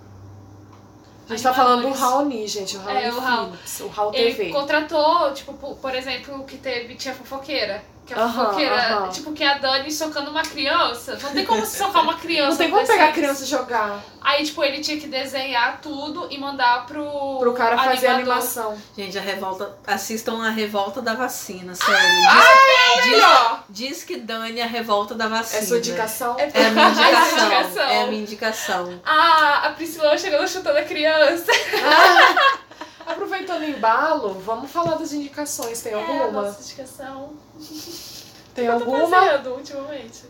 [SPEAKER 2] A gente tá falando do
[SPEAKER 3] animadores.
[SPEAKER 2] Raoni, gente. O Raoni
[SPEAKER 3] É, o Raul.
[SPEAKER 2] Phillips, o Raul TV.
[SPEAKER 3] Ele contratou, tipo, po- por exemplo, que teve Tia Fofoqueira. Que a
[SPEAKER 2] Aham,
[SPEAKER 3] fofoqueira,
[SPEAKER 2] aham.
[SPEAKER 3] tipo, que é a Dani socando uma criança. Não tem como se socar uma criança.
[SPEAKER 2] Não tem
[SPEAKER 3] no
[SPEAKER 2] como
[SPEAKER 3] The
[SPEAKER 2] pegar a
[SPEAKER 3] Sims.
[SPEAKER 2] criança e jogar
[SPEAKER 3] Aí, tipo, ele tinha que desenhar tudo e mandar pro.
[SPEAKER 2] pro cara fazer a
[SPEAKER 3] animador.
[SPEAKER 2] animação.
[SPEAKER 4] Gente, a revolta. Assistam a revolta da vacina, sério.
[SPEAKER 2] Melhor!
[SPEAKER 4] diz, diz que Dani é a revolta da vacina.
[SPEAKER 2] É sua indicação?
[SPEAKER 3] É
[SPEAKER 4] É a minha indicação.
[SPEAKER 3] É a indicação.
[SPEAKER 4] É a minha indicação.
[SPEAKER 3] Ah, a Priscila chegando chutando a criança.
[SPEAKER 2] Aproveitando o embalo, vamos falar das indicações. Tem
[SPEAKER 3] É a
[SPEAKER 2] alguma?
[SPEAKER 3] nossa indicação.
[SPEAKER 2] Tem
[SPEAKER 3] Eu tô
[SPEAKER 2] alguma?
[SPEAKER 3] fazendo ultimamente.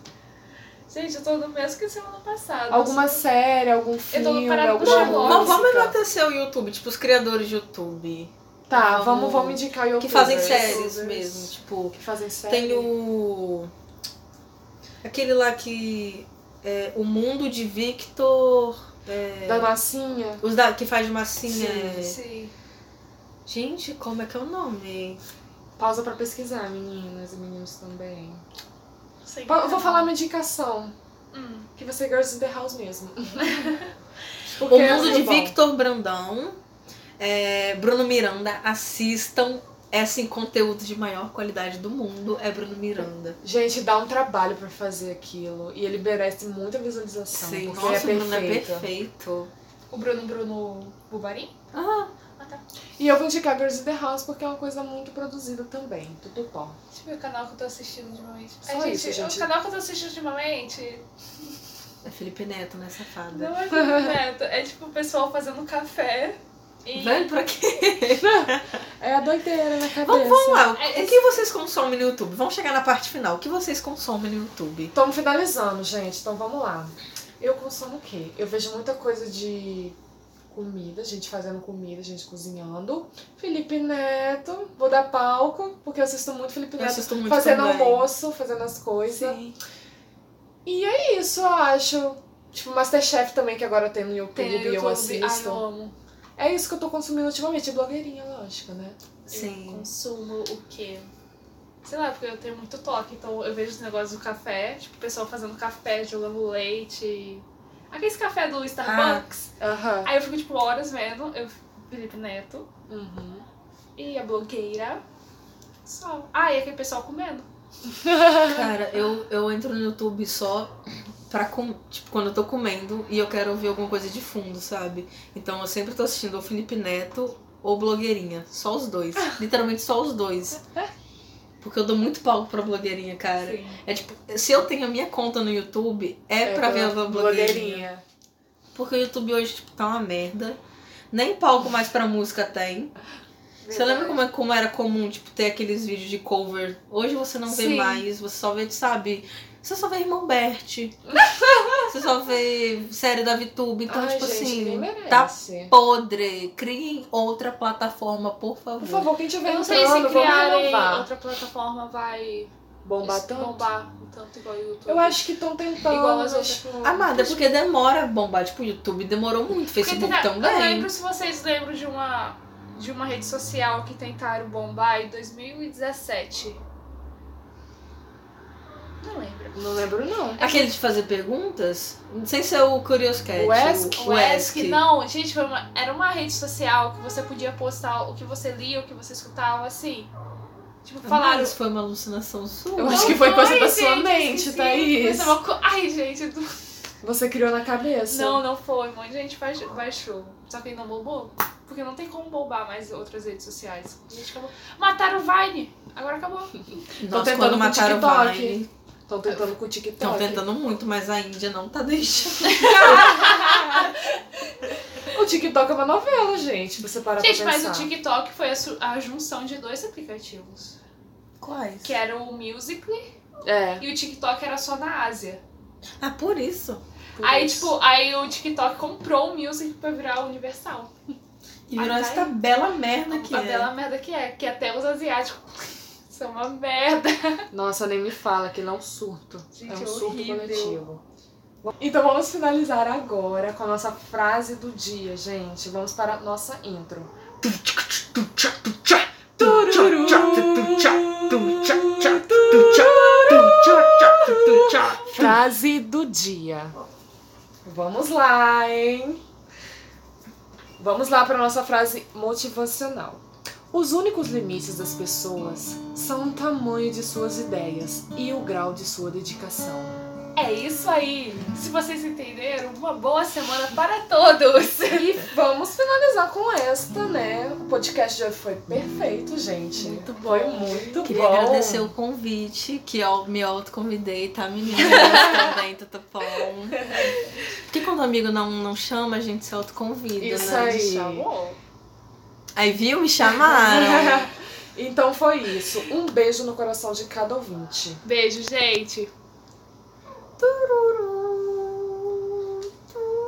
[SPEAKER 3] Gente, eu tô no mesmo que semana passada.
[SPEAKER 2] Alguma série, algum
[SPEAKER 3] Eu tô
[SPEAKER 2] filme,
[SPEAKER 3] parada no
[SPEAKER 2] alguma
[SPEAKER 3] Sherlock.
[SPEAKER 2] música?
[SPEAKER 4] Vamos, vamos enaltecer o YouTube, tipo, os criadores de YouTube.
[SPEAKER 2] Tá,
[SPEAKER 4] Vamos-
[SPEAKER 2] vamos, vamos indicar o
[SPEAKER 4] Que fazem séries mesmo. Tipo,
[SPEAKER 2] Que fazem séries.
[SPEAKER 4] tem o. Aquele lá que. é, o mundo de Victor. é,
[SPEAKER 2] Da massinha.
[SPEAKER 4] os da, que faz de massinha. é-
[SPEAKER 3] Sim.
[SPEAKER 4] Gente, como é que é o nome?
[SPEAKER 2] Pausa pra pesquisar, meninas e meninos também.
[SPEAKER 3] Sim.
[SPEAKER 2] Pa- Eu vou falar minha indicação.
[SPEAKER 3] Hum.
[SPEAKER 2] Que vai ser Girls in the House mesmo. Porque
[SPEAKER 4] O
[SPEAKER 2] é
[SPEAKER 4] mundo
[SPEAKER 2] muito
[SPEAKER 4] de
[SPEAKER 2] bom.
[SPEAKER 4] Victor Brandão. é, Bruno Miranda, assistam. É assim, conteúdo de maior qualidade do mundo é Bruno Miranda.
[SPEAKER 2] Gente, dá um trabalho pra fazer aquilo. E ele merece muita visualização. porque
[SPEAKER 4] nossa,
[SPEAKER 2] ele é
[SPEAKER 4] o Bruno Então, é
[SPEAKER 2] perfeito.
[SPEAKER 4] perfeito.
[SPEAKER 3] O Bruno Bruno Bubarim?
[SPEAKER 4] Ah,
[SPEAKER 2] E eu vou indicar Girls in the House porque é uma coisa muito produzida também. Tudo bom.
[SPEAKER 3] Deixa eu ver Tipo, o canal que eu tô assistindo ultimamente.
[SPEAKER 2] Só
[SPEAKER 3] Ai, gente,
[SPEAKER 2] isso, gente.
[SPEAKER 3] O canal que eu tô assistindo ultimamente
[SPEAKER 4] é Felipe Neto, né, safada?
[SPEAKER 3] não é Felipe Neto. É tipo o pessoal fazendo café. E...
[SPEAKER 4] Velho, pra quê?
[SPEAKER 2] É a doideira na cabeça.
[SPEAKER 4] Vamos, vamos lá.
[SPEAKER 3] É,
[SPEAKER 4] O que vocês consomem no YouTube? Vamos chegar na parte final. O que vocês consomem no YouTube?
[SPEAKER 2] Estamos finalizando, gente. Então vamos lá. Eu consumo o quê? Eu vejo muita coisa de comida, gente fazendo comida, gente cozinhando. Felipe Neto, vou dar palco, porque eu assisto muito Felipe
[SPEAKER 4] Eu
[SPEAKER 2] Neto.
[SPEAKER 4] assisto muito
[SPEAKER 2] Fazendo
[SPEAKER 4] também.
[SPEAKER 2] almoço, fazendo as coisas.
[SPEAKER 4] Sim.
[SPEAKER 2] E é isso, eu acho. Tipo, Masterchef também, que agora tem no YouTube,
[SPEAKER 3] Tem no
[SPEAKER 2] e eu
[SPEAKER 3] YouTube. Ai, Ah, eu
[SPEAKER 2] assisto.
[SPEAKER 3] amo.
[SPEAKER 2] É isso que eu tô consumindo ultimamente, blogueirinha, lógico, né?
[SPEAKER 3] Eu
[SPEAKER 4] Sim.
[SPEAKER 3] consumo o quê? Sei lá, porque eu tenho muito toque, então eu vejo os negócios do café, tipo, o pessoal fazendo café, jogando leite. Aqueles café do Starbucks.
[SPEAKER 2] Aham.
[SPEAKER 3] Aí eu fico, tipo, horas vendo. Eu Felipe Neto
[SPEAKER 2] Uhum.
[SPEAKER 3] e a blogueira. Só. Ah, e aquele pessoal comendo.
[SPEAKER 4] Cara, eu, eu entro no YouTube só pra com... tipo, quando eu tô comendo e eu quero ouvir alguma coisa de fundo, sabe? Então eu sempre tô assistindo ou Felipe Neto ou blogueirinha. Só os dois. Literalmente só os dois. Porque eu dou muito palco pra blogueirinha, cara.
[SPEAKER 3] Sim.
[SPEAKER 4] É tipo, se eu tenho a minha conta no YouTube, é, pra ver a
[SPEAKER 2] pela
[SPEAKER 4] blogueirinha. Porque o YouTube hoje, tipo, tá uma merda. Nem palco mais pra música tem. Você lembra como, é- como era comum, tipo, ter aqueles vídeos de cover? Hoje você não vê
[SPEAKER 3] Sim.
[SPEAKER 4] mais, você só vê, sabe? Você só vê Irmão Bert. você só vê série da VTube. Então,
[SPEAKER 2] Ai,
[SPEAKER 4] tipo
[SPEAKER 2] gente, ninguém
[SPEAKER 4] assim,
[SPEAKER 2] merece.
[SPEAKER 4] tá podre. Criem outra plataforma, por favor.
[SPEAKER 2] Por favor, quem tiver
[SPEAKER 3] Eu não
[SPEAKER 2] entrando,
[SPEAKER 3] sei se
[SPEAKER 2] vamos
[SPEAKER 3] criarem
[SPEAKER 2] renovar.
[SPEAKER 3] outra plataforma vai
[SPEAKER 2] Bombar tanto?
[SPEAKER 3] bombar um tanto igual o YouTube.
[SPEAKER 2] Eu acho que estão tentando.
[SPEAKER 3] Igual
[SPEAKER 2] mas,
[SPEAKER 3] as outras.
[SPEAKER 2] tipo,
[SPEAKER 4] Amada, porque demora a bombar. Tipo, o YouTube demorou muito,
[SPEAKER 3] Porque
[SPEAKER 4] Facebook
[SPEAKER 3] tenta- Eu
[SPEAKER 4] também.
[SPEAKER 3] lembro se vocês lembram de uma, de uma rede social que tentaram bombar em 2017. Não lembro.
[SPEAKER 2] Não lembro, não.
[SPEAKER 4] Aquele de fazer perguntas? Sem ser o Curious Cat.
[SPEAKER 2] O Ask?
[SPEAKER 3] O ESC, não, gente, foi uma- era uma rede social que você podia postar o que você lia, o que você escutava, assim. Tipo,
[SPEAKER 4] Falaram.
[SPEAKER 3] falaram.
[SPEAKER 4] Isso foi uma alucinação sua.
[SPEAKER 2] Eu
[SPEAKER 3] Não
[SPEAKER 2] acho que foi coisa da sua
[SPEAKER 3] gente,
[SPEAKER 2] mente,
[SPEAKER 3] sim,
[SPEAKER 2] Thaís.
[SPEAKER 3] mas é uma co- Ai, gente, do-
[SPEAKER 2] Você criou na cabeça.
[SPEAKER 3] não, não foi. Um monte de gente baix- baixou. Só que ainda bobou. Porque não tem como bobar mais outras redes sociais. A gente acabou. Mataram o Vine. Agora acabou.
[SPEAKER 4] Nossa,
[SPEAKER 2] tentando
[SPEAKER 4] quando
[SPEAKER 2] com o
[SPEAKER 4] mataram o
[SPEAKER 2] TikTok.
[SPEAKER 4] Vine.
[SPEAKER 2] Estão tentando com o TikTok.
[SPEAKER 4] Estão tentando muito, mas a Índia não tá deixando.
[SPEAKER 2] O TikTok é uma novela, gente. Você para
[SPEAKER 3] gente,
[SPEAKER 2] pra
[SPEAKER 3] mas
[SPEAKER 2] pensar.
[SPEAKER 3] o TikTok foi a, su- a junção de dois aplicativos.
[SPEAKER 4] Quais?
[SPEAKER 3] Que é- era o Musical.ly
[SPEAKER 2] É.
[SPEAKER 3] e o TikTok era só na Ásia.
[SPEAKER 4] Ah, por isso.
[SPEAKER 2] por
[SPEAKER 3] Aí,
[SPEAKER 2] isso.
[SPEAKER 3] tipo, aí o TikTok comprou o Music pra virar universal.
[SPEAKER 4] E virou
[SPEAKER 3] Ah, tá
[SPEAKER 4] esta bela merda que
[SPEAKER 3] a
[SPEAKER 4] é.
[SPEAKER 3] bela merda que é, que até os asiáticos são uma merda.
[SPEAKER 2] Nossa, nem me fala que não surto.
[SPEAKER 3] Gente,
[SPEAKER 2] é um
[SPEAKER 3] é
[SPEAKER 2] surto
[SPEAKER 3] horrível.
[SPEAKER 2] coletivo. Então vamos finalizar agora com a nossa frase do dia, gente. Vamos para a nossa intro. Frase do dia. Vamos lá, hein? Vamos lá para nossa frase motivacional. Os únicos limites das pessoas são o tamanho de suas ideias e o grau de sua dedicação.
[SPEAKER 3] É isso aí. Se vocês entenderam, uma boa semana para todos.
[SPEAKER 2] E vamos finalizar com esta, né? O podcast já foi perfeito, gente.
[SPEAKER 4] Muito bom.
[SPEAKER 2] Foi muito
[SPEAKER 4] Queria
[SPEAKER 2] bom.
[SPEAKER 4] agradecer o convite, que eu me autoconvidei, tá, menina? Eu também, Tutupom. Porque quando o amigo não, não chama, a gente se autoconvida,
[SPEAKER 2] Isso
[SPEAKER 4] né?
[SPEAKER 2] aí.
[SPEAKER 3] Chamou?
[SPEAKER 4] Aí, viu? Me chamaram.
[SPEAKER 2] então foi isso. Um beijo no coração de cada ouvinte.
[SPEAKER 3] Beijo, gente.
[SPEAKER 4] Tururu.